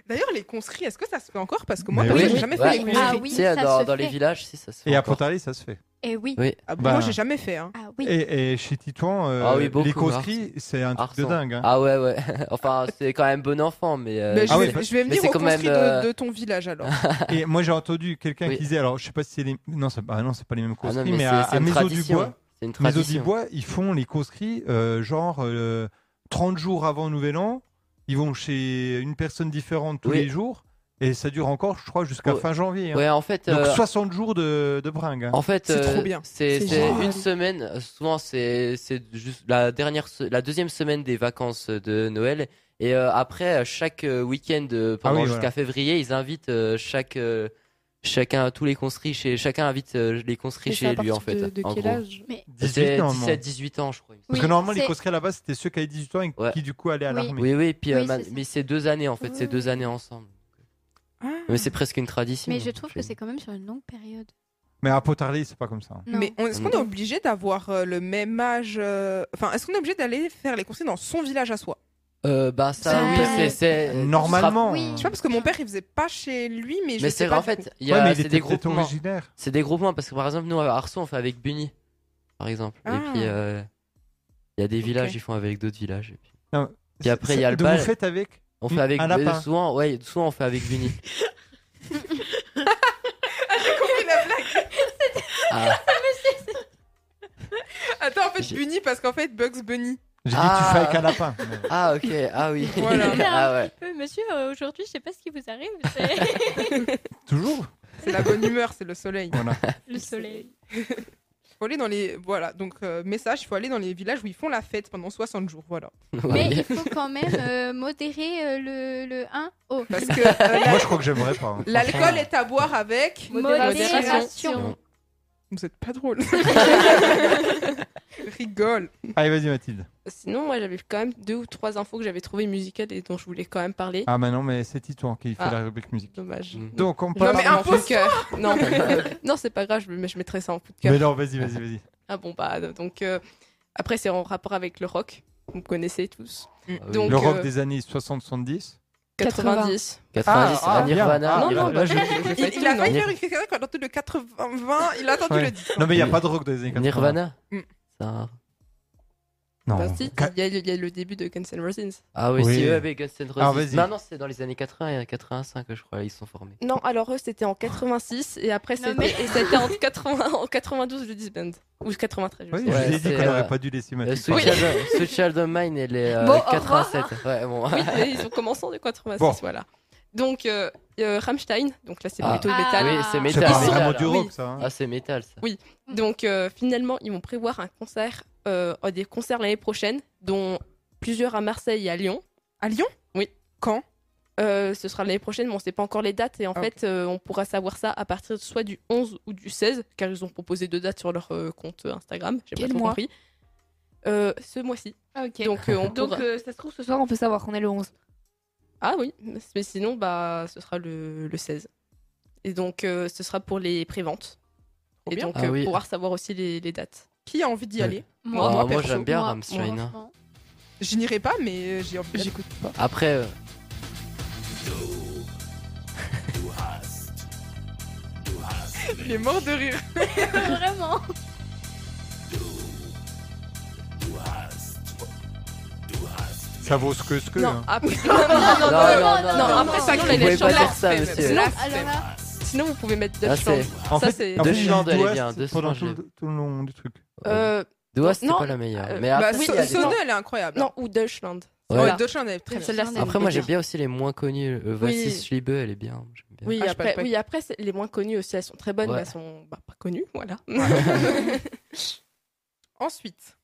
E: D'ailleurs, les conscrits, est-ce que ça se fait encore Parce que moi,
A: Mais
E: perso,
A: oui.
E: j'ai jamais fait
B: Ouais.
E: les
F: Ah
E: conscrits.
F: oui,
B: Tu sais,
F: ça
B: dans,
F: se
B: dans les
F: fait.
B: villages, si ça se fait.
A: Et à
B: encore.
A: Pont-Aly, ça se fait.
F: Et oui.
E: Ah,
A: Bah.
E: Moi, j'ai jamais fait. hein.
F: Ah oui.
A: Et, et chez Titouan, euh,
B: Ah oui, beaucoup,
A: les conscrits, c'est un truc de
B: Arsan.
A: dingue. hein.
B: Ah ouais, ouais. enfin, c'est quand même bon enfant, mais. euh,
E: Mais je,
A: Ah oui,
E: vais,
A: parce-
E: je vais
B: mais
E: venir
B: c'est
E: au
B: quand même,
E: conscrit
B: euh,
E: de, de ton village alors.
A: Et moi, j'ai entendu quelqu'un
B: Oui.
A: qui disait, alors je sais pas si c'est les. Non, c'est ah non, c'est pas les mêmes
B: ah non,
A: conscrits, mais,
B: mais
A: à,
B: c'est- c'est
A: à
B: une
A: Maison du
B: tradition.
A: Bois,
B: C'est une
A: Maison du
B: tradition.
A: Bois, ils font les conscrits, euh, genre euh, 30 jours avant Nouvel An, ils vont chez une personne différente tous
B: Oui.
A: les jours, et ça dure encore, je crois, jusqu'à
B: Ouais.
A: fin janvier. hein.
B: Ouais, en fait.
A: Donc
B: euh,
A: 60 jours de, de bringue. hein.
B: En fait,
E: C'est trop
B: euh,
E: bien.
B: C'est
E: C'est
B: c'est
E: génial.
B: une semaine. euh, Souvent, c'est c'est juste la dernière, se- la deuxième semaine des vacances de Noël. Et euh, après, euh, chaque euh, week-end euh,
A: Ah oui,
B: pendant
A: voilà.
B: jusqu'à février, ils invitent euh, chaque euh, chacun tous les conscrits chez chacun invite euh, les conscrits
G: Mais c'est à
B: chez lui en fait.
G: partir De, de
B: en
G: quel
B: gros.
G: âge
A: 18
B: C'est
A: normalement.
B: 17-18 ans, je crois. il me semble.
A: Parce que
F: Oui,
A: normalement, les
F: c'est-
A: conscrits à la base, c'était ceux qui avaient 18 ans et
B: Ouais.
A: qui du coup allaient à
F: Oui.
A: l'armée.
B: Oui, oui. Puis, euh,
F: Oui,
B: ma-
F: c'est ça.
B: mais c'est deux années en fait. C'est
F: Oui,
B: deux
F: oui.
B: années ensemble.
E: Ah.
B: Mais c'est presque une tradition.
F: Mais je trouve que c'est quand même sur une longue période.
A: Mais à Potarly, c'est pas comme ça. hein.
F: Non.
E: Mais on- est-ce qu'on est obligé d'avoir euh, le même âge euh, Enfin, est-ce qu'on est obligé d'aller faire les conscrits dans son village à soi
B: Euh, bah ça,
F: Ça,
B: oui,
F: oui.
B: c'est- c'est
A: Normalement.
F: Oui.
E: Je sais pas parce que mon père il faisait pas chez lui, mais je
B: Mais
E: sais
B: c'est
E: pas.
B: en
E: du coup.
B: fait, il y
A: Ouais,
B: a
A: mais il
B: c'est
A: était
B: des
A: peut-être
B: groupements.
A: originaire.
B: C'est des groupements parce que par exemple nous à Arson on fait avec Bunny par exemple et
E: Ah.
B: puis euh, il y a des
E: Ok.
B: villages ils font avec d'autres villages et puis Puis
A: C'est-
B: après, il y
A: c'est-
B: a le
A: de
B: bal.
A: Vous faites avec
B: on
A: Mm,
B: fait avec
A: un lapin.
B: euh, souvent ouais souvent on fait avec Bunny. Ah,
E: Attends, en fait,
B: J'ai-
E: Bunny, parce qu'en fait, Bugs Bunny.
A: J'ai dit,
B: Ah.
A: tu fais avec un lapin. Mais-
B: ah, ok ah oui
E: Voilà.
B: ah ouais
F: Monsieur, euh, aujourd'hui, je sais pas ce qui vous arrive.
A: Toujours
E: C'est la bonne humeur, c'est le soleil.
A: Voilà.
F: le soleil.
E: Faut aller dans les voilà donc euh, message, il faut aller dans les villages où ils font la fête pendant 60 jours voilà.
F: Mais
B: Ouais.
F: il faut quand même euh, modérer euh, le, le 1 au.
E: Parce que euh, la-
A: Moi, je crois que j'aimerais pas. hein.
E: l'alcool est à boire avec.
F: Modération.
B: Non.
E: Vous êtes pas drôle. Rigole.
A: Allez, vas-y, Mathilde.
C: Euh, Sinon, moi, j'avais quand même deux ou trois infos que j'avais trouvées musicales et dont je voulais quand même parler.
A: Ah, mais non, mais c'est Titouan qui fait
C: Ah.
A: la rubrique musique.
C: Dommage.
B: Mm.
A: Donc, on
C: Je
A: parle.
E: Non, mais
C: parle en coup de
E: impose-toi
C: cœur. Non, non c'est pas grave, je, mais je mettrai ça en coup de cœur.
A: Mais non, vas-y, vas-y, vas-y.
C: Ah bon, bah, donc... euh, Après, c'est en rapport avec le rock, vous connaissez tous.
B: Ah oui.
C: Donc,
A: Le rock
C: euh,
A: des années 60-70.
C: 90.
B: 90
E: Ah, ah,
B: Nirvana
A: bien.
C: non, non,
A: là,
B: Nirvana.
C: bah,
A: je-
C: j'ai
E: Il,
C: fait
E: il a
C: tout,
E: failli
C: non.
E: faire une critique quand il a entendu le 80-20, il a entendu
A: Ouais.
E: le 10.
A: Non, mais il n'y a pas de rock des années 80.
B: Nirvana
E: Mm.
B: Ça-
A: Non.
C: Bah, si,
A: Ca-
C: il y, a- il y a le début de Guns N' Roses.
B: ah oui,
A: Oui.
B: c'est eux avec Guns N'
A: Ah,
B: Roses.
A: vas-y.
B: non, non, c'est dans les années 80 et 85 je crois, ils sont formés.
C: Non, alors eux c'était en 86 et après
F: Non,
C: c'était
F: mais-
C: et c'était en, 80 en 92 le disband ou 93. je
A: Oui,
C: sais
A: je
C: pas.
B: Ouais,
A: vous ai dit
B: c'est,
A: qu'on n'aurait
B: euh,
A: pas dû laisser
B: Euh,
A: Mathilde.
B: Sweet,
A: parler.
B: Child, Sweet Child of Mine, elle est euh,
F: Bon, au revoir.
B: 87. Ouais, bon.
C: Oui, mais ils ont commencé en 86,
A: Bon.
C: voilà. Donc euh, euh, Rammstein, donc là c'est
B: Ah.
C: plutôt
F: Ah.
C: métal.
B: Oui, c'est
A: C'est
B: métal.
A: pas
C: Ils sont-
A: vraiment
B: métal.
A: du rock, ça. hein.
B: Ah, c'est métal ça.
C: Donc euh, finalement ils vont prévoir un concert, euh, euh, des concerts l'année prochaine, dont plusieurs à Marseille et à Lyon.
E: À Lyon
C: Oui.
E: Quand
C: Euh, ce sera l'année prochaine, mais on ne sait pas encore les dates. Et en
E: Ah,
C: fait, euh, on pourra savoir ça à partir soit du 11 ou du 16, car ils ont proposé deux dates sur leur euh, compte Instagram. J'ai pas
D: Quel
C: trop
D: mois
C: compris. Euh, ce mois-ci.
D: Ok. Donc,
C: Donc, euh, on pourra-
D: euh, ça se trouve, ce soir, on peut savoir qu'on est le 11.
C: Ah oui, mais sinon, bah, ce sera le, le 16. Et donc, euh, ce sera pour les préventes.
E: Trop
C: Et
E: bien.
C: donc,
B: Ah
C: euh,
B: oui.
C: pouvoir savoir aussi les, les dates.
E: Qui a envie d'y
B: Ouais.
E: aller
B: Ah,
E: moi,
B: moi,
E: perso,
B: j'aime bien
F: moi,
B: Rammstein. hein.
F: franchement.
E: Je n'irai pas mais euh, j'ai envie. d'y aller.
C: J'écoute pas.
B: Après, euh,
E: Il est mort de rire.
F: Vraiment.
A: Ça vaut ce que ce que.
C: Non,
A: hein.
C: après, non, non, non, non,
B: Non,
C: non, non,
B: non, non,
C: après,
E: non,
C: ça,
E: Ah, non,
C: on les
E: vous pouvez
C: laisse sur
E: pas dire
C: la
B: ça,
C: flemme.
B: monsieur.
C: Sinon,
E: Là,
F: Alors là,
C: sinon, vous pouvez mettre hein.
B: là,
C: Dutch
B: Ah, c'est.
A: En
C: ça,
A: fait,
C: c'est-
A: en
B: Deux
A: fait, il y a
B: Finlandais,
A: du
B: les
A: West
B: gars, deux
A: pendant tout
B: Finlandais.
A: le, tout le long du truc.
C: Euh,
B: Doha, c'était
C: Non,
B: pas la meilleure.
C: euh,
B: mais
E: Bah,
B: après,
E: So-
B: il y a des-
E: Sonne, elle est incroyable.
C: Non, ou Deutschland.
B: Ouais.
E: Ouais,
C: Voilà.
E: Deutschland, elle est très bien.
C: Celle-là, c'est-
B: Après, moi, j'aime
C: Oui.
B: bien aussi les moins connus. Euh, Voici Schliebe, elle est bien. j'aime bien.
C: Oui,
E: Ah, j'ai pas
C: après,
E: de pack.
C: oui, après c'est- les moins connues aussi, elles sont très bonnes,
B: Ouais.
C: mais elles sont bah, pas connues, voilà.
E: Ensuite,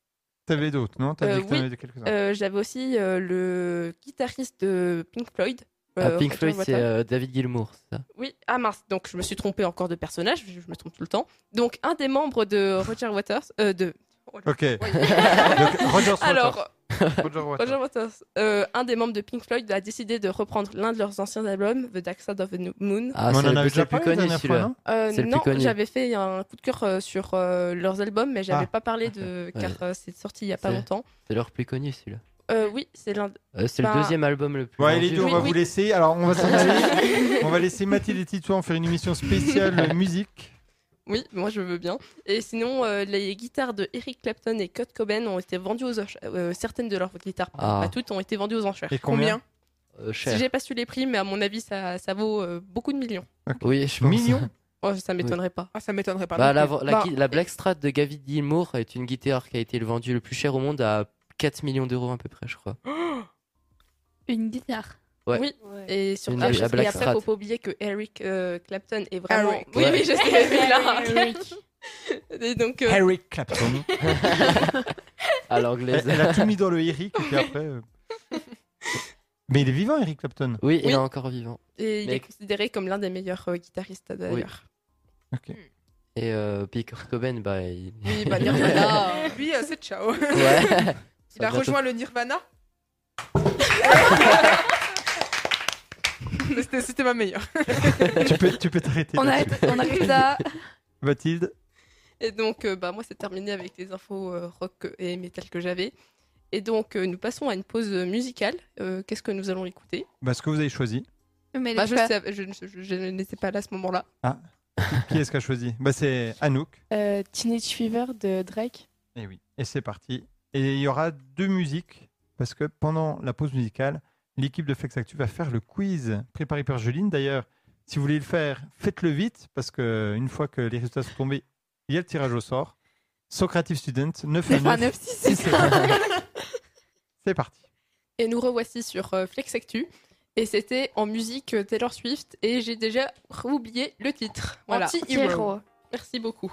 A: T'avais d'autres, non T'as
C: Euh,
A: dit que t'en
C: oui.
A: avais quelques-uns.
C: Euh, J'avais aussi euh, le guitariste de Pink Floyd.
B: Ah,
C: euh,
B: Pink
C: Roger
B: Floyd, c'est
C: Waters.
B: euh, David Gilmour. c'est ça
C: Oui, ah mince, donc je me suis trompée encore de personnage, je, je me trompe tout le temps. Donc un des membres de Roger Waters, euh, de...
A: Ok. Donc, Roger Waters.
C: Alors,
A: Roger Waters.
C: Roger Waters, euh, un des membres de Pink Floyd a décidé de reprendre l'un de leurs anciens albums, The Dark Side of the No- Moon.
B: Ah,
A: Mais on
B: c'est
A: en
B: le
A: avait
B: plus-
A: déjà
B: le
A: parlé
B: plus
A: la
B: connu
A: dernière fois,
B: celui-là.
A: non
C: Euh,
B: Ah, C'est le plus
C: non,
B: connu.
C: j'avais fait un coup de cœur euh, sur euh, leurs albums, mais j'avais
A: Ah.
C: pas parlé de...
B: Ouais.
C: car euh, c'est sorti il y a pas
B: C'est-
C: longtemps.
B: C'est leur plus connu celui-là.
C: Euh, oui, c'est l'un. de-
B: Euh, c'est le
C: Bah,
B: deuxième album le plus
A: Ouais,
B: vendu.
A: les deux, on
C: Oui,
A: va
C: oui.
A: vous laisser. Alors, on va s'en aller. on va laisser Mathilde et Tito en faire une émission spéciale musique.
C: Oui, moi je veux bien. Et sinon, euh, les guitares de Eric Clapton et Kurt Cobain ont été vendues aux enchères. euh, certaines de leurs guitares,
B: Ah,
C: pas toutes, ont été vendues aux enchères.
A: Et combien,
B: euh,
C: Si
B: cher.
C: j'ai pas su les prix, mais à mon avis, ça, ça vaut euh, beaucoup de millions.
B: Oui, je pense.
A: Millions
C: Oh, ça m'étonnerait pas.
E: Ah, ça m'étonnerait pas.
B: Bah,
E: non
B: la,
E: plus.
B: la,
C: Bah,
B: gui- la Blackstrat de David Gilmour est une guitare qui a été vendue le plus cher au monde à 4 millions d'euros à peu près, je crois.
F: Une guitare.
B: Ouais.
C: Oui,
G: Ouais.
C: et sur
B: Une-
C: ah,
B: la
C: je-
B: Black
C: Et après,
B: Strat.
C: faut pas oublier que Eric euh, Clapton est vraiment.
E: Eric.
C: Oui,
B: Ouais.
C: oui, je sais, mais là. Et donc, euh,
A: Eric Clapton.
B: À
A: elle,
B: l'anglaise.
A: elle a tout mis dans le Eric. Et puis après. euh. Mais il est vivant, Eric Clapton.
B: Oui, il
C: Oui.
B: est encore vivant.
C: et il
B: Mais-
C: est considéré comme l'un des meilleurs euh, guitaristes d'ailleurs.
B: Et euh, puis Kurt Cobain, bah, il...
C: Oui, bah, Nirvana. euh,
E: Lui, euh, c'est ciao.
B: Ouais.
E: Il a rejoint le Nirvana. C'était c'était ma meilleure.
A: tu peux tu peux t'arrêter.
F: bah,
D: On
A: là-dessus.
D: arrête, on arrête là.
A: Mathilde.
C: Et donc, euh, bah, moi, c'est terminé avec les infos euh, rock et métal que j'avais. Et donc, euh, nous passons à une pause musicale. Euh, Qu'est-ce que nous allons écouter
A: Bah, ce que vous avez choisi.
D: Mais
C: Bah,
D: les
C: je,
D: frères-
C: savais- je, ne- je- je n'étais pas là à ce moment-là.
A: Qui est-ce qui a choisi Bah, c'est Anouk.
G: Euh, Teenage Fever de Drake.
A: Et Eh oui. Et c'est parti. Et il y aura deux musiques parce que pendant la pause musicale, l'équipe de Flex Actu va faire le quiz préparé par Juline. D'ailleurs, si vous voulez le faire, faites-le vite parce que une fois que les résultats sont tombés, il y a le tirage au sort. Socrative Student 9 à 9.
D: 9, 6, c'est ça.
A: C'est parti.
C: Et nous revoici sur euh, Flex Actu. Et c'était en musique euh, Taylor Swift. Et j'ai déjà oublié le titre. Voilà.
D: Anti-héros.
C: Merci beaucoup.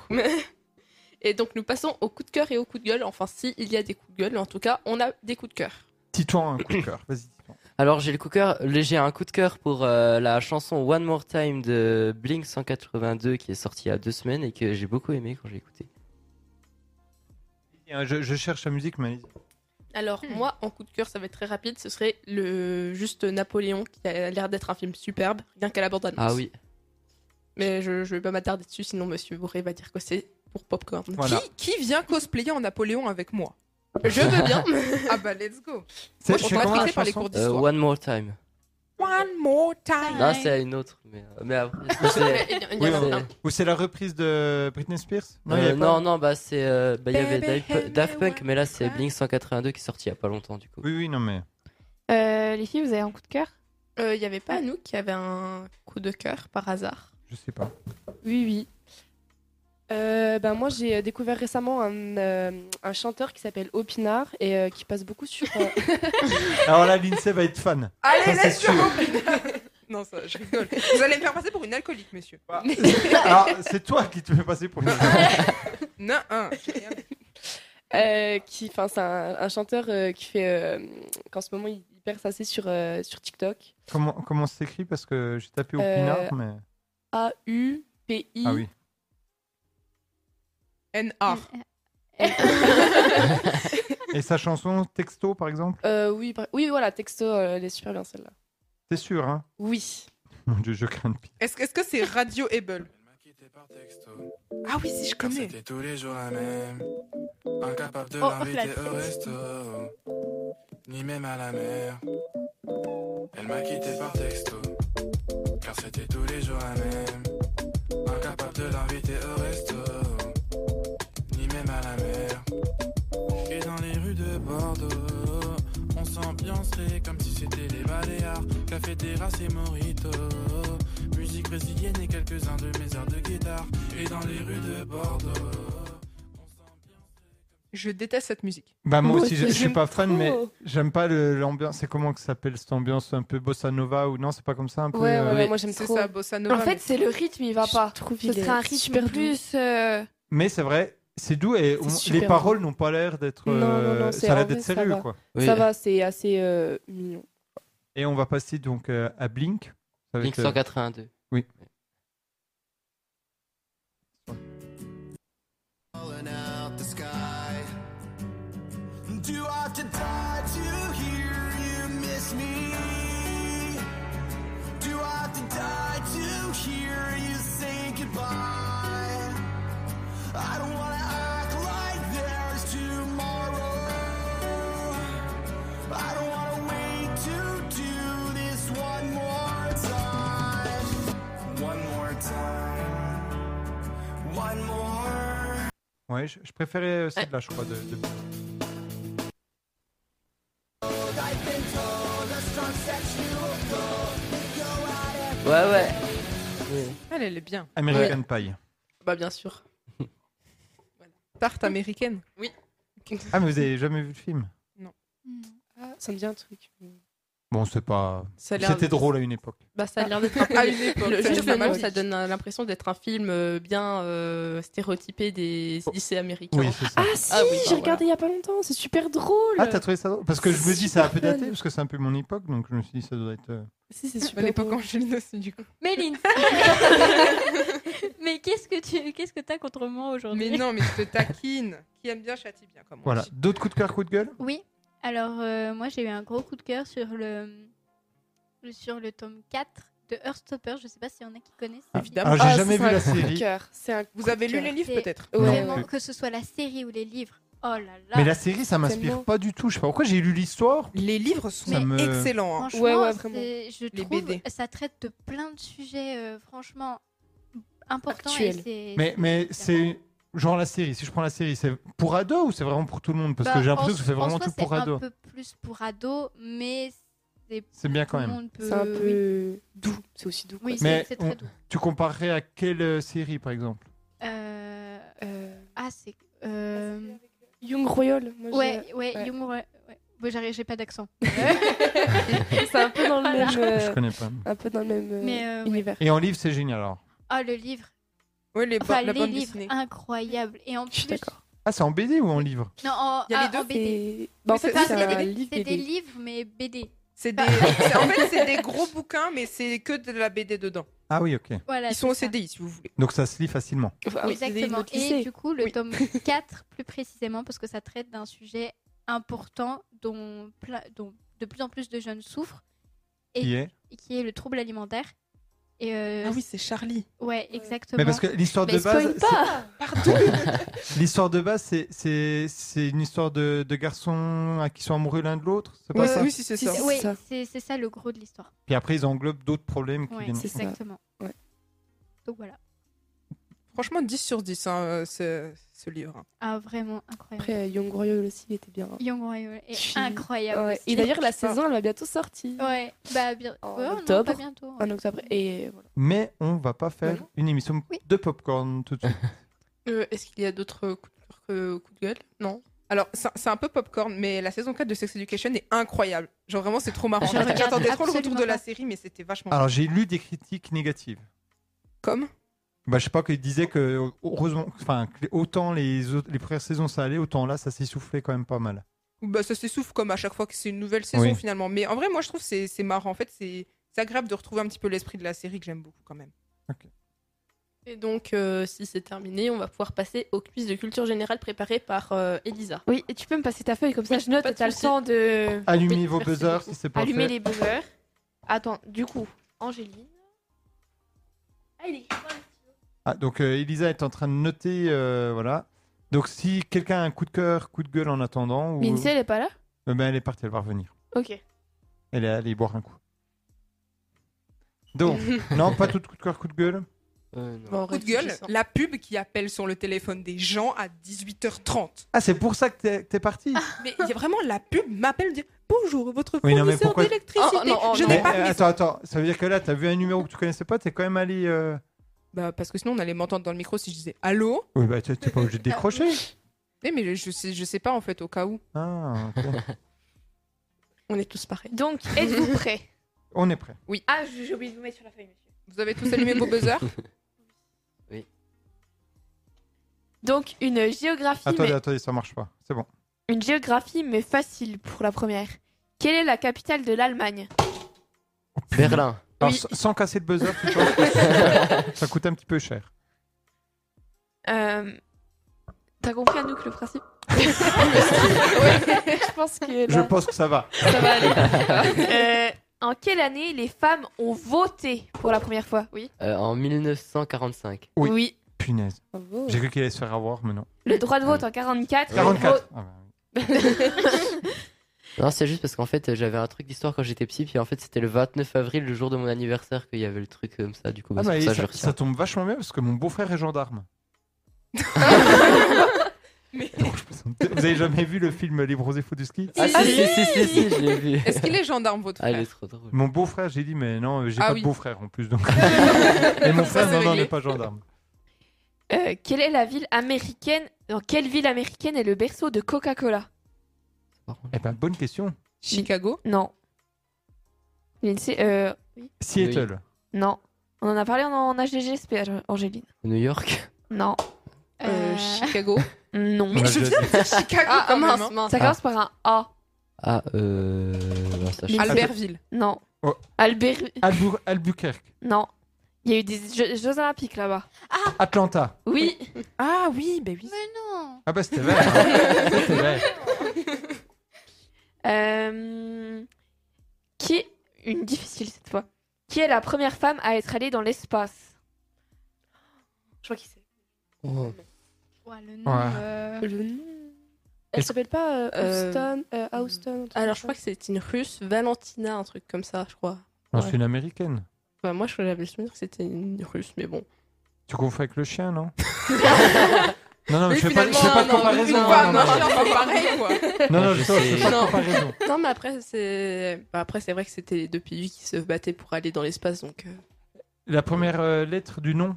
C: et donc, nous passons au coup de cœur et au coup de gueule. Enfin, si il y a des coups de gueule, en tout cas, on a des coups de cœur.
A: Titouan, un coup de cœur. Vas-y, Titouan.
B: Alors j'ai le coup de cœur, j'ai un coup de cœur pour euh, la chanson One More Time de Blink 182 qui est sortie il y a deux semaines et que j'ai beaucoup aimé quand j'ai écouté.
A: Et, euh, Je, je cherche la musique, mais
C: Alors moi, en coup de cœur, ça va être très rapide. Ce serait le juste Napoléon qui a l'air d'être un film superbe, rien qu'à la bande annonce.
B: Ah oui,
C: Mais je, je vais pas m'attarder dessus, sinon Monsieur Bourré va dire que c'est pour popcorn.
A: voilà.
E: Qui, qui vient cosplayer en Napoléon avec moi
C: Je veux bien.
E: Ah bah, let's go.
A: C'est-
E: Moi, je suis
A: c'est comment la
E: matrixée par les
A: chanson
E: cours
B: Euh,
E: d'histoire.
B: One More Time.
E: One more time.
B: Non,
F: Ouais.
B: c'est une autre, mais, euh, mais après, c'est-
C: Eh bien, il y
A: Oui,
C: en a
A: on-
C: un.
A: Ou c'est la reprise de Britney Spears il y
B: Euh,
A: avait pas.
B: non, non, bah c'est, euh, bah, il y avait
E: Baby,
B: Daft-
E: help me,
B: Daft Punk,
E: one
B: mais là
E: more
B: c'est
E: time.
B: Blink 182 qui est sorti il y a pas longtemps du coup.
A: Oui, oui, non, mais.
D: Euh, les filles, vous avez un coup de cœur
C: Euh, Il y avait pas nous qui avait un coup de cœur par hasard.
A: Je sais pas.
G: Oui, oui. Euh, ben moi, j'ai euh, découvert récemment un, euh, un chanteur qui s'appelle Opinard et euh, qui passe beaucoup sur. euh,
A: Alors là, l'INSEE va être fan.
E: Allez,
A: Ça, c'est
E: let's go. non, ça, je rigole. Vous allez me faire passer pour une alcoolique, monsieur.
A: Alors, c'est toi qui te fais passer pour une.
E: Non, hein, j'ai rien dit.
G: euh, qui, enfin, c'est un, un chanteur euh, qui fait. euh, qu'en ce moment, il il perce assez sur, euh, sur TikTok.
A: comment, comment ça s'écrit Parce que j'ai tapé au
G: Euh,
A: pinard, mais.
G: A U P I.
A: Ah oui.
E: N.A.
A: Et sa chanson, texto, par exemple
G: Euh, oui, bra- oui, voilà, texto, euh, elle est super bien celle-là.
A: C'est sûr, hein
G: Oui.
A: Mon dieu, je crains de pire.
E: Est-ce que- est-ce que c'est Radio Able
H: Elle m'a quitté par texto.
E: Ah oui, si je
H: Car
E: connais.
H: C'était tous les jours la même. Incapable de
F: Oh,
H: l'inviter
F: la
H: au resto. Ni même à la mer. Elle m'a quitté par texto. Car c'était tous les jours la même. Incapable de l'inviter au resto. Ni même à la mer. Et dans les rues de Bordeaux. On s'ambiancerait comme si c'était les Baléares. Café, terrasse et mojito. Musique brésilienne et quelques-uns de mes airs de guitare. Et dans les rues de Bordeaux.
E: Je déteste cette musique.
A: Bah, moi
G: Moi
A: aussi, je,
G: aussi,
A: je suis
G: j'aime
A: pas fan,
G: trop.
A: mais j'aime pas le- l'ambiance. C'est comment que ça s'appelle cette ambiance un peu bossa nova ou non C'est pas comme ça un peu
G: Ouais, ouais,
A: euh,
G: ouais, moi j'aime
E: C'est
G: trop.
E: ça, Bossa Nova.
D: En fait,
E: mais-
D: c'est le rythme, il va
G: Je
D: pas.
G: trouve
D: Ce
G: il est
D: serait un rythme
G: super doux.
D: plus. euh,
A: Mais c'est vrai, c'est doux et on-
G: super
A: les
G: doux.
A: paroles n'ont pas l'air d'être.
G: Non, non,
A: euh,
G: non, c'est-
A: ça a
G: en
A: l'air d'être
G: vrai, ça
A: sérieux,
G: va.
A: quoi.
B: Oui.
G: Ça va, c'est assez euh, mignon.
A: Et on va passer donc euh, à Blink.
B: Blink
A: avec, euh,
B: 182.
H: Falling out the sky. Too often die to hear you miss me. Too often die to hear you say goodbye. I don't wanna act like there's tomorrow.
A: Ouais, je, je préférais euh, celle-là, je crois. De, de-
B: Ouais, ouais.
E: Elle, elle est bien.
A: American Pie.
C: Bah, bien sûr.
E: Tarte américaine.
A: Ah, mais vous avez jamais vu le film
G: Ça me dit un truc.
A: Bon, c'est pas.
C: Ça a l'air-
A: C'était drôle à une époque.
C: Bah, ça a l'air d'être un peu.
E: À une époque,
C: Le,
E: ça
C: juste
E: nous a
C: le nom,
E: marqué.
C: ça donne euh, l'impression d'être un film euh, bien euh, stéréotypé des lycées américains.
A: Oh. Oui, c'est ça.
G: Ah si,
C: Ah oui, bah,
G: j'ai regardé il y a pas longtemps, c'est super
D: oh
G: drôle.
A: Ah, t'as trouvé ça drôle Parce que je me dis, ça a un peu
G: Super
A: daté,
G: fun.
A: parce que c'est un peu mon époque, donc je me suis dit, ça doit être. euh,
G: Si, c'est
E: À
G: super
E: l'époque
G: drôle.
E: Angelina, c'est du coup.
D: Méline Mais qu'est-ce que tu qu'est-ce que t'as contre moi aujourd'hui
E: Mais non, mais je te taquine. Qui aime bien châtie bien, comme on
A: Voilà.
E: dit.
A: D'autres coups de cœur, coups de gueule
D: Oui, alors euh, moi j'ai eu un gros coup de cœur sur le, le- sur le tome 4 de Heartstopper, je sais pas s'il y en a qui connaissent.
E: Évidemment.
A: Alors, j'ai
G: Ah,
A: jamais
G: c'est
A: vu
G: un
A: la
G: coup de
A: série.
G: cœur, C'est un
E: Vous avez lu les livres
D: C'est-
E: peut-être
G: Ouais.
D: Vraiment,
A: Non.
D: que ce soit la série ou les livres. Oh là là
A: Mais la série, ça m'inspire
G: Tellement.
A: pas du tout. Je sais pas pourquoi j'ai lu l'histoire.
E: Les livres sont
A: Ça me-
E: excellents. hein.
D: Franchement,
G: Ouais, ouais, vraiment.
D: c'est- je
E: Les
D: trouve
E: BD.
D: ça traite de plein de sujets euh, franchement importants.
G: Actuels.
D: et c'est-
A: Mais, mais
D: vraiment-
A: c'est. Genre la série, si je prends la série, c'est pour ados ou c'est vraiment pour tout le monde Parce que
D: Bah,
A: j'ai l'impression
D: en-
A: que c'est
D: en
A: vraiment
D: soi,
A: tout pour
D: c'est
A: ados.
D: un peu plus pour ados, mais c'est
A: C'est bien quand
D: tout le
A: même.
D: monde peut...
G: C'est un
D: oui.
G: peu doux. C'est aussi doux.
D: Oui,
G: quoi.
A: Mais
D: c'est c'est très
A: on-
D: doux.
A: Tu comparerais à quelle euh, série, par exemple
D: Euh,
G: Euh,
D: Ah, c'est... euh,
G: Young Royal. Moi, j'ai-
D: Ouais, ouais,
G: ouais.
D: Young Roy- ouais. Bon, j'arrive- j'ai pas d'accent.
G: C'est un peu dans le
D: Voilà.
G: même.
A: Je
G: euh,
A: connais pas.
G: Un peu dans le même euh,
D: Mais, euh, ouais.
G: univers.
A: Et en livre, c'est génial alors.
D: Ah, le livre.
E: Ouais, les, bo-
D: Enfin,
E: la
D: les
E: bande
D: livres, Ah.
E: dessinée.
D: incroyable. Et en
G: Je suis
D: plus...
G: d'accord.
A: Ah, c'est en BD ou en livre
D: Non, en,
E: Il y a les
D: ah, en
E: deux,
D: BD.
G: C'est- Bah, en
E: Oui,
G: fait,
E: c'est-
G: oui,
D: Enfin,
G: c'est
D: c'est
G: un
D: des-
G: livre
D: c'est des
G: BD.
D: livres, mais BD.
E: C'est des... c'est- en fait, c'est des gros bouquins, mais c'est que de la BD dedans.
A: Ah oui, ok.
D: Voilà,
E: Ils sont au
D: c'est ça.
E: CDI, si vous voulez.
A: Donc ça se lit facilement.
G: Enfin, c'est Ah des livres
D: Exactement.
G: de
D: Et
G: lycée.
D: du coup, le
E: Oui.
D: tome 4, plus précisément, parce que ça traite d'un sujet important dont, plein- dont de plus en plus de jeunes souffrent, et
A: Qui est
D: et qui est le trouble alimentaire. Et euh,
E: Ah oui, c'est Charlie.
D: ouais, exactement.
A: Mais parce que l'histoire de
G: Mais spoil
A: base,
G: pas
A: c'est- l'histoire de base, c'est c'est c'est une histoire de, de garçons à qui sont amoureux l'un de l'autre. C'est pas
E: Ouais,
A: ça.
E: oui, si, c'est
G: Si,
E: ça.
G: si.
D: Oui,
G: ça.
D: c'est c'est ça le gros de l'histoire.
A: Puis après, ils englobent d'autres problèmes qui
D: Ouais,
A: viennent.
G: c'est ça.
D: exactement.
G: Ouais.
D: Donc voilà.
E: Franchement, 10 sur 10, hein, euh, ce, ce livre. hein.
D: Ah, vraiment incroyable.
G: Après, euh, Young Royal aussi, il était bien.
D: Young Royal
G: Je
D: est
G: suis-
D: incroyable.
G: Ouais.
D: aussi.
G: Et d'ailleurs, la
D: Je sais pas.
G: saison, elle va bientôt sortir.
D: Ouais, bah, bien...
G: En
D: ouais, non, pas
G: octobre.
D: bientôt. hein.
G: En octobre. Et voilà.
A: Mais on va pas faire
G: Voilà.
A: une émission
D: Oui.
A: de popcorn tout de suite.
C: Euh, Est-ce qu'il y a d'autres coups de cœur que coups de gueule Non.
E: Alors, c'est c'est un peu popcorn, mais la saison 4 de Sex Education est incroyable. Genre, vraiment, c'est trop marrant.
D: Je regarde
E: J'attendais trop le retour
D: absolument
E: de la
D: pas.
E: série, mais c'était vachement
A: Alors j'ai lu des critiques négatives.
E: Comme
A: Bah, je sais pas qu'ils disaient que heureusement, enfin que autant les autres- les premières saisons ça allait, autant là ça s'essoufflait quand même pas mal.
E: bah, Ça s'essouffle comme à chaque fois que c'est une nouvelle saison,
A: Oui.
E: finalement. Mais en vrai, moi, je trouve que c'est c'est marrant. En fait, c'est c'est agréable de retrouver un petit peu l'esprit de la série que j'aime beaucoup quand même.
C: Et donc, euh, si c'est terminé, on va pouvoir passer au quiz de culture générale préparé par euh, Elisa.
F: Oui, et tu peux me passer ta feuille comme ça,
C: Oui,
F: je note
C: pas
F: et
C: de
F: t'as le
C: souci.
F: temps de
A: Allumez
C: Oui,
A: vos
C: merci
A: buzzers
C: beaucoup.
A: si c'est pas
F: allumer
A: fait.
F: les buzzers. Attends, du coup, Angéline. Ah, il est
A: Ah, donc euh, Elisa est en train de noter, euh, voilà. Donc si quelqu'un a un coup de cœur, coup de gueule en attendant, ou...
F: Mais Lindsay, elle est pas là
A: Euh, ben, elle est partie, elle va revenir.
F: Ok.
A: Elle est allée boire un coup. Donc, non, pas tout de coup de cœur, coup de gueule.
B: Euh, non.
E: Coup de gueule, la pub qui appelle sur le téléphone des gens à 18h30.
A: Ah, c'est pour ça que t'es- que t'es partie.
E: Mais il y a vraiment la pub m'appelle dire Bonjour, votre
A: Oui, non, mais
E: fournisseur
A: pourquoi-
E: d'électricité.
C: Oh, non, oh,
E: je
C: non.
E: n'ai
A: Mais,
E: pas
A: euh,
E: pris-
A: attends, attends, ça veut dire que là, t'as vu un numéro que tu connaissais pas, t'es quand même allé. euh,
E: Bah, parce que sinon, on allait m'entendre dans le micro si je disais Allô
A: Oui, bah t'es t'es pas obligé de décrocher.
E: Eh, Mais, je, sais, je sais pas en fait, au cas où.
A: Ah, ok.
C: On est tous pareils.
F: Donc, êtes-vous prêts
A: On est prêt.
F: Ah, j'ai j'ai oublié de vous mettre sur la feuille, monsieur.
E: Vous avez tous allumé vos buzzers
F: Donc, une géographie,
A: Attendez,
F: mais...
A: attendez, ça marche pas. C'est bon.
F: une géographie, mais facile pour la première. Quelle est la capitale de l'Allemagne
B: Berlin.
A: Alors,
F: Oui.
A: sans- sans casser le buzzer, tu penses que ça- ça coûte un petit peu cher.
F: Euh, T'as compris, Anouk, le principe
G: Je pense que.
A: Je pense que ça va.
F: Ça va aller. Euh, en quelle année les femmes ont voté pour la première fois Oui.
B: Euh, en 1945.
A: Oui. Punaise.
G: Bravo.
A: J'ai cru qu'il allait se faire avoir, mais non.
F: Le droit de vote en 44. le
A: 44. Ah, bah, oui.
B: Non, c'est juste parce qu'en fait, euh, j'avais un truc d'histoire quand j'étais petit, puis en fait, c'était le 29 avril, le jour de mon anniversaire, qu'il y avait le truc comme ça. Du coup, bah,
A: Ah
B: c'est
A: bah,
B: pour
A: et
B: ça que je
A: ça,
B: le retiens.
A: ça tombe vachement bien parce que mon beau-frère est gendarme. Vous avez jamais vu le film Les bronzés fous du ski
B: Ah si, si, si, si, si, je l'ai vu.
E: Est-ce qu'il est gendarme, votre
B: Ah, il
E: frère
B: est trop drôle.
A: Mon beau-frère, j'ai dit, mais non, euh, j'ai
E: Ah
A: pas
E: oui.
A: de beau-frère en plus. Donc... Et mon frère,
E: c'est
A: non, non,
E: réglé.
A: n'est pas gendarme.
J: Euh, quelle est la ville américaine Dans quelle ville américaine est le berceau de Coca-Cola
A: Eh ben, bonne question.
E: Chicago
J: Non. Lindsay, euh,
A: Seattle.
J: non. On en a parlé en, en HDGSP, Ang- Angéline.
B: New York
J: Non.
E: Euh,
F: Euh,
D: ah
E: Chicago
J: Non.
A: On a déjà dit.
E: Chicago
C: Ah,
E: quand
C: mince,
E: même, hein.
C: mince.
J: Ça commence par un A.
B: Ah, euh. non, ça, je-
E: hein. Albertville.
J: Non.
A: Oh.
J: Albert.
A: Albu- Albuquerque.
J: Non. Il y a eu des Jeux, Jeux Olympiques là-bas.
A: Atlanta.
J: Oui.
E: Ah oui, ben oui.
F: Mais non
A: Ah bah, c'était vrai. hein. C'était vrai.
J: Euh, Qui. Une difficile cette fois. Qui est la première femme à être allée dans l'espace
G: Je crois qu'il sait.
B: Oh,
F: Ouais, le nom,
A: Ouais.
F: euh,
G: Le nom. Elle
A: Est-ce-
G: s'appelle pas euh,
C: Euh,
G: Houston, euh, Houston, un truc
C: Alors, je
G: comme
C: crois que c'est une russe, Valentina, un truc comme ça, je crois.
A: Non,
C: Ouais.
A: c'est une américaine.
C: Enfin, moi, je- j'avais le souvenir que c'était une russe, mais bon.
A: Tu confonds avec le chien, non Non, non, mais
E: Oui,
A: je fais pas, je
E: finalement,
A: fais pas de
E: non, non,
A: comparaison.
E: une
A: hein,
E: femme,
A: non, non,
E: un chien, c'est pareil, quoi.
A: Non, non, je
B: Non,
A: je fais pas de comparaison.
C: Non, mais après, c'est bah, après, c'est vrai que c'était les deux pays qui se battaient pour aller dans l'espace, donc. euh,
A: La première euh, lettre du nom,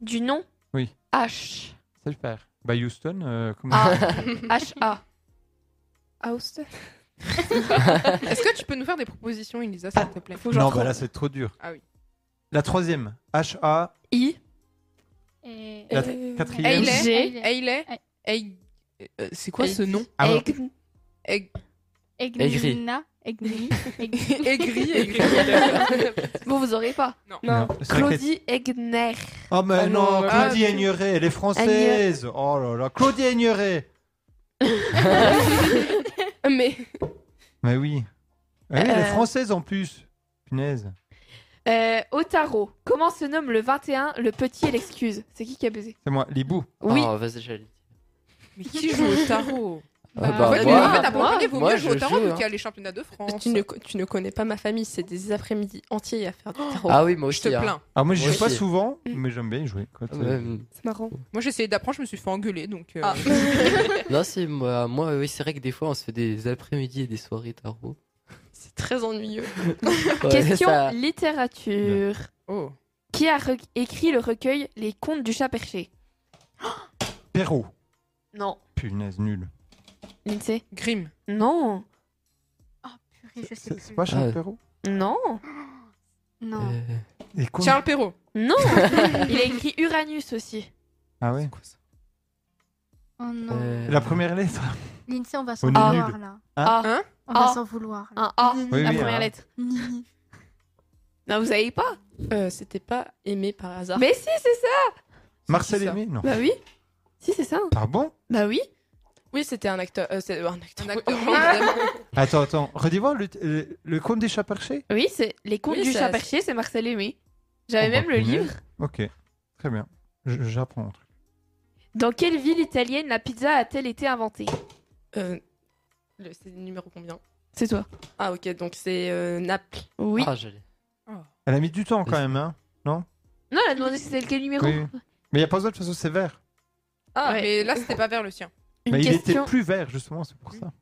J: Du nom
A: Oui.
J: H.
A: c'est super. Bah, Houston, euh, comment
J: Ah. H-A.
G: ça. Houston.
E: Est-ce que tu peux nous faire des propositions, Elisa, s'il te plaît
J: Faut que j'en
A: Non,
J: trouve.
A: bah là, c'est trop dur.
E: Ah oui.
A: La troisième, H-A.
J: I.
F: et-
A: La
G: Euh,
A: quatrième,
E: Hayley.
F: Hayley.
E: Hayley
F: Hey.
E: Hey- euh, C'est quoi
C: Hey.
E: ce nom
A: Ah bon
J: Egg-
E: Hey-
F: Egnina. Egni. Egni.
E: Aigri, aigri.
J: Bon, vous aurez pas.
A: Non, c'est la quatrième.
J: Claudie Egner.
A: Oh, mais
E: Ah
A: non,
E: non, bah,
A: Claudie
E: ah, tu-
A: Aigneret, elle est française. Oh là là, Claudie Aigneret.
E: Mais
A: Mais Ah oui. Ouais, Elle est
J: Euh.
A: française en plus. Punaise.
J: Euh, au tarot, comment se nomme le 21, le petit et l'excuse C'est qui qui a baisé
A: C'est moi, Libou.
J: Oui.
B: Oh, vas-y, j'allais.
E: mais qui joue au tarot
B: Ah,
F: Bah,
B: bah,
E: En fait,
B: moi,
E: en fait, à
J: moi,
E: Montpellier, vaut
B: moi,
E: mieux jouer
B: je
E: au tarot
B: joue,
E: vu
B: hein.
E: qu'il y a les championnats de France.
C: tu, ne, co- tu ne connais pas ma famille, c'est des après-midi entiers à faire du tarot.
B: Ah oui, moi
E: Je te
B: aussi. hein.
E: plains.
A: Alors, moi, je
B: Moi
A: joue pas
B: aussi.
A: souvent, mais j'aime bien y jouer. quand,
B: Ah,
A: euh,
B: ouais,
G: C'est marrant.
E: Moi, j'ai essayé d'apprendre, je me suis fait engueuler, donc. euh,
C: Ah.
B: Non, c'est moi, moi oui, c'est vrai que des fois on se fait des après-midi et des soirées tarot.
C: C'est très ennuyeux.
B: Ouais,
J: Question
B: ça-
C: Ah.
J: littérature.
E: Oh.
J: Qui a re- écrit le recueil Les Contes du Chat Perché
A: Perrault.
J: Non.
A: Punaise, nul.
J: Lindsay
E: Grimm.
J: Non.
F: Purée, je sais
A: C'est c'est
F: plus.
A: pas Charles
B: Ah.
A: Perrault
J: Non.
F: Non.
B: Euh,
A: Et quoi
E: Charles Perrault.
J: Non. Il a écrit Uranus aussi.
A: Ah ouais.
F: Oh non.
B: euh,
A: La première lettre.
F: Lindsay, on va
A: On
F: s'en
A: est
F: vouloir
A: nuls.
F: là.
E: Hein
F: On
J: Ah.
F: va s'en vouloir. là.
J: Un A,
A: Oui, hein.
J: la
A: oui,
J: première
A: un A.
J: lettre.
F: Ni.
J: Non, vous savez pas
C: Euh, c'était pas aimé par hasard.
J: Mais si, c'est ça.
A: Marcel
C: qui, ça
A: Aimé Non.
J: Bah oui. Si, c'est ça.
A: Pardon
J: Bah oui.
C: Oui, c'était un acteur. euh, c'est- un acteur.
E: Un acteur.
C: oui, évidemment.
A: Attends, attends. Redis-moi le, le, le conte des chats perchés
J: Oui, c'est Les Contes
C: Oui,
J: du
C: ça-
J: Chat Perché, c'est Marcel Aimé. J'avais
A: Oh,
J: même
A: bah,
J: le
A: punaise.
J: livre.
A: Ok. Très bien. Je- J'apprends un truc.
J: Dans quelle ville italienne la pizza a-t-elle été inventée
C: Euh, le- c'est le numéro combien
J: C'est toi.
C: Ah, ok, donc c'est euh, Naples.
J: Oui.
B: Ah, j'allais.
A: Elle a mis du temps quand
B: Vas-y.
A: même, hein
J: Non, elle a demandé si c'était quel numéro.
A: Oui. oui. Mais il n'y a pas besoin, de toute façon, c'est vert.
E: Ah,
J: Ouais.
E: mais là, c'était pas vers le sien.
J: Une
A: Mais il
J: question...
A: était plus vert, justement, c'est pour ça.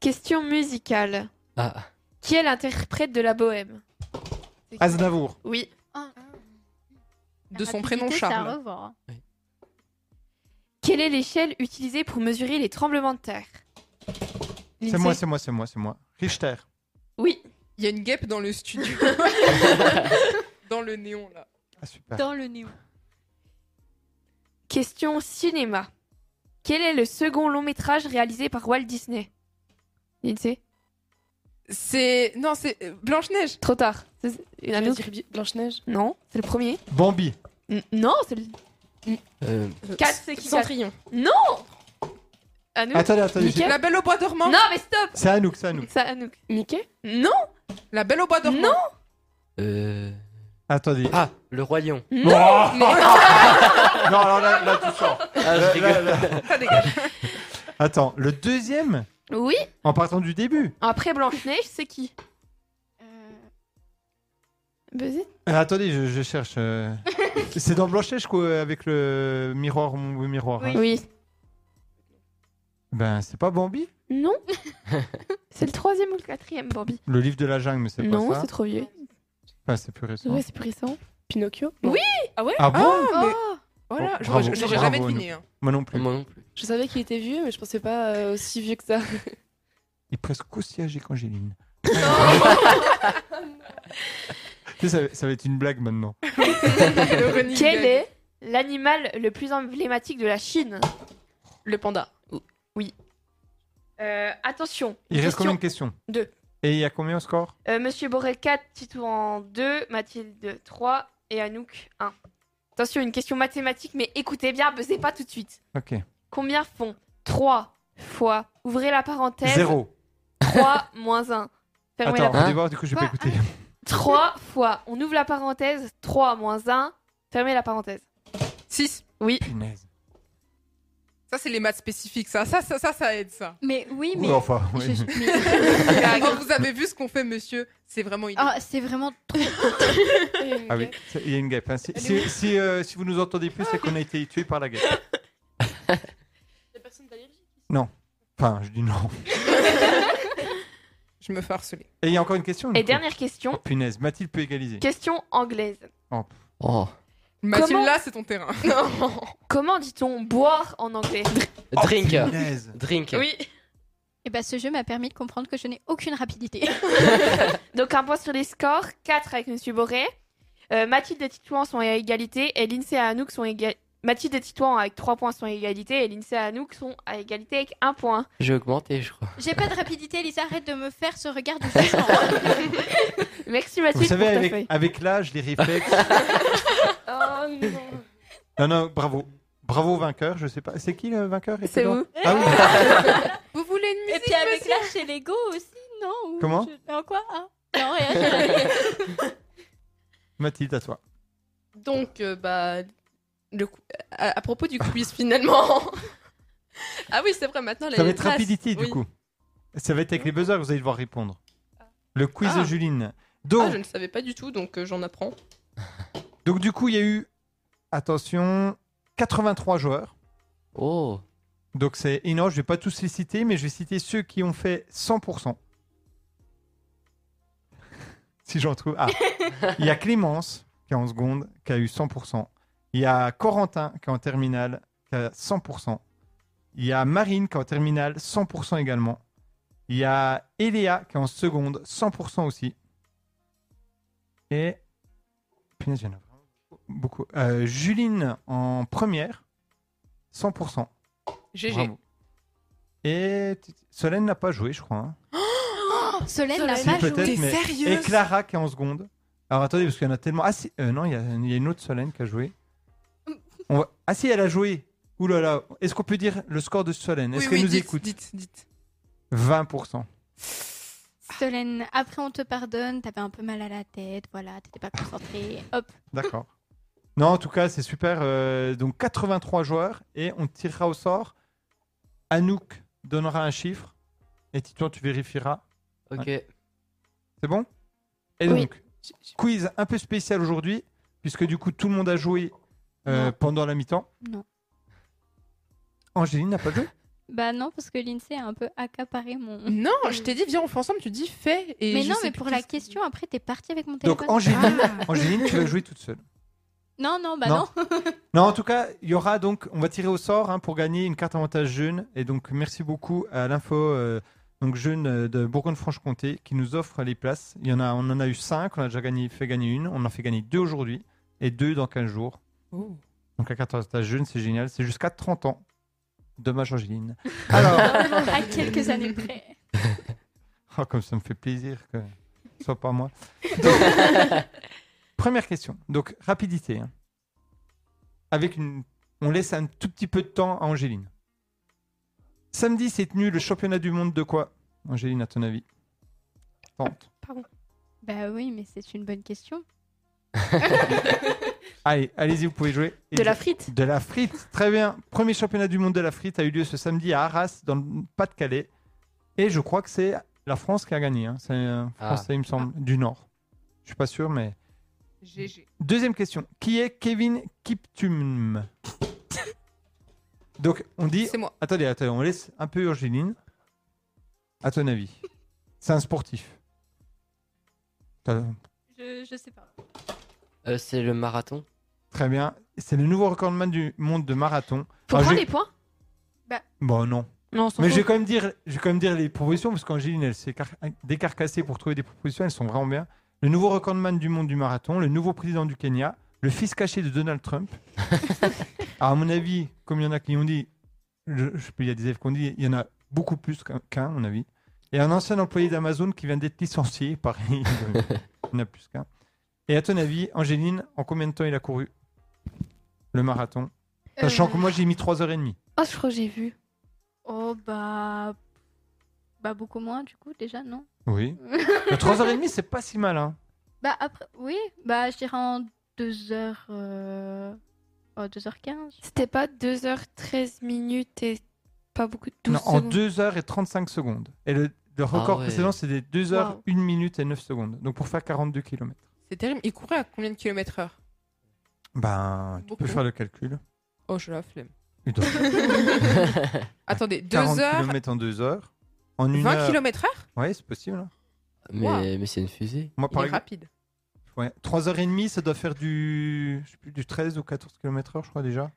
J: question musicale.
B: Ah,
J: Qui est l'interprète de la bohème
A: Aznavour.
J: Oui.
F: Ah,
E: De son
F: rapidité,
E: prénom
F: c'est à
E: Charles.
F: revoir.
J: Quelle est l'échelle utilisée pour mesurer les tremblements de terre
A: C'est
J: Lindsay
A: moi, c'est moi, c'est moi, c'est moi. Richter.
J: Oui.
E: Il y a une guêpe dans le studio. dans le néon, là.
A: Ah, super.
F: Dans le néo.
J: Question cinéma. Quel est le second long métrage réalisé par Walt Disney Lindsay
E: C'est. Non, c'est. euh, Blanche-Neige.
J: Trop tard. C'est- Il y en a un autre
G: Blanche-Neige.
J: Non, c'est le premier.
A: Bambi.
J: N- non, c'est le.
B: euh,
J: Quatre, c'est qui
C: Cendrillon.
J: Anouk
A: Attendez, attendez.
J: Mickey
A: j'ai-
E: La Belle au Bois dormant.
J: Non, mais stop
A: C'est Anouk, c'est Anouk.
J: Ça, Anouk.
G: Mickey
J: Non
E: La Belle au Bois dormant.
J: Non.
B: euh,
A: Attendez.
J: Hmm
B: ah, le roi lion.
A: Oh non, alors là, là, tout sort.
B: Ah, je
A: Là,
B: rigole.
A: là, là.
E: Ça dégage.
A: Attends, le deuxième,
J: Oui
A: en partant du début.
J: Après Blanche-Neige, c'est qui
F: Euh,
J: Buzzy
A: Euh, attendez, je, je cherche. euh. c'est dans Blanchet, je crois, avec le miroir, mon miroir. hein.
J: Oui.
A: Ben, c'est pas Bambi
G: Non C'est le troisième ou le quatrième, Bambi
A: Le livre de la jungle, mais c'est pas
G: Non,
A: ça.
G: c'est trop vieux.
A: Enfin, c'est plus récent.
G: Ouais, c'est plus récent.
K: Pinocchio
G: Oui
A: Ah bon
E: Ah, mais
A: Bon,
E: voilà,
A: Oh, bravo.
E: j'aurais j'aurais
A: Bravo,
E: jamais deviné. hein.
A: Moi non plus.
B: Moi non plus.
K: Je savais qu'il était vieux, mais je pensais pas euh, aussi vieux que ça.
A: Il est presque aussi âgé qu'Angéline. Tu sais, ça, va- ça va être une blague maintenant.
E: Le running
G: Quel
E: gag.
G: est l'animal le plus emblématique de la Chine
C: Le panda.
G: Euh, Attention.
A: Il reste
G: question.
A: combien de questions
G: Deux.
A: Et il y a combien au score
G: Euh, Monsieur Boré 4, Titou en 2, Mathilde 3 et Anouk 1. Attention, une question mathématique, mais écoutez bien, buzzez pas tout de suite.
A: Ok.
G: Combien font 3 fois, ouvrez la parenthèse,
A: Zéro.
G: 3 moins 1. Fermez la
A: Attends, on va
B: Hein
A: voir, du coup, je vais pas
G: Quoi
A: écouter.
G: 3 fois, on ouvre la parenthèse, 3 moins 1, fermez la parenthèse.
E: 6.
A: Punaise.
E: Ça, c'est les maths spécifiques, ça. Ça, ça, ça, ça aide, ça.
D: Mais oui, mais.
A: Oui, enfin, Oh, oui.
D: je- mais-
E: Non, vous avez vu ce qu'on fait, monsieur. C'est vraiment une.
D: Ah, c'est vraiment trop.
A: Ah oui, c'est- il y a une guêpe. hein. Si, si, si, euh, si vous nous entendez
C: Ah,
A: plus, c'est qu'on a été tué par la guêpe.
K: personne
A: Enfin, je dis non.
E: Je me fais harceler.
A: Et il y a encore une question du
G: Et
A: coup
G: dernière question,
A: Punaise, Mathilde peut égaliser.
G: question anglaise.
B: Oh.
E: Mathilde,
G: Comment-
E: là, c'est ton terrain.
G: Comment dit-on boire en anglais
B: Drink.
A: Oh, Punaise.
B: Drink.
G: Oui.
D: Et bah, ce jeu m'a permis de comprendre que je n'ai aucune rapidité.
G: Donc un point sur les scores, 4 avec Monsieur Boré. Euh, Mathilde et Titouan sont à égalité et l'INSEE et Anouk sont égal... Mathilde et Titouan avec 3 points sont à égalité et l'INSEE et Anouk sont à égalité avec 1 point.
B: J'ai augmenté, je crois.
D: J'ai pas de rapidité, Lisa, arrête de me faire ce regard de jugement.
G: Merci
A: Vous
G: Mathilde
A: savez,
G: pour ta
A: avec,
G: feuille.
A: avec l'âge, les réflexes.
G: Oh non.
A: non, non, bravo. Bravo au vainqueur, je sais pas. C'est qui le vainqueur
G: C'est
A: Étonnant.
G: vous.
A: Ah oui, Ah
E: Vous voulez une
D: Et puis avec là chez Lego aussi, non Ou
A: Comment
D: je- Non, quoi Ah, Non, rien, j'ai rien.
A: Mathilde, à toi.
C: Donc, euh, bah, le cou- à, à propos du quiz finalement. ah oui, c'est vrai, maintenant
A: Ça
C: les
A: va être
C: traces,
A: rapidité, du
C: oui.
A: coup. Ça va être avec les buzzers que vous allez devoir répondre. Le quiz
C: Ah.
A: de Juline.
C: Ah,
A: Donc,
C: je ne savais pas du tout, donc euh, j'en apprends.
A: donc, du coup, il y a eu, attention, 83 joueurs.
B: Oh.
A: Donc c'est énorme, je vais pas tous les citer, mais je vais citer ceux qui ont fait 100%. si j'en trouve. Ah, il y a Clémence qui a en seconde, qui a eu 100%. Il y a Corentin qui est en terminale, qui a 100%. Il y a Marine qui est en terminale, 100% également. Il y a Eléa qui est en seconde, 100% aussi. Et... Punaise, il y en a vraiment beaucoup. Euh, Juline en première, 100%.
E: GG.
A: Bravo. Et t- Solène n'a pas joué, je crois. hein.
D: Solène n'a
A: Si,
D: pas
A: peut-être,
D: joué.
A: mais- Et Clara qui est en seconde. Alors attendez, parce qu'il y en a tellement. Ah si, euh, non, il y, a, il y a une autre Solène qui a joué. On va- Ah si, elle a joué. Ouh là là. Est-ce qu'on peut dire le score de Solène Est-ce
E: Oui,
A: qu'elle
E: oui,
A: nous
E: dites,
A: écoute
E: Dites, dites.
A: 20%.
D: Solène, après on te pardonne, t'avais un peu mal à la tête, voilà, t'étais pas concentrée. Hop.
A: D'accord. non, en tout cas, c'est super. euh, donc 83 joueurs et on tirera au sort. Anouk donnera un chiffre et Titouan, tu vérifieras.
B: Ok.
A: C'est bon Et
G: Oui.
A: donc, quiz un peu spécial aujourd'hui, puisque du coup, tout le monde a joué euh,
D: Non.
A: pendant la mi-temps.
D: Non.
A: Angéline n'a pas joué
D: Bah non, parce que l'INSEE a un peu accaparé mon.
E: Non, je t'ai dit, viens, on fait ensemble, tu dis fais. Et
D: Mais
E: je
D: non,
E: sais
D: mais
E: plus Ah.
D: pour la
E: qu'est-ce que-
D: question, après t'es parti avec mon
A: Donc,
D: téléphone.
A: Angéline,
D: Ah.
A: Angéline, tu vas jouer toute seule.
D: Non, non, bah
A: Non.
D: non.
A: Non, en tout cas, il y aura donc, on va tirer au sort hein, pour gagner une carte avantage jeune. Et donc, merci beaucoup à l'info euh, donc jeune euh, de Bourgogne-Franche-Comté qui nous offre les places. Il y en a, on en a eu 5, on a déjà gagné, fait gagner une, on en fait gagner deux aujourd'hui et deux dans 15 jours.
E: Oh.
A: Donc la carte avantage jeune, c'est génial. C'est jusqu'à 30 ans. Dommage, Angéline. Alors,
D: à quelques années près.
A: oh, comme ça me fait plaisir que ce soit pas moi. Donc, première question. Donc, rapidité. hein. Avec une... On laisse un tout petit peu de temps à Angéline. Samedi s'est tenu le championnat du monde de quoi Angéline, à ton avis Tente.
D: Bah oui, mais c'est une bonne question.
A: Allez, allez-y, vous pouvez jouer. Et
G: De la frite
A: De la frite, très bien. Premier championnat du monde de la frite a eu lieu ce samedi à Arras, dans le Pas-de-Calais. Et je crois que c'est la France qui a gagné. hein. C'est euh,
B: Ah.
A: français, il me semble, du Nord. Je suis pas sûr, mais.
E: GG.
A: Deuxième question. Qui est Kevin Kiptum Donc, on dit.
E: C'est moi.
A: Attendez, attendez, on laisse un peu Urgeline. À ton avis, c'est un sportif. T'as-
F: Je, je sais pas.
B: Euh, c'est le marathon.
A: Très bien. C'est le nouveau recordman du monde de marathon.
J: Faut
A: Alors,
J: prendre
A: je-
J: les points
A: Bon, non.
J: Non, on s'en
A: Mais je
J: fout.
A: vais quand même dire, je vais quand même dire les propositions parce qu'Angéline, elle s'est car- décarcassée pour trouver des propositions. Elles sont vraiment bien. Le nouveau recordman du monde du marathon, le nouveau président du Kenya, le fils caché de Donald Trump. Alors, à mon avis, comme il y en a qui ont dit, je, je- il y a des élèves qui ont dit, il y en a beaucoup plus qu'un- qu'un, à mon avis. Et un ancien employé d'Amazon qui vient d'être licencié, pareil, il y en a plus qu'un. Et à ton avis, Angéline, en combien de temps il a couru le marathon Sachant
F: Euh,
A: que moi, j'ai mis 3h30.
J: Oh, je crois que j'ai vu.
F: Oh bah. Bah beaucoup moins du coup déjà, non
A: Oui. 3h30, c'est pas si mal, hein.
F: Bah après, oui, bah je dirais en 2h. Euh... oh, 2h15.
J: C'était pas 2h13 minutes et pas beaucoup de 12
A: Non, en
J: secondes.
A: 2h35 secondes. Et le, le record
B: ouais.
A: précédent, c'était 2h,
J: Wow.
A: 1 minute et 9 secondes. Donc pour faire 42 km.
E: C'est terrible. Il courait à combien de kilomètres heure
A: Ben, tu
E: Beaucoup.
A: peux faire le calcul.
E: Oh, je la flemme.
A: Il doit faire
E: Attendez, 2
A: 40
E: heures,
A: km en 2 heures. En 1
E: 20
A: heure.
E: km heure
A: Ouais, c'est possible. hein.
B: Mais,
E: Wow.
B: mais c'est une fusée.
A: Moi,
E: Il
A: par
E: est
A: exemple,
E: rapide.
A: ouais, 3h30, ça doit faire du, je sais plus, du 13 ou 14 km/h, je crois déjà.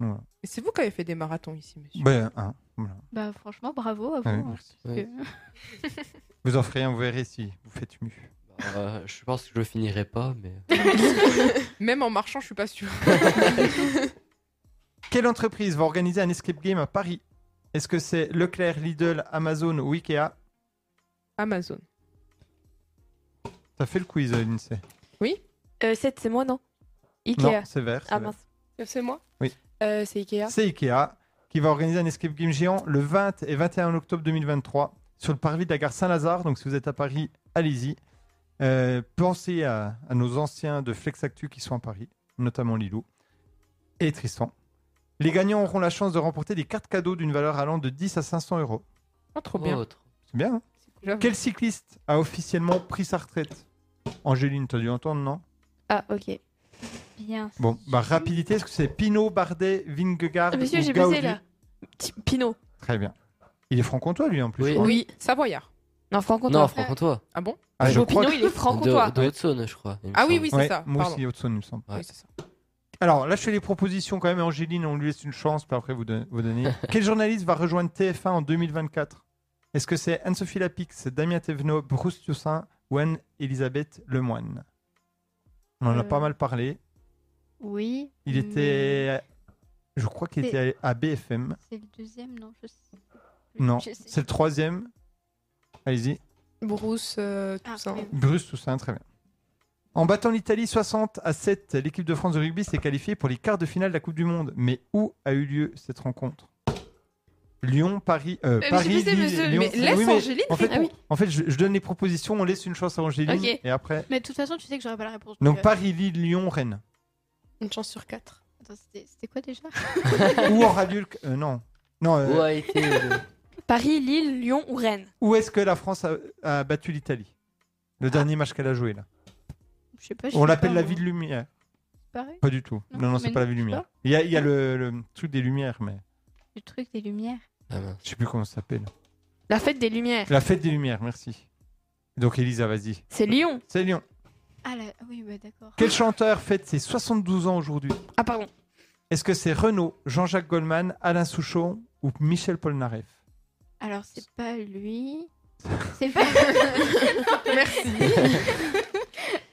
E: Mais c'est vous qui avez fait des marathons ici, monsieur.
A: Ben, un. Voilà.
F: Bah franchement, bravo à vous.
A: Ouais,
F: hein,
A: merci.
F: parce que-
A: Vous en ferez un, vous verrez si vous faites mieux.
B: Euh, je pense que je finirai pas, mais.
E: Même en marchant, je suis pas sûre.
A: Quelle entreprise va organiser un escape game à Paris Est-ce que c'est Leclerc, Lidl, Amazon ou Ikea
E: Amazon.
A: T'as fait le quiz, euh, l'INSEE.
J: Euh, 7, c'est moi, non Ikea.
A: Non, c'est vert. c'est
J: ah
A: vert.
J: mince.
G: C'est moi
A: Oui.
G: Euh, c'est Ikea.
A: C'est Ikea qui va organiser un escape game géant le 20 et 21 octobre 2023 sur le parvis de la gare Saint-Lazare. Donc si vous êtes à Paris, allez-y. Euh, pensez à, à nos anciens de Flex Actu qui sont à Paris, notamment Lilou et Tristan. Les gagnants auront la chance de remporter des cartes cadeaux d'une valeur allant de 10 à 500 euros.
E: Oh, trop bien.
B: Autre.
A: C'est bien, hein
E: J'avoue.
A: Quel cycliste a officiellement pris sa retraite Angéline, t'as dû entendre, non
G: Ah, ok.
F: Bien.
A: Bon, bah rapidité, est-ce que c'est Pinot, Bardet, Vingegaard
J: Ah, monsieur,
A: ou
J: j'ai
A: Gaudu
J: baissé là. Ti- Pinot.
A: Très bien. Il est franc-comtois, lui, en plus.
B: Oui.
A: je crois.
E: Savoyard.
J: Non,
B: Non,
J: franc-comtois.
B: franchement, toi.
E: Ah bon
A: Ah, je
J: Thibaut
A: crois
J: Pinot,
A: que-
J: il est franc-comtois.
B: De, de Haute-Saône, je crois. il me
E: Ah oui,
B: semble.
E: oui, c'est
A: Ouais,
E: ça.
A: Moi
E: Pardon.
A: aussi, Haute-Saône, il me semble.
B: Ouais.
E: Oui, c'est ça.
A: Alors, là, je fais les propositions quand même. Angéline, on lui laisse une chance, puis après, vous, don- vous donnez. Quel journaliste va rejoindre TF1 en 2024 Est-ce que c'est Anne-Sophie Lapix, Damien Thévenot, Bruce Toussaint ou Anne-Elisabeth Lemoine On en a
F: Euh.
A: pas mal parlé.
F: Oui.
A: Il était. Je crois qu'il
F: C'est-
A: était à à BFM.
F: mais C'est le deuxième, non je sais plus.
A: Non,
F: Je sais-
A: c'est le troisième. Allez-y.
E: Bruce, euh, tout
F: Ah,
E: ça.
F: oui.
A: Bruce Toussaint, très bien. En battant l'Italie 60 à 7, l'équipe de France de rugby s'est qualifiée pour les quarts de finale de la Coupe du Monde. Mais où a eu lieu cette rencontre Lyon, Paris, euh,
J: mais
A: Paris,
J: je sais,
A: Lille,
J: monsieur,
A: Lyon.
E: mais laisse
A: Oui, mais
E: Angéline
A: En fait,
J: Ah oui.
A: en fait, je, je donne les propositions, on laisse une chance à Angéline
J: Ok.
A: et après.
F: Mais de toute façon, tu sais que j'aurais pas la réponse.
A: Donc
F: euh,
A: Paris, Lille, Lyon, Rennes.
E: Une chance sur quatre.
F: attends, C'était c'était quoi déjà
A: où aura lieu le... euh, non, non. euh,
B: Où a été. le-
J: Paris, Lille, Lyon ou Rennes
A: Où est-ce que la France a, a battu l'Italie Le dernier match qu'elle a joué là.
F: Je sais pas. je
A: On
F: sais
A: l'appelle
F: pas,
A: la
F: moi.
A: Ville Lumière.
F: Pareil.
A: Pas du tout.
F: Non,
A: Non, non,
F: mais
A: c'est
F: non,
A: pas la
F: je
A: Ville
F: sais
A: Lumière.
F: pas.
A: Il y a, il y a le, le truc des Lumières, mais
F: Le truc des lumières.
B: Ah mince.
A: je sais plus comment ça s'appelle.
J: La fête des Lumières.
A: La fête des Lumières, merci. Donc Elisa, vas-y.
J: C'est Lyon.
A: C'est Lyon.
F: Ah là, oui, bah d'accord.
A: Quel chanteur fête ses 72 ans aujourd'hui
J: Ah, pardon.
A: Est-ce que c'est Renaud, Jean-Jacques Goldman, Alain Souchon ou Michel Polnareff
F: Alors, c'est pas lui. C'est pas.
E: Merci.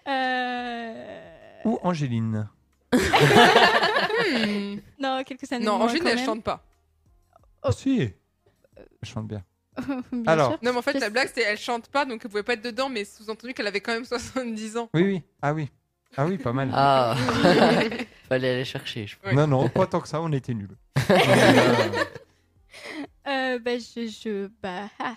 F: Euh...
A: Ou Angéline
E: Hmm.
F: Non, quelques années.
E: Non,
F: moins,
E: Angéline,
F: quand
E: elle
F: même.
E: chante pas.
F: oh.
A: Ah, Si Elle Euh, chante bien.
F: Bien
A: Alors.
F: sûr.
E: Non, mais en fait,
F: Je
E: la
F: sais-
E: blague, c'est elle chante pas, donc elle pouvait pas être dedans, mais sous-entendu qu'elle avait quand même 70 ans.
A: Oui, oui. Ah oui. Ah oui, pas mal.
B: Ah Fallait aller chercher, je pense.
A: Non, non, pas tant que ça, on était nuls.
F: Euh, bah, je. je... Bah, ah.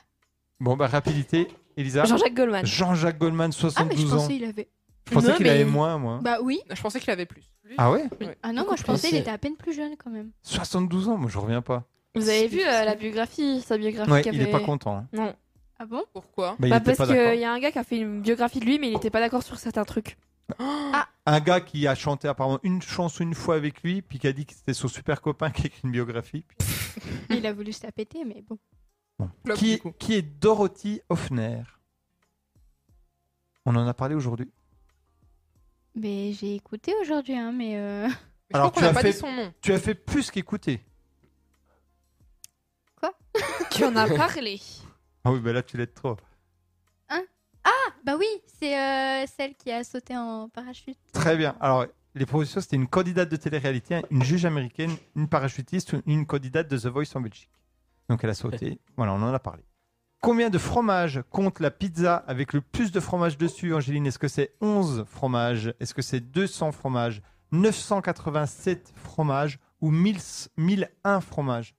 A: Bon, bah, rapidité. Elisa.
J: Jean-Jacques Goldman.
A: Jean-Jacques Goldman,
F: Ah, mais je
A: 72 ans.
F: pensais il avait.
A: Je pensais
J: Non,
A: qu'il
J: mais-
A: avait moins, moi.
F: Bah oui.
E: Je pensais qu'il avait plus.
A: Ah ouais
F: Ah non, moi je
B: Beaucoup
F: pensais il
B: plus.
F: était à peine plus jeune quand même.
A: 72 ans Moi, je reviens pas.
J: Vous avez vu euh, la biographie Sa biographie
A: Ouais,
J: qu'avait-
A: il est pas content. hein.
J: Non.
F: Ah bon
E: Pourquoi
A: Bah, il
J: Bah,
A: était
J: parce
A: pas
J: qu'il
A: d'accord.
J: y a un gars qui a fait une biographie de lui, mais il était pas d'accord sur certains trucs.
A: un gars qui a chanté apparemment une chanson une fois avec lui, puis qui a dit que c'était son super copain qui a écrit une biographie. Puis-
F: Il a voulu se la péter, mais bon.
E: Flop,
A: Qui,
E: du coup.
A: qui est Dorothy Hoffner On en a parlé aujourd'hui.
F: Mais j'ai écouté aujourd'hui, hein, mais. euh,
E: Je
A: Alors,
E: crois qu'on
A: tu
E: n'a
A: as
E: pas
A: fait-
E: dit son nom.
A: Tu as fait plus qu'écouter.
D: Tu en as parlé.
A: Ah oui, bah là tu l'aides trop.
F: Bah oui, c'est euh, celle qui a sauté en parachute.
A: Très bien. Alors, les propositions, c'était une candidate de télé-réalité, une juge américaine, une parachutiste, ou une candidate de The Voice en Belgique. Donc, elle a sauté. voilà, on en a parlé. Combien de fromages compte la pizza avec le plus de fromages dessus, Angéline Est-ce que c'est 11 fromages Est-ce que c'est 200 fromages 987 fromages ou 1000 1001 fromages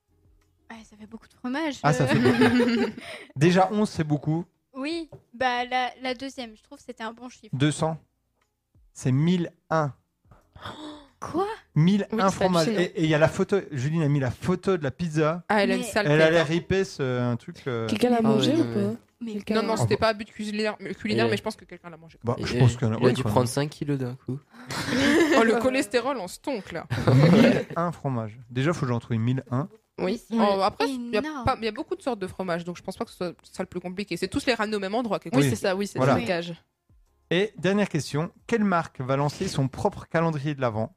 F: Ah, ça fait beaucoup de fromage.
A: Ah, ça
F: euh.
A: fait beaucoup. Déjà 11, c'est beaucoup.
F: Oui, bah la, la deuxième, je trouve que c'était un bon chiffre.
A: 200, c'est 1001.
F: Quoi
A: 1001
E: Oui, c'est
A: fromages.
E: hallucinant.
A: Et et il y a la photo, Juline a mis la photo de la pizza.
E: Ah, elle a
F: Mais-
E: une sale
A: Elle a
E: tête,
A: l'air épaisse, euh, un truc. euh,
G: Quelqu'un l'a
F: Ah
G: mangé
B: oui,
G: ou
B: non,
G: pas
F: Mais
G: Quelqu'un-
E: hein. Non, non,
G: Ah,
E: c'était pas à but culinaire, culinaire
B: Et-
E: mais je pense que quelqu'un l'a mangé.
A: bah, je
B: Et-
A: pense qu'il y en
B: Il
A: ouais,
B: a dû
A: quand
B: prendre 5 kilos d'un coup.
E: Oh, le cholestérol en stonk là.
A: Ah même. 1001 fromage. Déjà, faut que j'en trouve 1001.
E: Oui.
F: c'est
E: Oh, après, il y, a
F: énorme.
E: pas- il y a beaucoup de sortes de fromages, donc je pense pas que ce soit ça le plus compliqué. C'est tous les ramenés au même endroit. quelque
A: Oui,
C: Oui,
A: Oui.
C: c'est ça, oui, c'est
A: Voilà.
C: le stockage.
A: Et dernière question quelle marque va lancer son propre calendrier de l'Avent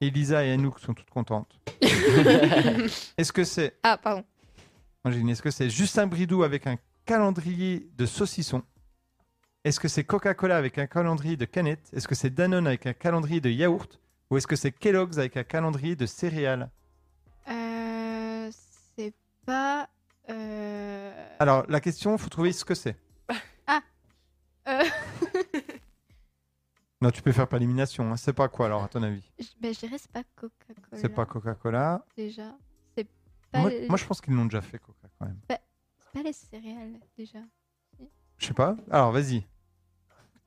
A: Elisa et Anouk sont toutes contentes. est-ce que c'est.
F: Ah, pardon.
A: Angéline, est-ce que c'est Justin Bridou avec un calendrier de saucisson Est-ce que c'est Coca-Cola avec un calendrier de canette Est-ce que c'est Danone avec un calendrier de yaourt Ou est-ce que c'est Kellogg's avec un calendrier de céréales
F: Euh, c'est pas. euh,
A: Alors, la question, faut trouver ce que c'est.
F: Ah. Euh.
A: non, tu peux faire par élimination. hein. C'est pas quoi, alors, à ton avis
F: je- ben, je dirais c'est pas Coca-Cola.
A: C'est pas Coca-Cola.
F: Déjà. C'est pas,
A: Moi,
F: les-
A: moi, je pense qu'ils l'ont déjà fait, Coca, quand même.
F: c'est pas les céréales, déjà.
A: Je sais pas. Alors, vas-y.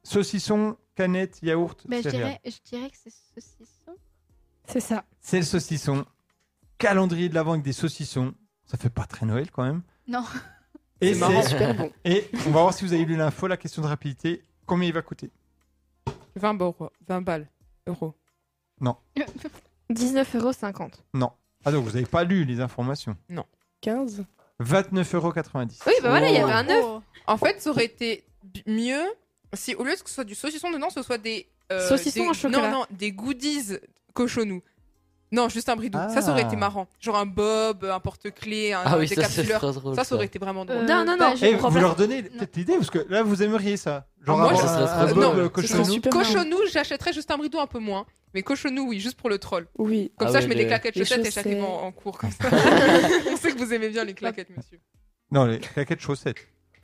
A: Saucisson, canette, yaourt,
F: Ben, je,
A: céréales.
F: dirais, je dirais que c'est saucisson.
L: C'est ça.
A: C'est le saucisson. Calendrier de l'avant avec des saucissons. Ça fait pas très Noël, quand même.
F: Non.
A: Et
E: C'est marrant,
A: c'est-
E: super bon.
A: Et on va voir si vous avez lu l'info, la question de rapidité. Combien il va coûter
E: 20 euros, 20 balles, euros.
J: 19,50€.
A: Ah donc, vous n'avez pas lu les informations.
G: 15
A: 29,90
J: Oui, bah voilà, il y avait
F: Oh.
J: un œuf.
E: En fait, ça aurait été b- mieux si au lieu de que ce soit du saucisson dedans, ce soit des euh,
J: Saucisson
E: des-
J: au chocolat.
E: Non, non, des goodies cochonou. Non, juste un bridou.
A: Ah.
E: Ça, ça aurait été marrant. Genre un bob, un porte-clés, un
B: Ah oui, ça c'est
E: décapsuleur.
B: trop drôle.
E: Ça, ça aurait été vraiment drôle.
J: Euh, non, non, non.
F: bah, je
A: Et vous
F: comprends pas.
A: leur donnez peut-être l'idée parce que là vous aimeriez ça. Genre
E: Ah, moi,
A: avoir
E: je
A: un-
B: serais
A: un
B: très
A: Bob
E: heureux.
A: euh,
G: Ce serait
A: cochonou.
G: super marrant.
E: Cochonou, j'achèterais juste un bridou un peu moins. Mais cochonou, oui, juste pour le troll.
G: Oui.
E: Comme
B: Ah
E: ça,
B: ouais,
E: je mets
B: les-
E: des claquettes
G: les
E: chaussettes et j'arrive en,
G: chaussettes.
E: en cours comme ça. On sait que vous aimez bien les claquettes, monsieur.
A: Non, les claquettes chaussettes.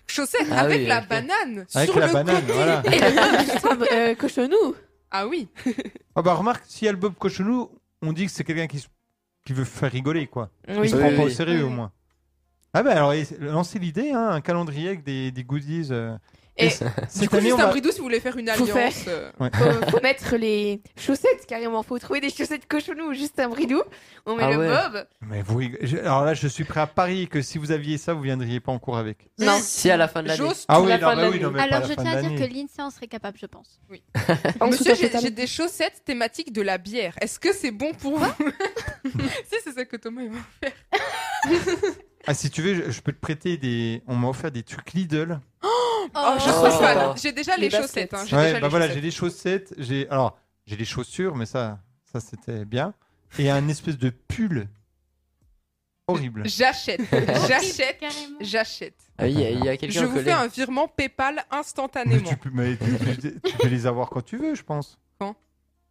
E: Chaussettes
B: Ah
E: avec
B: oui,
E: la
B: ok.
E: banane
A: Avec
E: sur
A: la
E: le
A: banane,
E: côté.
A: voilà.
J: Et le euh, cochonou.
E: Ah oui.
A: Ah bah remarque, s'il y a le Bob cochonou, on dit que c'est quelqu'un qui, se- qui veut faire rigoler quoi. Il
J: Oui.
A: se prend
B: oui,
A: pas au
B: oui.
A: sérieux au moins. Ah bah alors et- lancez l'idée, hein, un calendrier avec des, des goodies. euh.
J: Et
A: c-
E: Du
A: cette
E: coup,
A: année
E: juste
A: on
E: un
A: va.
E: bridou si vous voulez faire une
J: Faut
E: alliance. euh,
J: Faut, faut mettre les chaussettes carrément. Faut trouver des chaussettes cochonou ou juste un bridou. On met
B: Ah
J: le
B: ouais.
J: bob.
A: Mais vous rigolez. Je- Alors là je suis prêt à parier que si vous aviez ça vous viendriez pas en cours avec.
B: Non, si à la fin de l'année.
E: J'ose
A: Ah
J: Pour
A: oui,
J: la
A: non,
J: fin de
A: mais oui
J: l'année.
A: non mais pas
F: Alors,
A: la
F: je
A: fin
F: tiens
A: de
F: à dire
A: l'année.
F: que l'INSEE en serait capable, je pense.
G: En dessous,
E: Monsieur,
G: t'as
E: j'ai
G: totalement-
E: j'ai des chaussettes thématiques de la bière. Est-ce que c'est bon pour vous Si, c'est ça que Thomas il m'a offert.
A: Ah si tu veux je, je peux te prêter des. On m'a offert des trucs Lidl.
E: Oh, je
B: Oh.
E: suis fan. J'ai déjà les,
G: Les
E: chaussettes. hein. J'ai
A: Ouais,
E: déjà
A: bah
E: les
A: voilà, j'ai des
E: chaussettes.
A: chaussettes, j'ai alors j'ai des chaussures, mais ça, ça c'était bien, et un espèce de pull horrible.
E: J'achète. J'achète.
F: Carrément.
E: J'achète.
B: Ah oui, il y a- il y a
E: Je
B: quelqu'un au
E: vous fais
B: collège.
E: un virement PayPal
A: Mais
E: instantanément.
A: tu peux, mais tu peux- tu peux les avoir quand tu veux, je pense.
E: Quand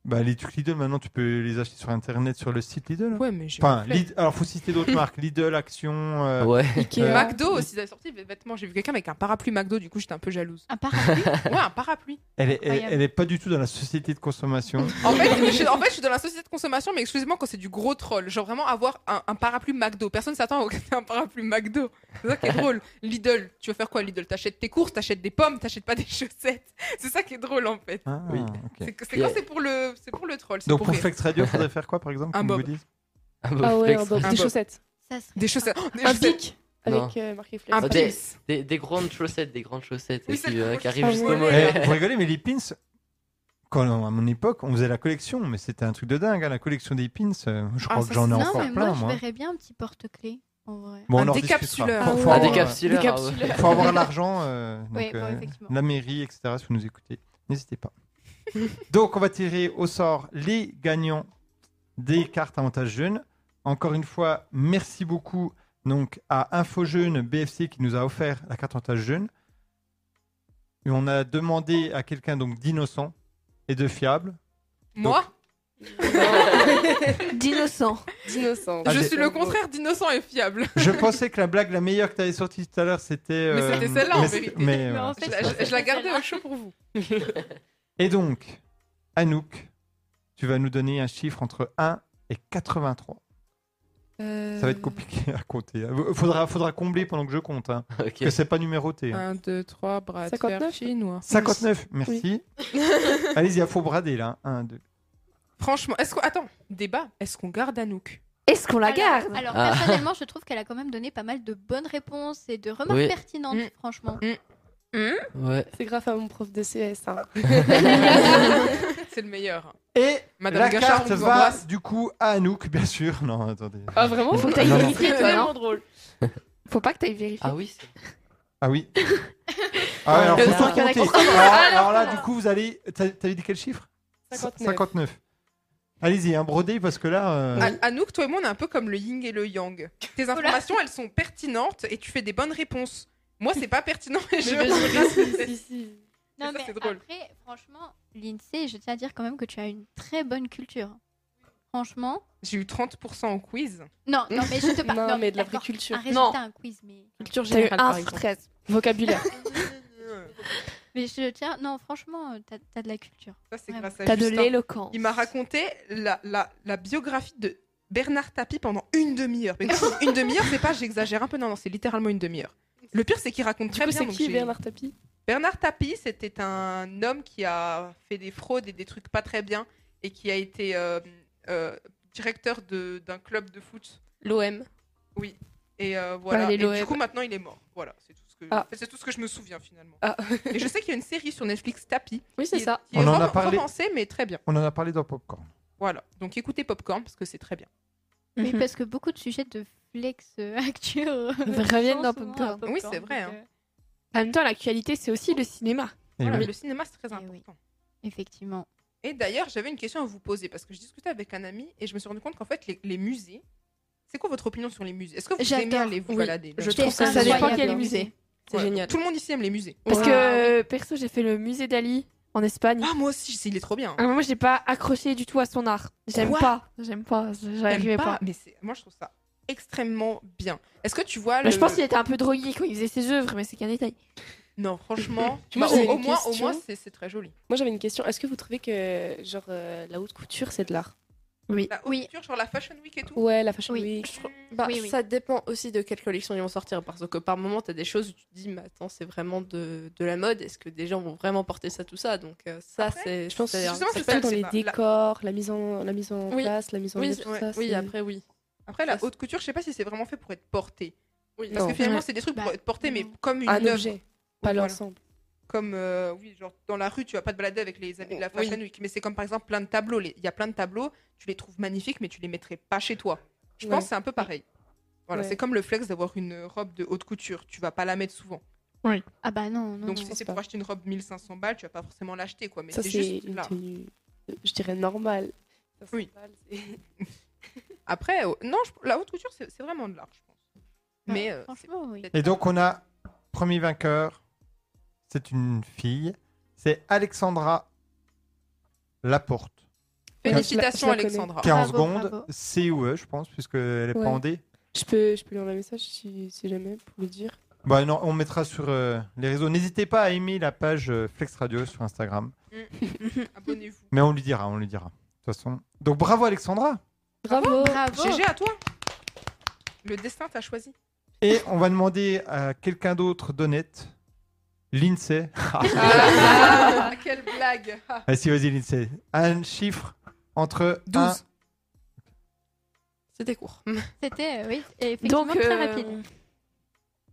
A: Bah les trucs Lidl maintenant, tu peux les acheter sur internet, sur le site Lidl.
E: Ouais, mais j'ai.
A: Enfin,
E: flemme.
A: Lidl, alors faut citer d'autres marques, Lidl, Action. euh,
B: Ah Ouais.
A: euh,
G: Ikea.
E: McDo aussi, ils avaient sorti des vêtements. J'ai vu quelqu'un avec un parapluie McDo, du coup j'étais un peu jalouse.
F: Un parapluie
E: Ouais, un parapluie.
A: Elle est, elle,
F: Incroyable.
A: elle est pas du tout dans la société de consommation.
E: En fait, je, en fait, je suis dans la société de consommation, mais excusez-moi quand c'est du gros troll. Genre vraiment avoir un, un parapluie McDo. Personne s'attend à que t'aies un parapluie McDo. C'est ça qui est drôle. Lidl, tu vas faire quoi Lidl T'achètes tes courses, t'achètes des pommes, t'achètes pas des chaussettes. C'est ça qui est drôle en fait.
A: Ah,
B: Oui.
A: ok. euh,
E: C'est que- c'est quand
B: Yeah.
E: c'est pour le, c'est pour le troll. c'est
A: Donc
E: pour
A: pour
E: rire.
A: Flex Radio, faudrait faire quoi par exemple
E: Un
A: comme
E: bob.
A: goodies
B: Un beau
G: Ah ouais, un
B: flex.
G: bob.
E: Un
G: Des
E: bob.
G: chaussettes.
F: Ça serait.
E: des chaussettes. Oh, des
G: Un
E: chaussettes.
G: pic
B: Non.
G: avec euh, marqué flex.
E: Un
B: Ah,
E: pic.
B: des- Des, des grandes chaussettes, des grandes chaussettes
E: Oui,
B: aussi,
E: c'est
B: euh,
E: drôle.
B: qui arrivent
G: Ah
B: jusqu'au
G: ouais.
B: mollet.
A: Eh, Vous rigolez, mais les pins, quand on- à mon époque, on faisait la collection, mais c'était un truc de dingue, hein, la collection des pins. euh, Je
E: Ah,
A: crois
E: ça,
A: que j'en ai
E: c'est-
F: Non,
A: encore
F: mais
A: plein,
F: moi,
A: moi.
F: je verrais bien un petit porte-clés, en vrai.
A: Bon,
E: Un
A: on en rediscutera.
E: décapsuleur.
A: Faut-
E: Ah
A: faut
E: ouais.
B: Un
A: avoir, euh,
B: décapsuleur. ah ouais.
A: Il faut avoir l'argent, euh, donc,
F: Oui, bon,
A: euh,
F: effectivement.
A: la mairie, etc. Si vous nous écoutez, n'hésitez pas. donc, on va tirer au sort les gagnants des cartes avantage jeune. Encore une fois, merci beaucoup donc à InfoJeune BFC qui nous a offert la carte avantage jeune. Et on a demandé à quelqu'un donc d'innocent et de fiable.
E: Moi,
D: D'innocent.
C: D'innocent.
A: Ah,
E: je
A: j'ai-
E: suis le contraire d'innocent et fiable.
A: Je pensais que la blague la meilleure que tu avais sortie tout à l'heure, c'était. euh,
E: c'était celle-là, en
A: mais-
E: vérité.
A: mais, euh,
F: Mais
A: voilà.
F: en
E: Je
F: fait,
E: la- je- je la gardais au chaud pour vous.
A: Et donc, Anouk, tu vas nous donner un chiffre entre 1 et 83.
E: Euh,
A: Ça va être compliqué à compter. hein. Faudra, faudra combler pendant que je compte, hein,
B: Ok.
A: que c'est pas numéroté. hein.
E: 1, 2, 3, bras de fer
G: 59.
E: chinois.
A: 59, merci. Allez-y, il faut brader là. 1, 2.
E: Franchement, est-ce qu'on. Attends, débat. Est-ce qu'on garde Anouk
D: Est-ce qu'on la
F: Alors-
D: garde
F: Alors,
B: Ah.
F: personnellement, je trouve qu'elle a quand même donné pas mal de bonnes réponses et de remarques
B: Oui.
F: pertinentes,
E: Mm.
F: franchement.
B: Ouais.
G: C'est grâce à mon prof de CS. hein.
E: C'est le meilleur. hein.
A: Et
E: Madame
A: la
E: Gachard,
A: carte
E: on vous
A: va
E: embrasse.
A: du coup à Anouk, bien sûr. Non, attendez.
G: Ah vraiment
D: Faut que t'ailles
A: Non, non.
D: vérifier, toi, non
G: drôle.
D: Faut pas que t'ailles vérifier.
B: Ah oui. c'est-
A: Ah oui. Ah ouais, alors
B: Euh,
A: faut
B: non.
A: tout
B: Il y en a
A: compter.
D: qui
A: Alors, alors là, du coup, vous allez. T'as t'as dit quel chiffre
G: 59.
A: 59. Allez-y, un brodé parce que là. euh,
E: A- Anouk, toi et moi, on est un peu comme le yin et le yang. Tes informations, elles sont pertinentes et tu fais des bonnes réponses. Moi, c'est pas pertinent et je.
G: Si, si.
F: Non,
E: ça,
F: mais
E: c'est drôle.
F: après, franchement, l'INSEE, je tiens à dire quand même que tu as une très bonne culture. Franchement.
E: J'ai eu 30% au quiz.
F: Non, non, mais je te parle.
G: Non, mais de la vraie
F: d'accord,
G: culture.
F: Un résultat, un quiz, mais.
G: Culture
D: T'as eu
G: générale, par
D: 1 sur
G: exemple.
D: 13.
G: Vocabulaire.
F: Mais je tiens. Non, franchement, euh, t'as as de la culture.
E: Ça, c'est
G: Ah,
F: Ouais.
E: grâce à
D: T'as de
E: Justin.
D: l'éloquence.
E: Il m'a raconté la, la, la biographie de Bernard Tapie pendant une demi-heure. Mais quand je dis une demi-heure, c'est pas j'exagère un peu, non, non, c'est littéralement une demi-heure. Le pire, c'est qu'il raconte
G: Du
E: très
G: coup,
E: bien.
G: c'est
E: donc
G: qui
E: j'ai-
G: Bernard Tapie
E: Bernard Tapie, c'était un homme qui a fait des fraudes et des trucs pas très bien et qui a été euh, euh, directeur de- d'un club de foot.
C: L'OM.
E: Et euh, voilà.
F: Bah, les
E: et du
F: Loeb.
E: coup, maintenant, il est mort. Voilà, c'est tout ce que,
G: Ah.
E: en fait, c'est tout ce que je me souviens finalement.
G: Ah.
E: et je sais qu'il y a une série sur Netflix Tapie.
G: Oui,
E: qui est- Qui
A: On
E: est
A: en a
E: re-
A: parlé.
E: romancée, mais très bien.
A: On en a parlé dans Popcorn.
E: Voilà. Donc écoutez Popcorn parce que c'est très bien.
F: Oui,
D: Mhm.
F: parce que beaucoup de sujets de flex euh, actuels
D: Reviennent dans
F: souvent à
D: Popcorn.
E: Oui, c'est vrai,
F: donc,
E: hein.
F: euh,
D: En même temps, l'actualité, c'est aussi le cinéma.
A: Et
E: Voilà,
A: oui.
E: Le cinéma, c'est très
F: Eh
E: important.
F: oui. Effectivement.
E: Et d'ailleurs, j'avais une question à vous poser parce que je discutais avec un ami et je me suis rendu compte qu'en fait, les, les musées, c'est quoi votre opinion sur les musées Est-ce que vous aimez
F: J'adore.
E: aller vous
C: Oui.
E: balader
C: Je
F: C'est
C: trouve que
D: Ça
C: ça
D: dépend
F: incroyable.
D: quel musée.
C: C'est
E: Ouais.
C: génial.
E: Tout le monde ici aime les musées.
D: Parce
C: Ouais.
D: que euh, perso, j'ai fait le musée d'Ali en Espagne.
E: Ah, moi aussi, c'est- il est trop bien.
D: À un moment, j'ai pas accroché du tout à son art. J'aime
E: Quoi
D: pas. J'aime pas. J'arrivais
E: T'aimes
D: pas.
E: Mais c'est- moi, je trouve ça extrêmement bien. Est-ce que tu vois.
D: Bah,
E: le-
D: Je pense qu'il était un peu drogué quand il faisait ses œuvres, mais c'est qu'un détail.
E: Non, franchement.
G: Tu
E: bah,
G: vois,
E: au,
G: j'avais
E: au
G: une
E: moins, au
G: question.
E: moins, c'est c'est très joli.
G: Moi, j'avais une question. Est-ce que vous trouvez que genre euh, la haute couture, c'est de l'art
E: La haute
F: Oui.
E: culture, genre la Fashion Week et tout.
G: Ouais, la fashion
F: Oui.
G: week.
C: Bah,
F: Oui, oui.
C: Ça dépend aussi de quelle collection ils vont sortir. Parce que par moment, tu as des choses où tu te dis, mais attends, c'est vraiment de, de la mode. Est-ce que des gens vont vraiment porter ça, tout ça Donc, euh, ça,
E: Après,
C: c'est.
G: Je pense
C: c'est-
E: justement,
C: ça
E: c'est
G: Tout
E: ça,
C: peut-
G: dans
E: je
G: les
E: sais pas. La-
G: décors, la mise en, la mise en
C: Oui.
G: place, la mise en
C: Oui,
G: œuvre,
C: c'est-
G: tout ça.
C: Oui,
G: c'est-
C: après, oui.
E: Après, la
C: Ça,
E: haute couture, je sais pas si c'est vraiment fait pour être porté.
C: Oui.
E: Parce
G: Non. Ah,
E: que finalement,
D: Ouais.
E: c'est des trucs
F: Bah,
E: pour être portés, mais
F: non.
E: comme une
G: Un
E: œuvre.
G: objet, pas
E: Oui, voilà.
G: l'ensemble.
E: comme euh, oui genre dans la rue tu vas pas te balader avec les habits de la
C: Oui.
E: fashion week mais c'est comme par exemple plein de tableaux Les- il y a plein de tableaux tu les trouves magnifiques mais tu les mettrais pas chez toi je
G: Ouais.
E: pense que c'est un peu pareil voilà
G: Ouais.
E: c'est comme le flex d'avoir une robe de haute couture tu vas pas la mettre souvent
F: Ah bah non, non. non.
E: donc si c'est
G: pas.
E: pour acheter une robe 1500 balles tu vas pas forcément l'acheter quoi mais
G: ça,
E: c'est
G: c'est
E: juste
G: une
E: là
G: tenue, euh, je dirais, normale.
E: Oui.
G: 500 balles, c'est-
E: après euh, non je- la haute couture c'est c'est vraiment de l'art je pense
G: Ah,
F: Bah,
E: mais euh, c'est
F: Franchement, oui.
E: peut-être
A: Et
E: pas-
A: donc, on a premier vainqueur. C'est une fille. C'est Alexandra Laporte.
G: Je
E: félicitations
G: la- je la
E: Alexandra
A: Qui est en
F: Bravo,
A: seconde.
F: bravo.
A: CUE, E je pense, puisqu'elle est
G: Ouais.
A: pas en D.
G: Je peux, je peux lui envoyer un message si, si jamais pour lui dire.
A: Bah non, on mettra sur euh, les réseaux. N'hésitez pas à aimer la page euh, Flex Radio sur Instagram.
E: Hum, abonnez-vous
A: Mais on lui dira, on lui dira. De toute façon. Donc, bravo Alexandra.
D: Ah
G: Bravo
F: Bravo.
E: GG à toi le destin t'a choisi
A: Et on va demander à quelqu'un d'autre d'honnête. L'INSEE.
E: Ah, quelle blague Ah.
A: Vas-y, vas-y, Lindsay. Un chiffre entre
E: 12.
C: C'était court.
F: C'était, euh, oui, effectivement
D: Donc,
F: très
D: euh,
F: rapide.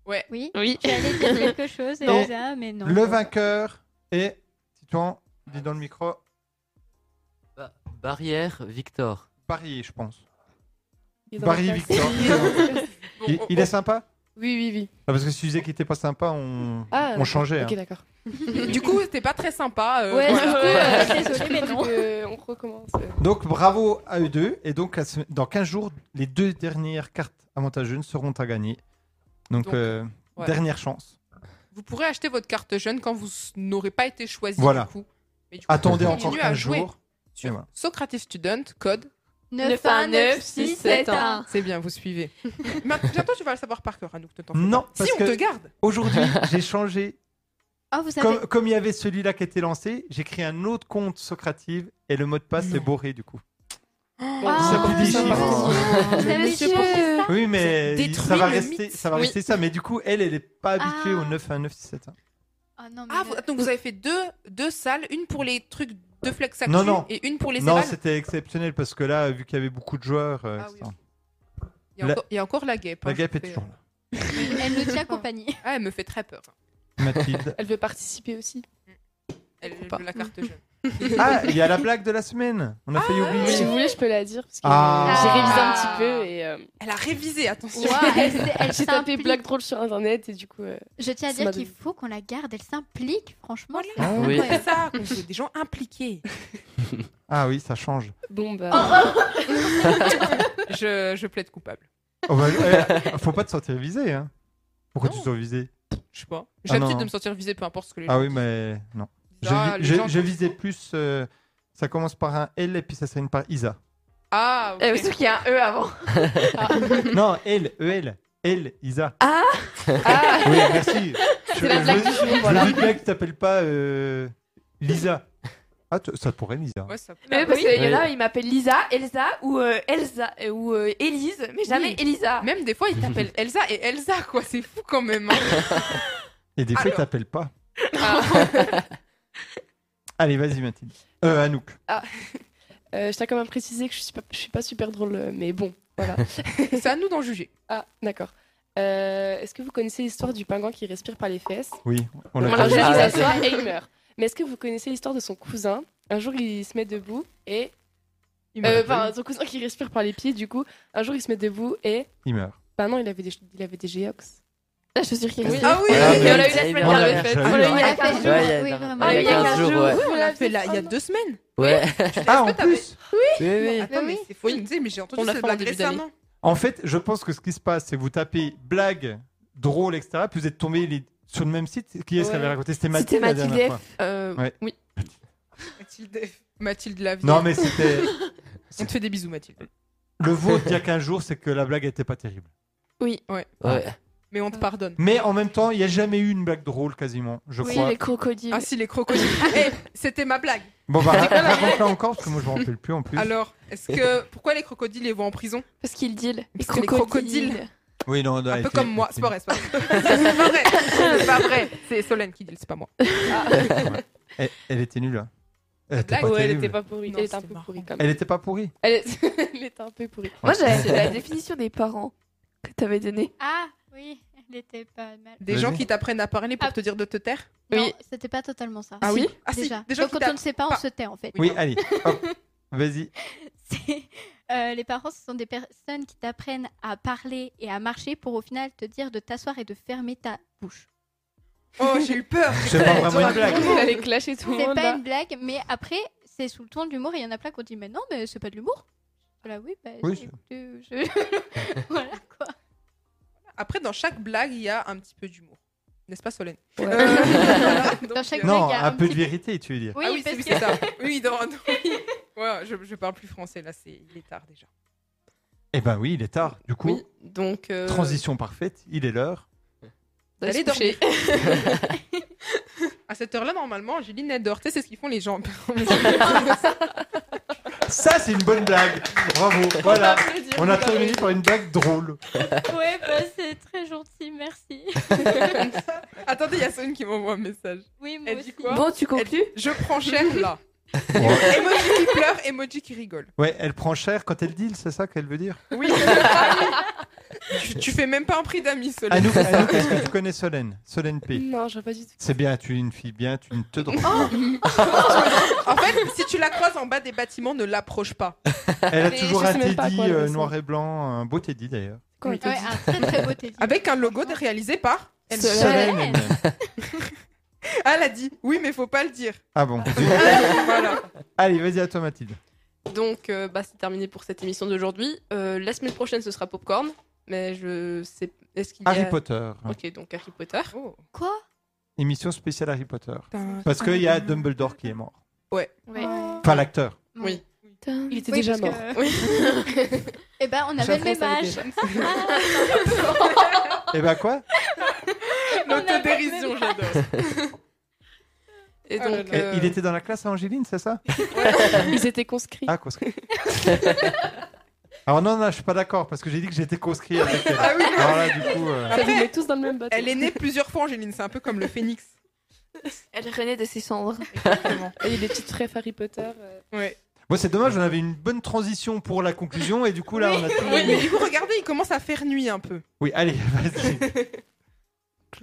E: ouais.
F: Oui.
D: Oui.
F: Tu allais dire quelque chose,
A: Non.
F: Elsa, mais non.
A: un. Le vainqueur est. Titouan, dis dans le micro.
B: bah, Barrière, Victor.
A: Barry, je pense.
G: Il est dans la
A: Barry
G: classe.
A: Victor.
E: Oh,
A: il, il est sympa
G: Oui, oui, oui.
A: Ah, Parce que si tu disais qu'il était pas sympa, on,
G: Ah,
A: on changeait.
G: Ok,
A: hein.
G: d'accord.
E: Du coup, c'était pas très sympa. euh,
D: Ouais,
E: voilà.
D: du coup, euh, désolée, mais non.
G: Euh, on recommence. euh.
A: hein. Donc bravo à eux deux. Et donc la sem- dans 15 jours, les deux dernières cartes avantage jeunes seront à gagner. Donc,
E: Donc,
A: euh,
E: ouais.
A: dernière chance.
E: Vous pourrez acheter votre carte jeune quand vous s- n'aurez pas été choisi.
A: Voilà.
E: Du coup. Mais du coup,
A: Attendez
E: vous
A: encore
E: continuez à
A: 15
E: jouer
A: jours. Et
E: Sur
A: voilà.
E: Socrative Student, code.
D: 9196771.
E: C'est bien, vous suivez. Maintenant, bientôt, tu vas le savoir par cœur, Anouk. Ne t'en fais
A: Non,
E: pas.
A: parce
E: Si, on
A: que-
E: te garde.
A: Aujourd'hui, j'ai changé.
F: Ah, vous savez.
A: Comme, comme il y avait celui-là qui était lancé, j'ai créé un autre compte Socrative et le mot de passe est boré du coup.
F: Ah,
A: ça publie
F: c'est
A: chez moi.
F: mignon.
D: Mais
F: Monsieur,
D: monsieur.
A: Oui, mais il-
E: détruit
A: ça va
E: le
A: rester,
E: mythe.
A: ça va
E: Oui.
A: rester ça. Mais du coup, elle, elle est pas habituée
F: Ah.
A: au 91961.
F: Ah non, mais
E: Ah,
F: le-
E: vous- donc vous avez fait deux, deux salles, une pour les trucs de flex actu
A: Non, non.
E: et une pour les
A: Non,
E: salles.
A: c'était exceptionnel parce que là, vu qu'il y avait beaucoup de joueurs, euh,
E: Ah oui,
A: ça-
E: Il y, a
A: la-
E: encore, il y a encore la guêpe. hein,
A: la gap
E: je
A: est
E: fais-
A: toujours là.
F: elle nous tient compagnie.
E: Ah, elle me fait très peur.
A: Mathilde.
G: Elle veut participer aussi.
E: Elle
G: Pourquoi
E: elle
G: pas
E: veut la carte jeune.
A: ah, il y a la blague de la semaine. On a failli oublier.
G: Si vous voulez, je peux la dire. Parce que
A: Ah.
G: euh, j'ai révisé un
E: Ah.
G: petit peu et euh,
E: Elle a révisé, attention.
F: Ouah, elle s'est- elle
G: j'ai tapé
F: s'implique.
G: blague drôle sur internet et du coup. euh,
F: Je tiens à
G: Ça
F: dire
G: m'a
F: qu'il
G: donné.
F: faut qu'on la garde. Elle s'implique, franchement. c'est
A: Ah,
B: Oui.
E: C'est ça, qu'on fait des gens impliqués.
A: Ah oui, ça change.
G: bon, bah.
E: Je, je plaide coupable.
A: Oh, bah, euh, faut pas te sentir visé. Hein. Pourquoi
E: Non.
A: tu te sens visé
E: Je sais pas.
A: Ah,
E: J'ai l'habitude
A: non.
E: de me sentir visée, peu importe ce que les
A: Ah
E: gens
A: oui,
E: disent.
A: mais non. Je,
E: Ah,
A: vi-
E: les
A: je-
E: gens-
A: je visais plus. euh, ça commence par un L et puis ça termine par Isa.
E: Ah, ok.
J: Euh, sauf qu'il y a un E avant.
A: non, L, EL. L, Isa.
G: Ah
A: Oui, merci. C'est
G: la blague du jour, voilà.
A: Je me dis bien que tu t'appelles pas euh, Lisa. Ah, tu- ça pourrait, Lisa.
E: Ouais, ça peut- Ah
J: Mais oui, parce qu'il y en a,
B: Oui.
J: il m'appelle Lisa, Elsa ou euh, Elsa euh, ou euh, Élise, mais jamais
E: Oui.
J: Elisa.
E: Même des fois, ils t'appellent Elsa et Elsa, quoi. C'est fou quand même. hein.
A: Et des fois,
E: Alors.
A: ils t'appellent pas.
E: Ah.
A: Allez, vas-y, Mathilde. Euh, Anouk.
G: Euh, je t'ai quand même précisé que je suis pas, je suis pas super drôle, euh, mais bon, voilà.
E: C'est à nous d'en juger.
G: Ah, d'accord. Euh, Est-ce que vous connaissez l'histoire du pingouin qui respire par les fesses
A: Oui, on
G: On
A: l'a
G: un
A: fait.
G: jour, il
B: Ah,
G: s'assoit et il meurt. Mais est-ce que vous connaissez l'histoire de son cousin Un jour, il se met debout et.
A: Il
G: Euh,
A: meurt.
G: Enfin, son cousin qui respire par les pieds, du coup. Un jour, il se met debout et.
A: Il meurt.
G: Bah non, il avait des, il avait des géox.
J: La chaussure qui
G: Oui.
E: Ah oui,
B: Ah, mais
J: on l'a eu la
B: c'est
J: semaine
B: bien.
A: dernière,
B: Ouais,
A: en fait.
B: j'avoue.
A: On l'a
E: Ah,
A: eu il y a
B: Ouais,
A: quinze
B: jours.
F: jours.
B: Ouais,
F: Oui,
B: il y a-
F: vraiment.
B: il
G: Ah,
B: y a
J: Il y a
B: 15
J: quinze
B: jours,
J: jours,
B: ouais.
E: on l'a fait là, il y a deux semaines.
B: Ouais.
A: Ah, en plus
B: Oui, oui.
E: Attends, Eh, mais c'est fou. Mais j'ai entendu
G: On l'a
E: cette
G: fait en
E: blague
G: début d'année.
E: récemment.
A: En fait, je pense que ce qui se passe, c'est que vous tapez blague, drôle, etc. Puis vous êtes tombé les- sur le même site. Qui est-ce qui
G: Ouais.
A: avait raconté C'était
J: C'était
A: Mathilde la dernière
J: Mathilde
A: fois.
E: Euh,
A: Ouais.
E: Oui. Mathilde, Mathilde Lavier.
A: Non, mais c'était.
E: On te fait des bisous, Mathilde.
A: Le vôtre il y a 15 jours, c'est que la blague n'était pas terrible.
E: Ah.
B: Ouais.
E: Mais on te pardonne.
A: Mais en même temps, il n'y a jamais eu une blague drôle quasiment, je
J: Oui,
A: crois.
J: les crocodiles.
E: Ah si, les crocodiles. Eh, c'était ma blague.
A: Bon, bah, raconte-la encore parce que moi je ne me rappelle plus en plus.
E: Alors, est-ce que pourquoi les crocodiles les vont en prison
J: Parce qu'ils deal.
E: Les crocodiles.
A: Oui, non, non,
E: Un
A: elle
E: peu
A: fait-
E: comme moi.
A: elle
E: C'est
A: fait-
E: pas vrai, c'est pas vrai. C'est pas vrai. C'est pas vrai. C'est Solène qui dit, c'est pas moi.
A: Elle, elle était nulle. hein. Elle
E: La
A: était
E: blague,
A: pas
G: ouais, elle
A: terrible.
G: était pas pourrie.
E: Non,
G: elle était un
E: c'était
G: peu
E: marrant.
G: pourrie quand même.
A: Elle était pas pourrie.
G: Elle, est- elle était un peu pourrie.
J: Moi, j'avais c'est la définition des parents que t'avais donnée.
F: Ah, oui, elle était pas mal.
E: Des
A: Vas-y.
E: gens qui t'apprennent à parler
F: Ah.
E: pour te dire de te taire.
F: Non,
G: Oui.
F: c'était pas totalement ça.
E: Ah oui. Ah si.
F: Déjà.
E: Des gens
F: Donc,
E: qui
F: quand on
E: t'a-
F: ne sait pas, on
E: pas-
F: se tait en fait.
A: Oui, allez, hop, vas-y.
F: C'est- euh, les parents, ce sont des personnes qui t'apprennent à parler et à marcher pour au final te dire de t'asseoir et de fermer ta bouche.
E: Oh, j'ai eu peur.
A: C'est pas vraiment une blague.
G: Il allait clasher tout le
F: C'est
G: monde.
F: pas
G: là.
F: une blague, mais après, c'est sous le ton de l'humour. et Il y en a plein qui ont dit Mais non, mais c'est pas de l'humour. Voilà, oui, bah,
A: Oui,
F: j'ai- euh, je- voilà quoi.
E: Après, dans chaque blague, il y a un petit peu d'humour. N'est-ce pas, Solène
G: Ouais.
E: Euh, voilà,
F: Dans
E: donc,
F: chaque-
E: euh,
A: Non,
F: blague, il y a
A: un
F: un
A: peu de
F: petit-
A: vérité, tu veux dire.
F: Oui,
E: ah oui, c'est
F: parce
E: oui,
F: que
E: c'est ça. Oui, dans... oui. Ouais, je, je parle plus français là, c'est il est tard déjà.
A: Eh ben oui, il est tard. Du coup,
E: Oui, donc euh,
A: transition parfaite, il est l'heure.
E: d'aller
G: se
E: dormir.
G: coucher.
E: à cette heure-là, normalement, Juline elle dort. Tu sais, c'est ce qu'ils font les gens.
A: Ça, c'est une bonne blague. Bravo. Voilà. On a terminé par une blague drôle.
F: Ouais, bah, c'est très gentil, merci.
E: Attendez, il y a Solène qui m'envoie un message.
F: Oui, moi
E: Elle dit
F: aussi.
E: quoi
J: Bon, tu conclus
E: Je prends cher là. emoji qui pleure, emoji qui rigole.
A: Ouais, elle prend cher quand elle deal, c'est ça qu'elle veut dire
E: Oui. Ah oui. tu, tu fais même pas un prix d'amis, Solène.
A: Anouk, Anouk, est-ce que tu connais Solène Solène P.
G: Non, je vois pas du tout.
A: C'est bien, tu es une fille bien, tu ne te drogues
E: En fait, si tu la croises en bas des bâtiments, ne l'approche pas.
A: Elle a
G: Oh, Mais
A: toujours
G: je
A: un
G: sais même pas à
A: teddy
G: quoi elle
A: euh,
G: ressemble.
A: noir et blanc, un beau teddy d'ailleurs.
G: Comment
F: Ouais, un très très beau teddy.
E: Avec un logo réalisé par. Elle-
F: Solène.
A: elle-même.
E: Ah, Elle a dit oui, mais faut pas le dire.
A: Ah bon.
E: voilà.
A: Allez, vas-y à toi Mathilde.
C: Donc, euh, bah, c'est terminé pour cette émission d'aujourd'hui. Euh, la semaine prochaine, ce sera Popcorn. Mais je sais. Est-ce qu'il y a.
G: Euh,
A: Harry Potter.
C: Ok, donc Harry Potter.
A: Oh.
F: Quoi
A: Émission spéciale Harry Potter. Parce qu'il y a Dumbledore qui est mort.
J: Ouais.
A: Enfin, l'acteur.
C: Oui.
G: Il était
F: Oui,
G: déjà
F: parce
G: mort.
F: que-
C: Oui.
F: Eh ben, on avait le même âge. Ah,
G: Ah,
A: Et bah quoi
E: L'autodérision, j'adore.
C: Et
G: Ah
E: Oh là
C: donc.
A: Et
C: euh,
A: Il était dans la classe à Angéline, c'est ça
G: Ils étaient conscrits.
A: Ah, conscrit. Alors non, non, je suis pas d'accord parce que j'ai dit que j'étais conscrit avec elle.
E: Ah oui, non.
A: Alors là, du coup, euh,
G: Ça vous
E: Après,
G: met tous dans le même bateau.
E: elle est née plusieurs fois, Angéline. C'est un peu comme le phénix.
J: Elle renaît de ses cendres.
C: euh,
G: Elle est des petites refs Harry Potter. euh.
E: Ouais.
A: bon, c'est dommage, on avait une bonne transition pour la conclusion et du coup là, on a tout.
E: Oui, mais du coup, regardez, il commence à faire nuit un peu.
A: Oui, allez, vas-y.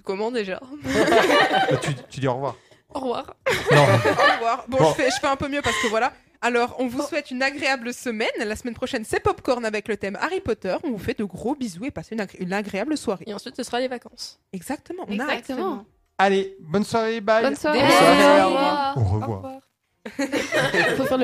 C: Comment déjà
A: Bah, tu, tu dis au revoir.
C: Au revoir.
A: Non.
E: Au revoir. Bon,
A: Bon.
E: Je, fais, je fais un peu mieux parce que voilà. Alors, on vous souhaite une agréable semaine. La semaine prochaine, c'est Popcorn avec le thème Harry Potter. On vous fait de gros bisous et passez une, agré- une agréable soirée.
C: Et ensuite, ce sera les vacances.
E: Exactement. On a hâte.
J: Exactement.
A: Allez, bonne soirée, bye.
J: Bonne soirée.
A: Bonne soirée.
F: Au revoir.
A: Au revoir.
G: Faut faire le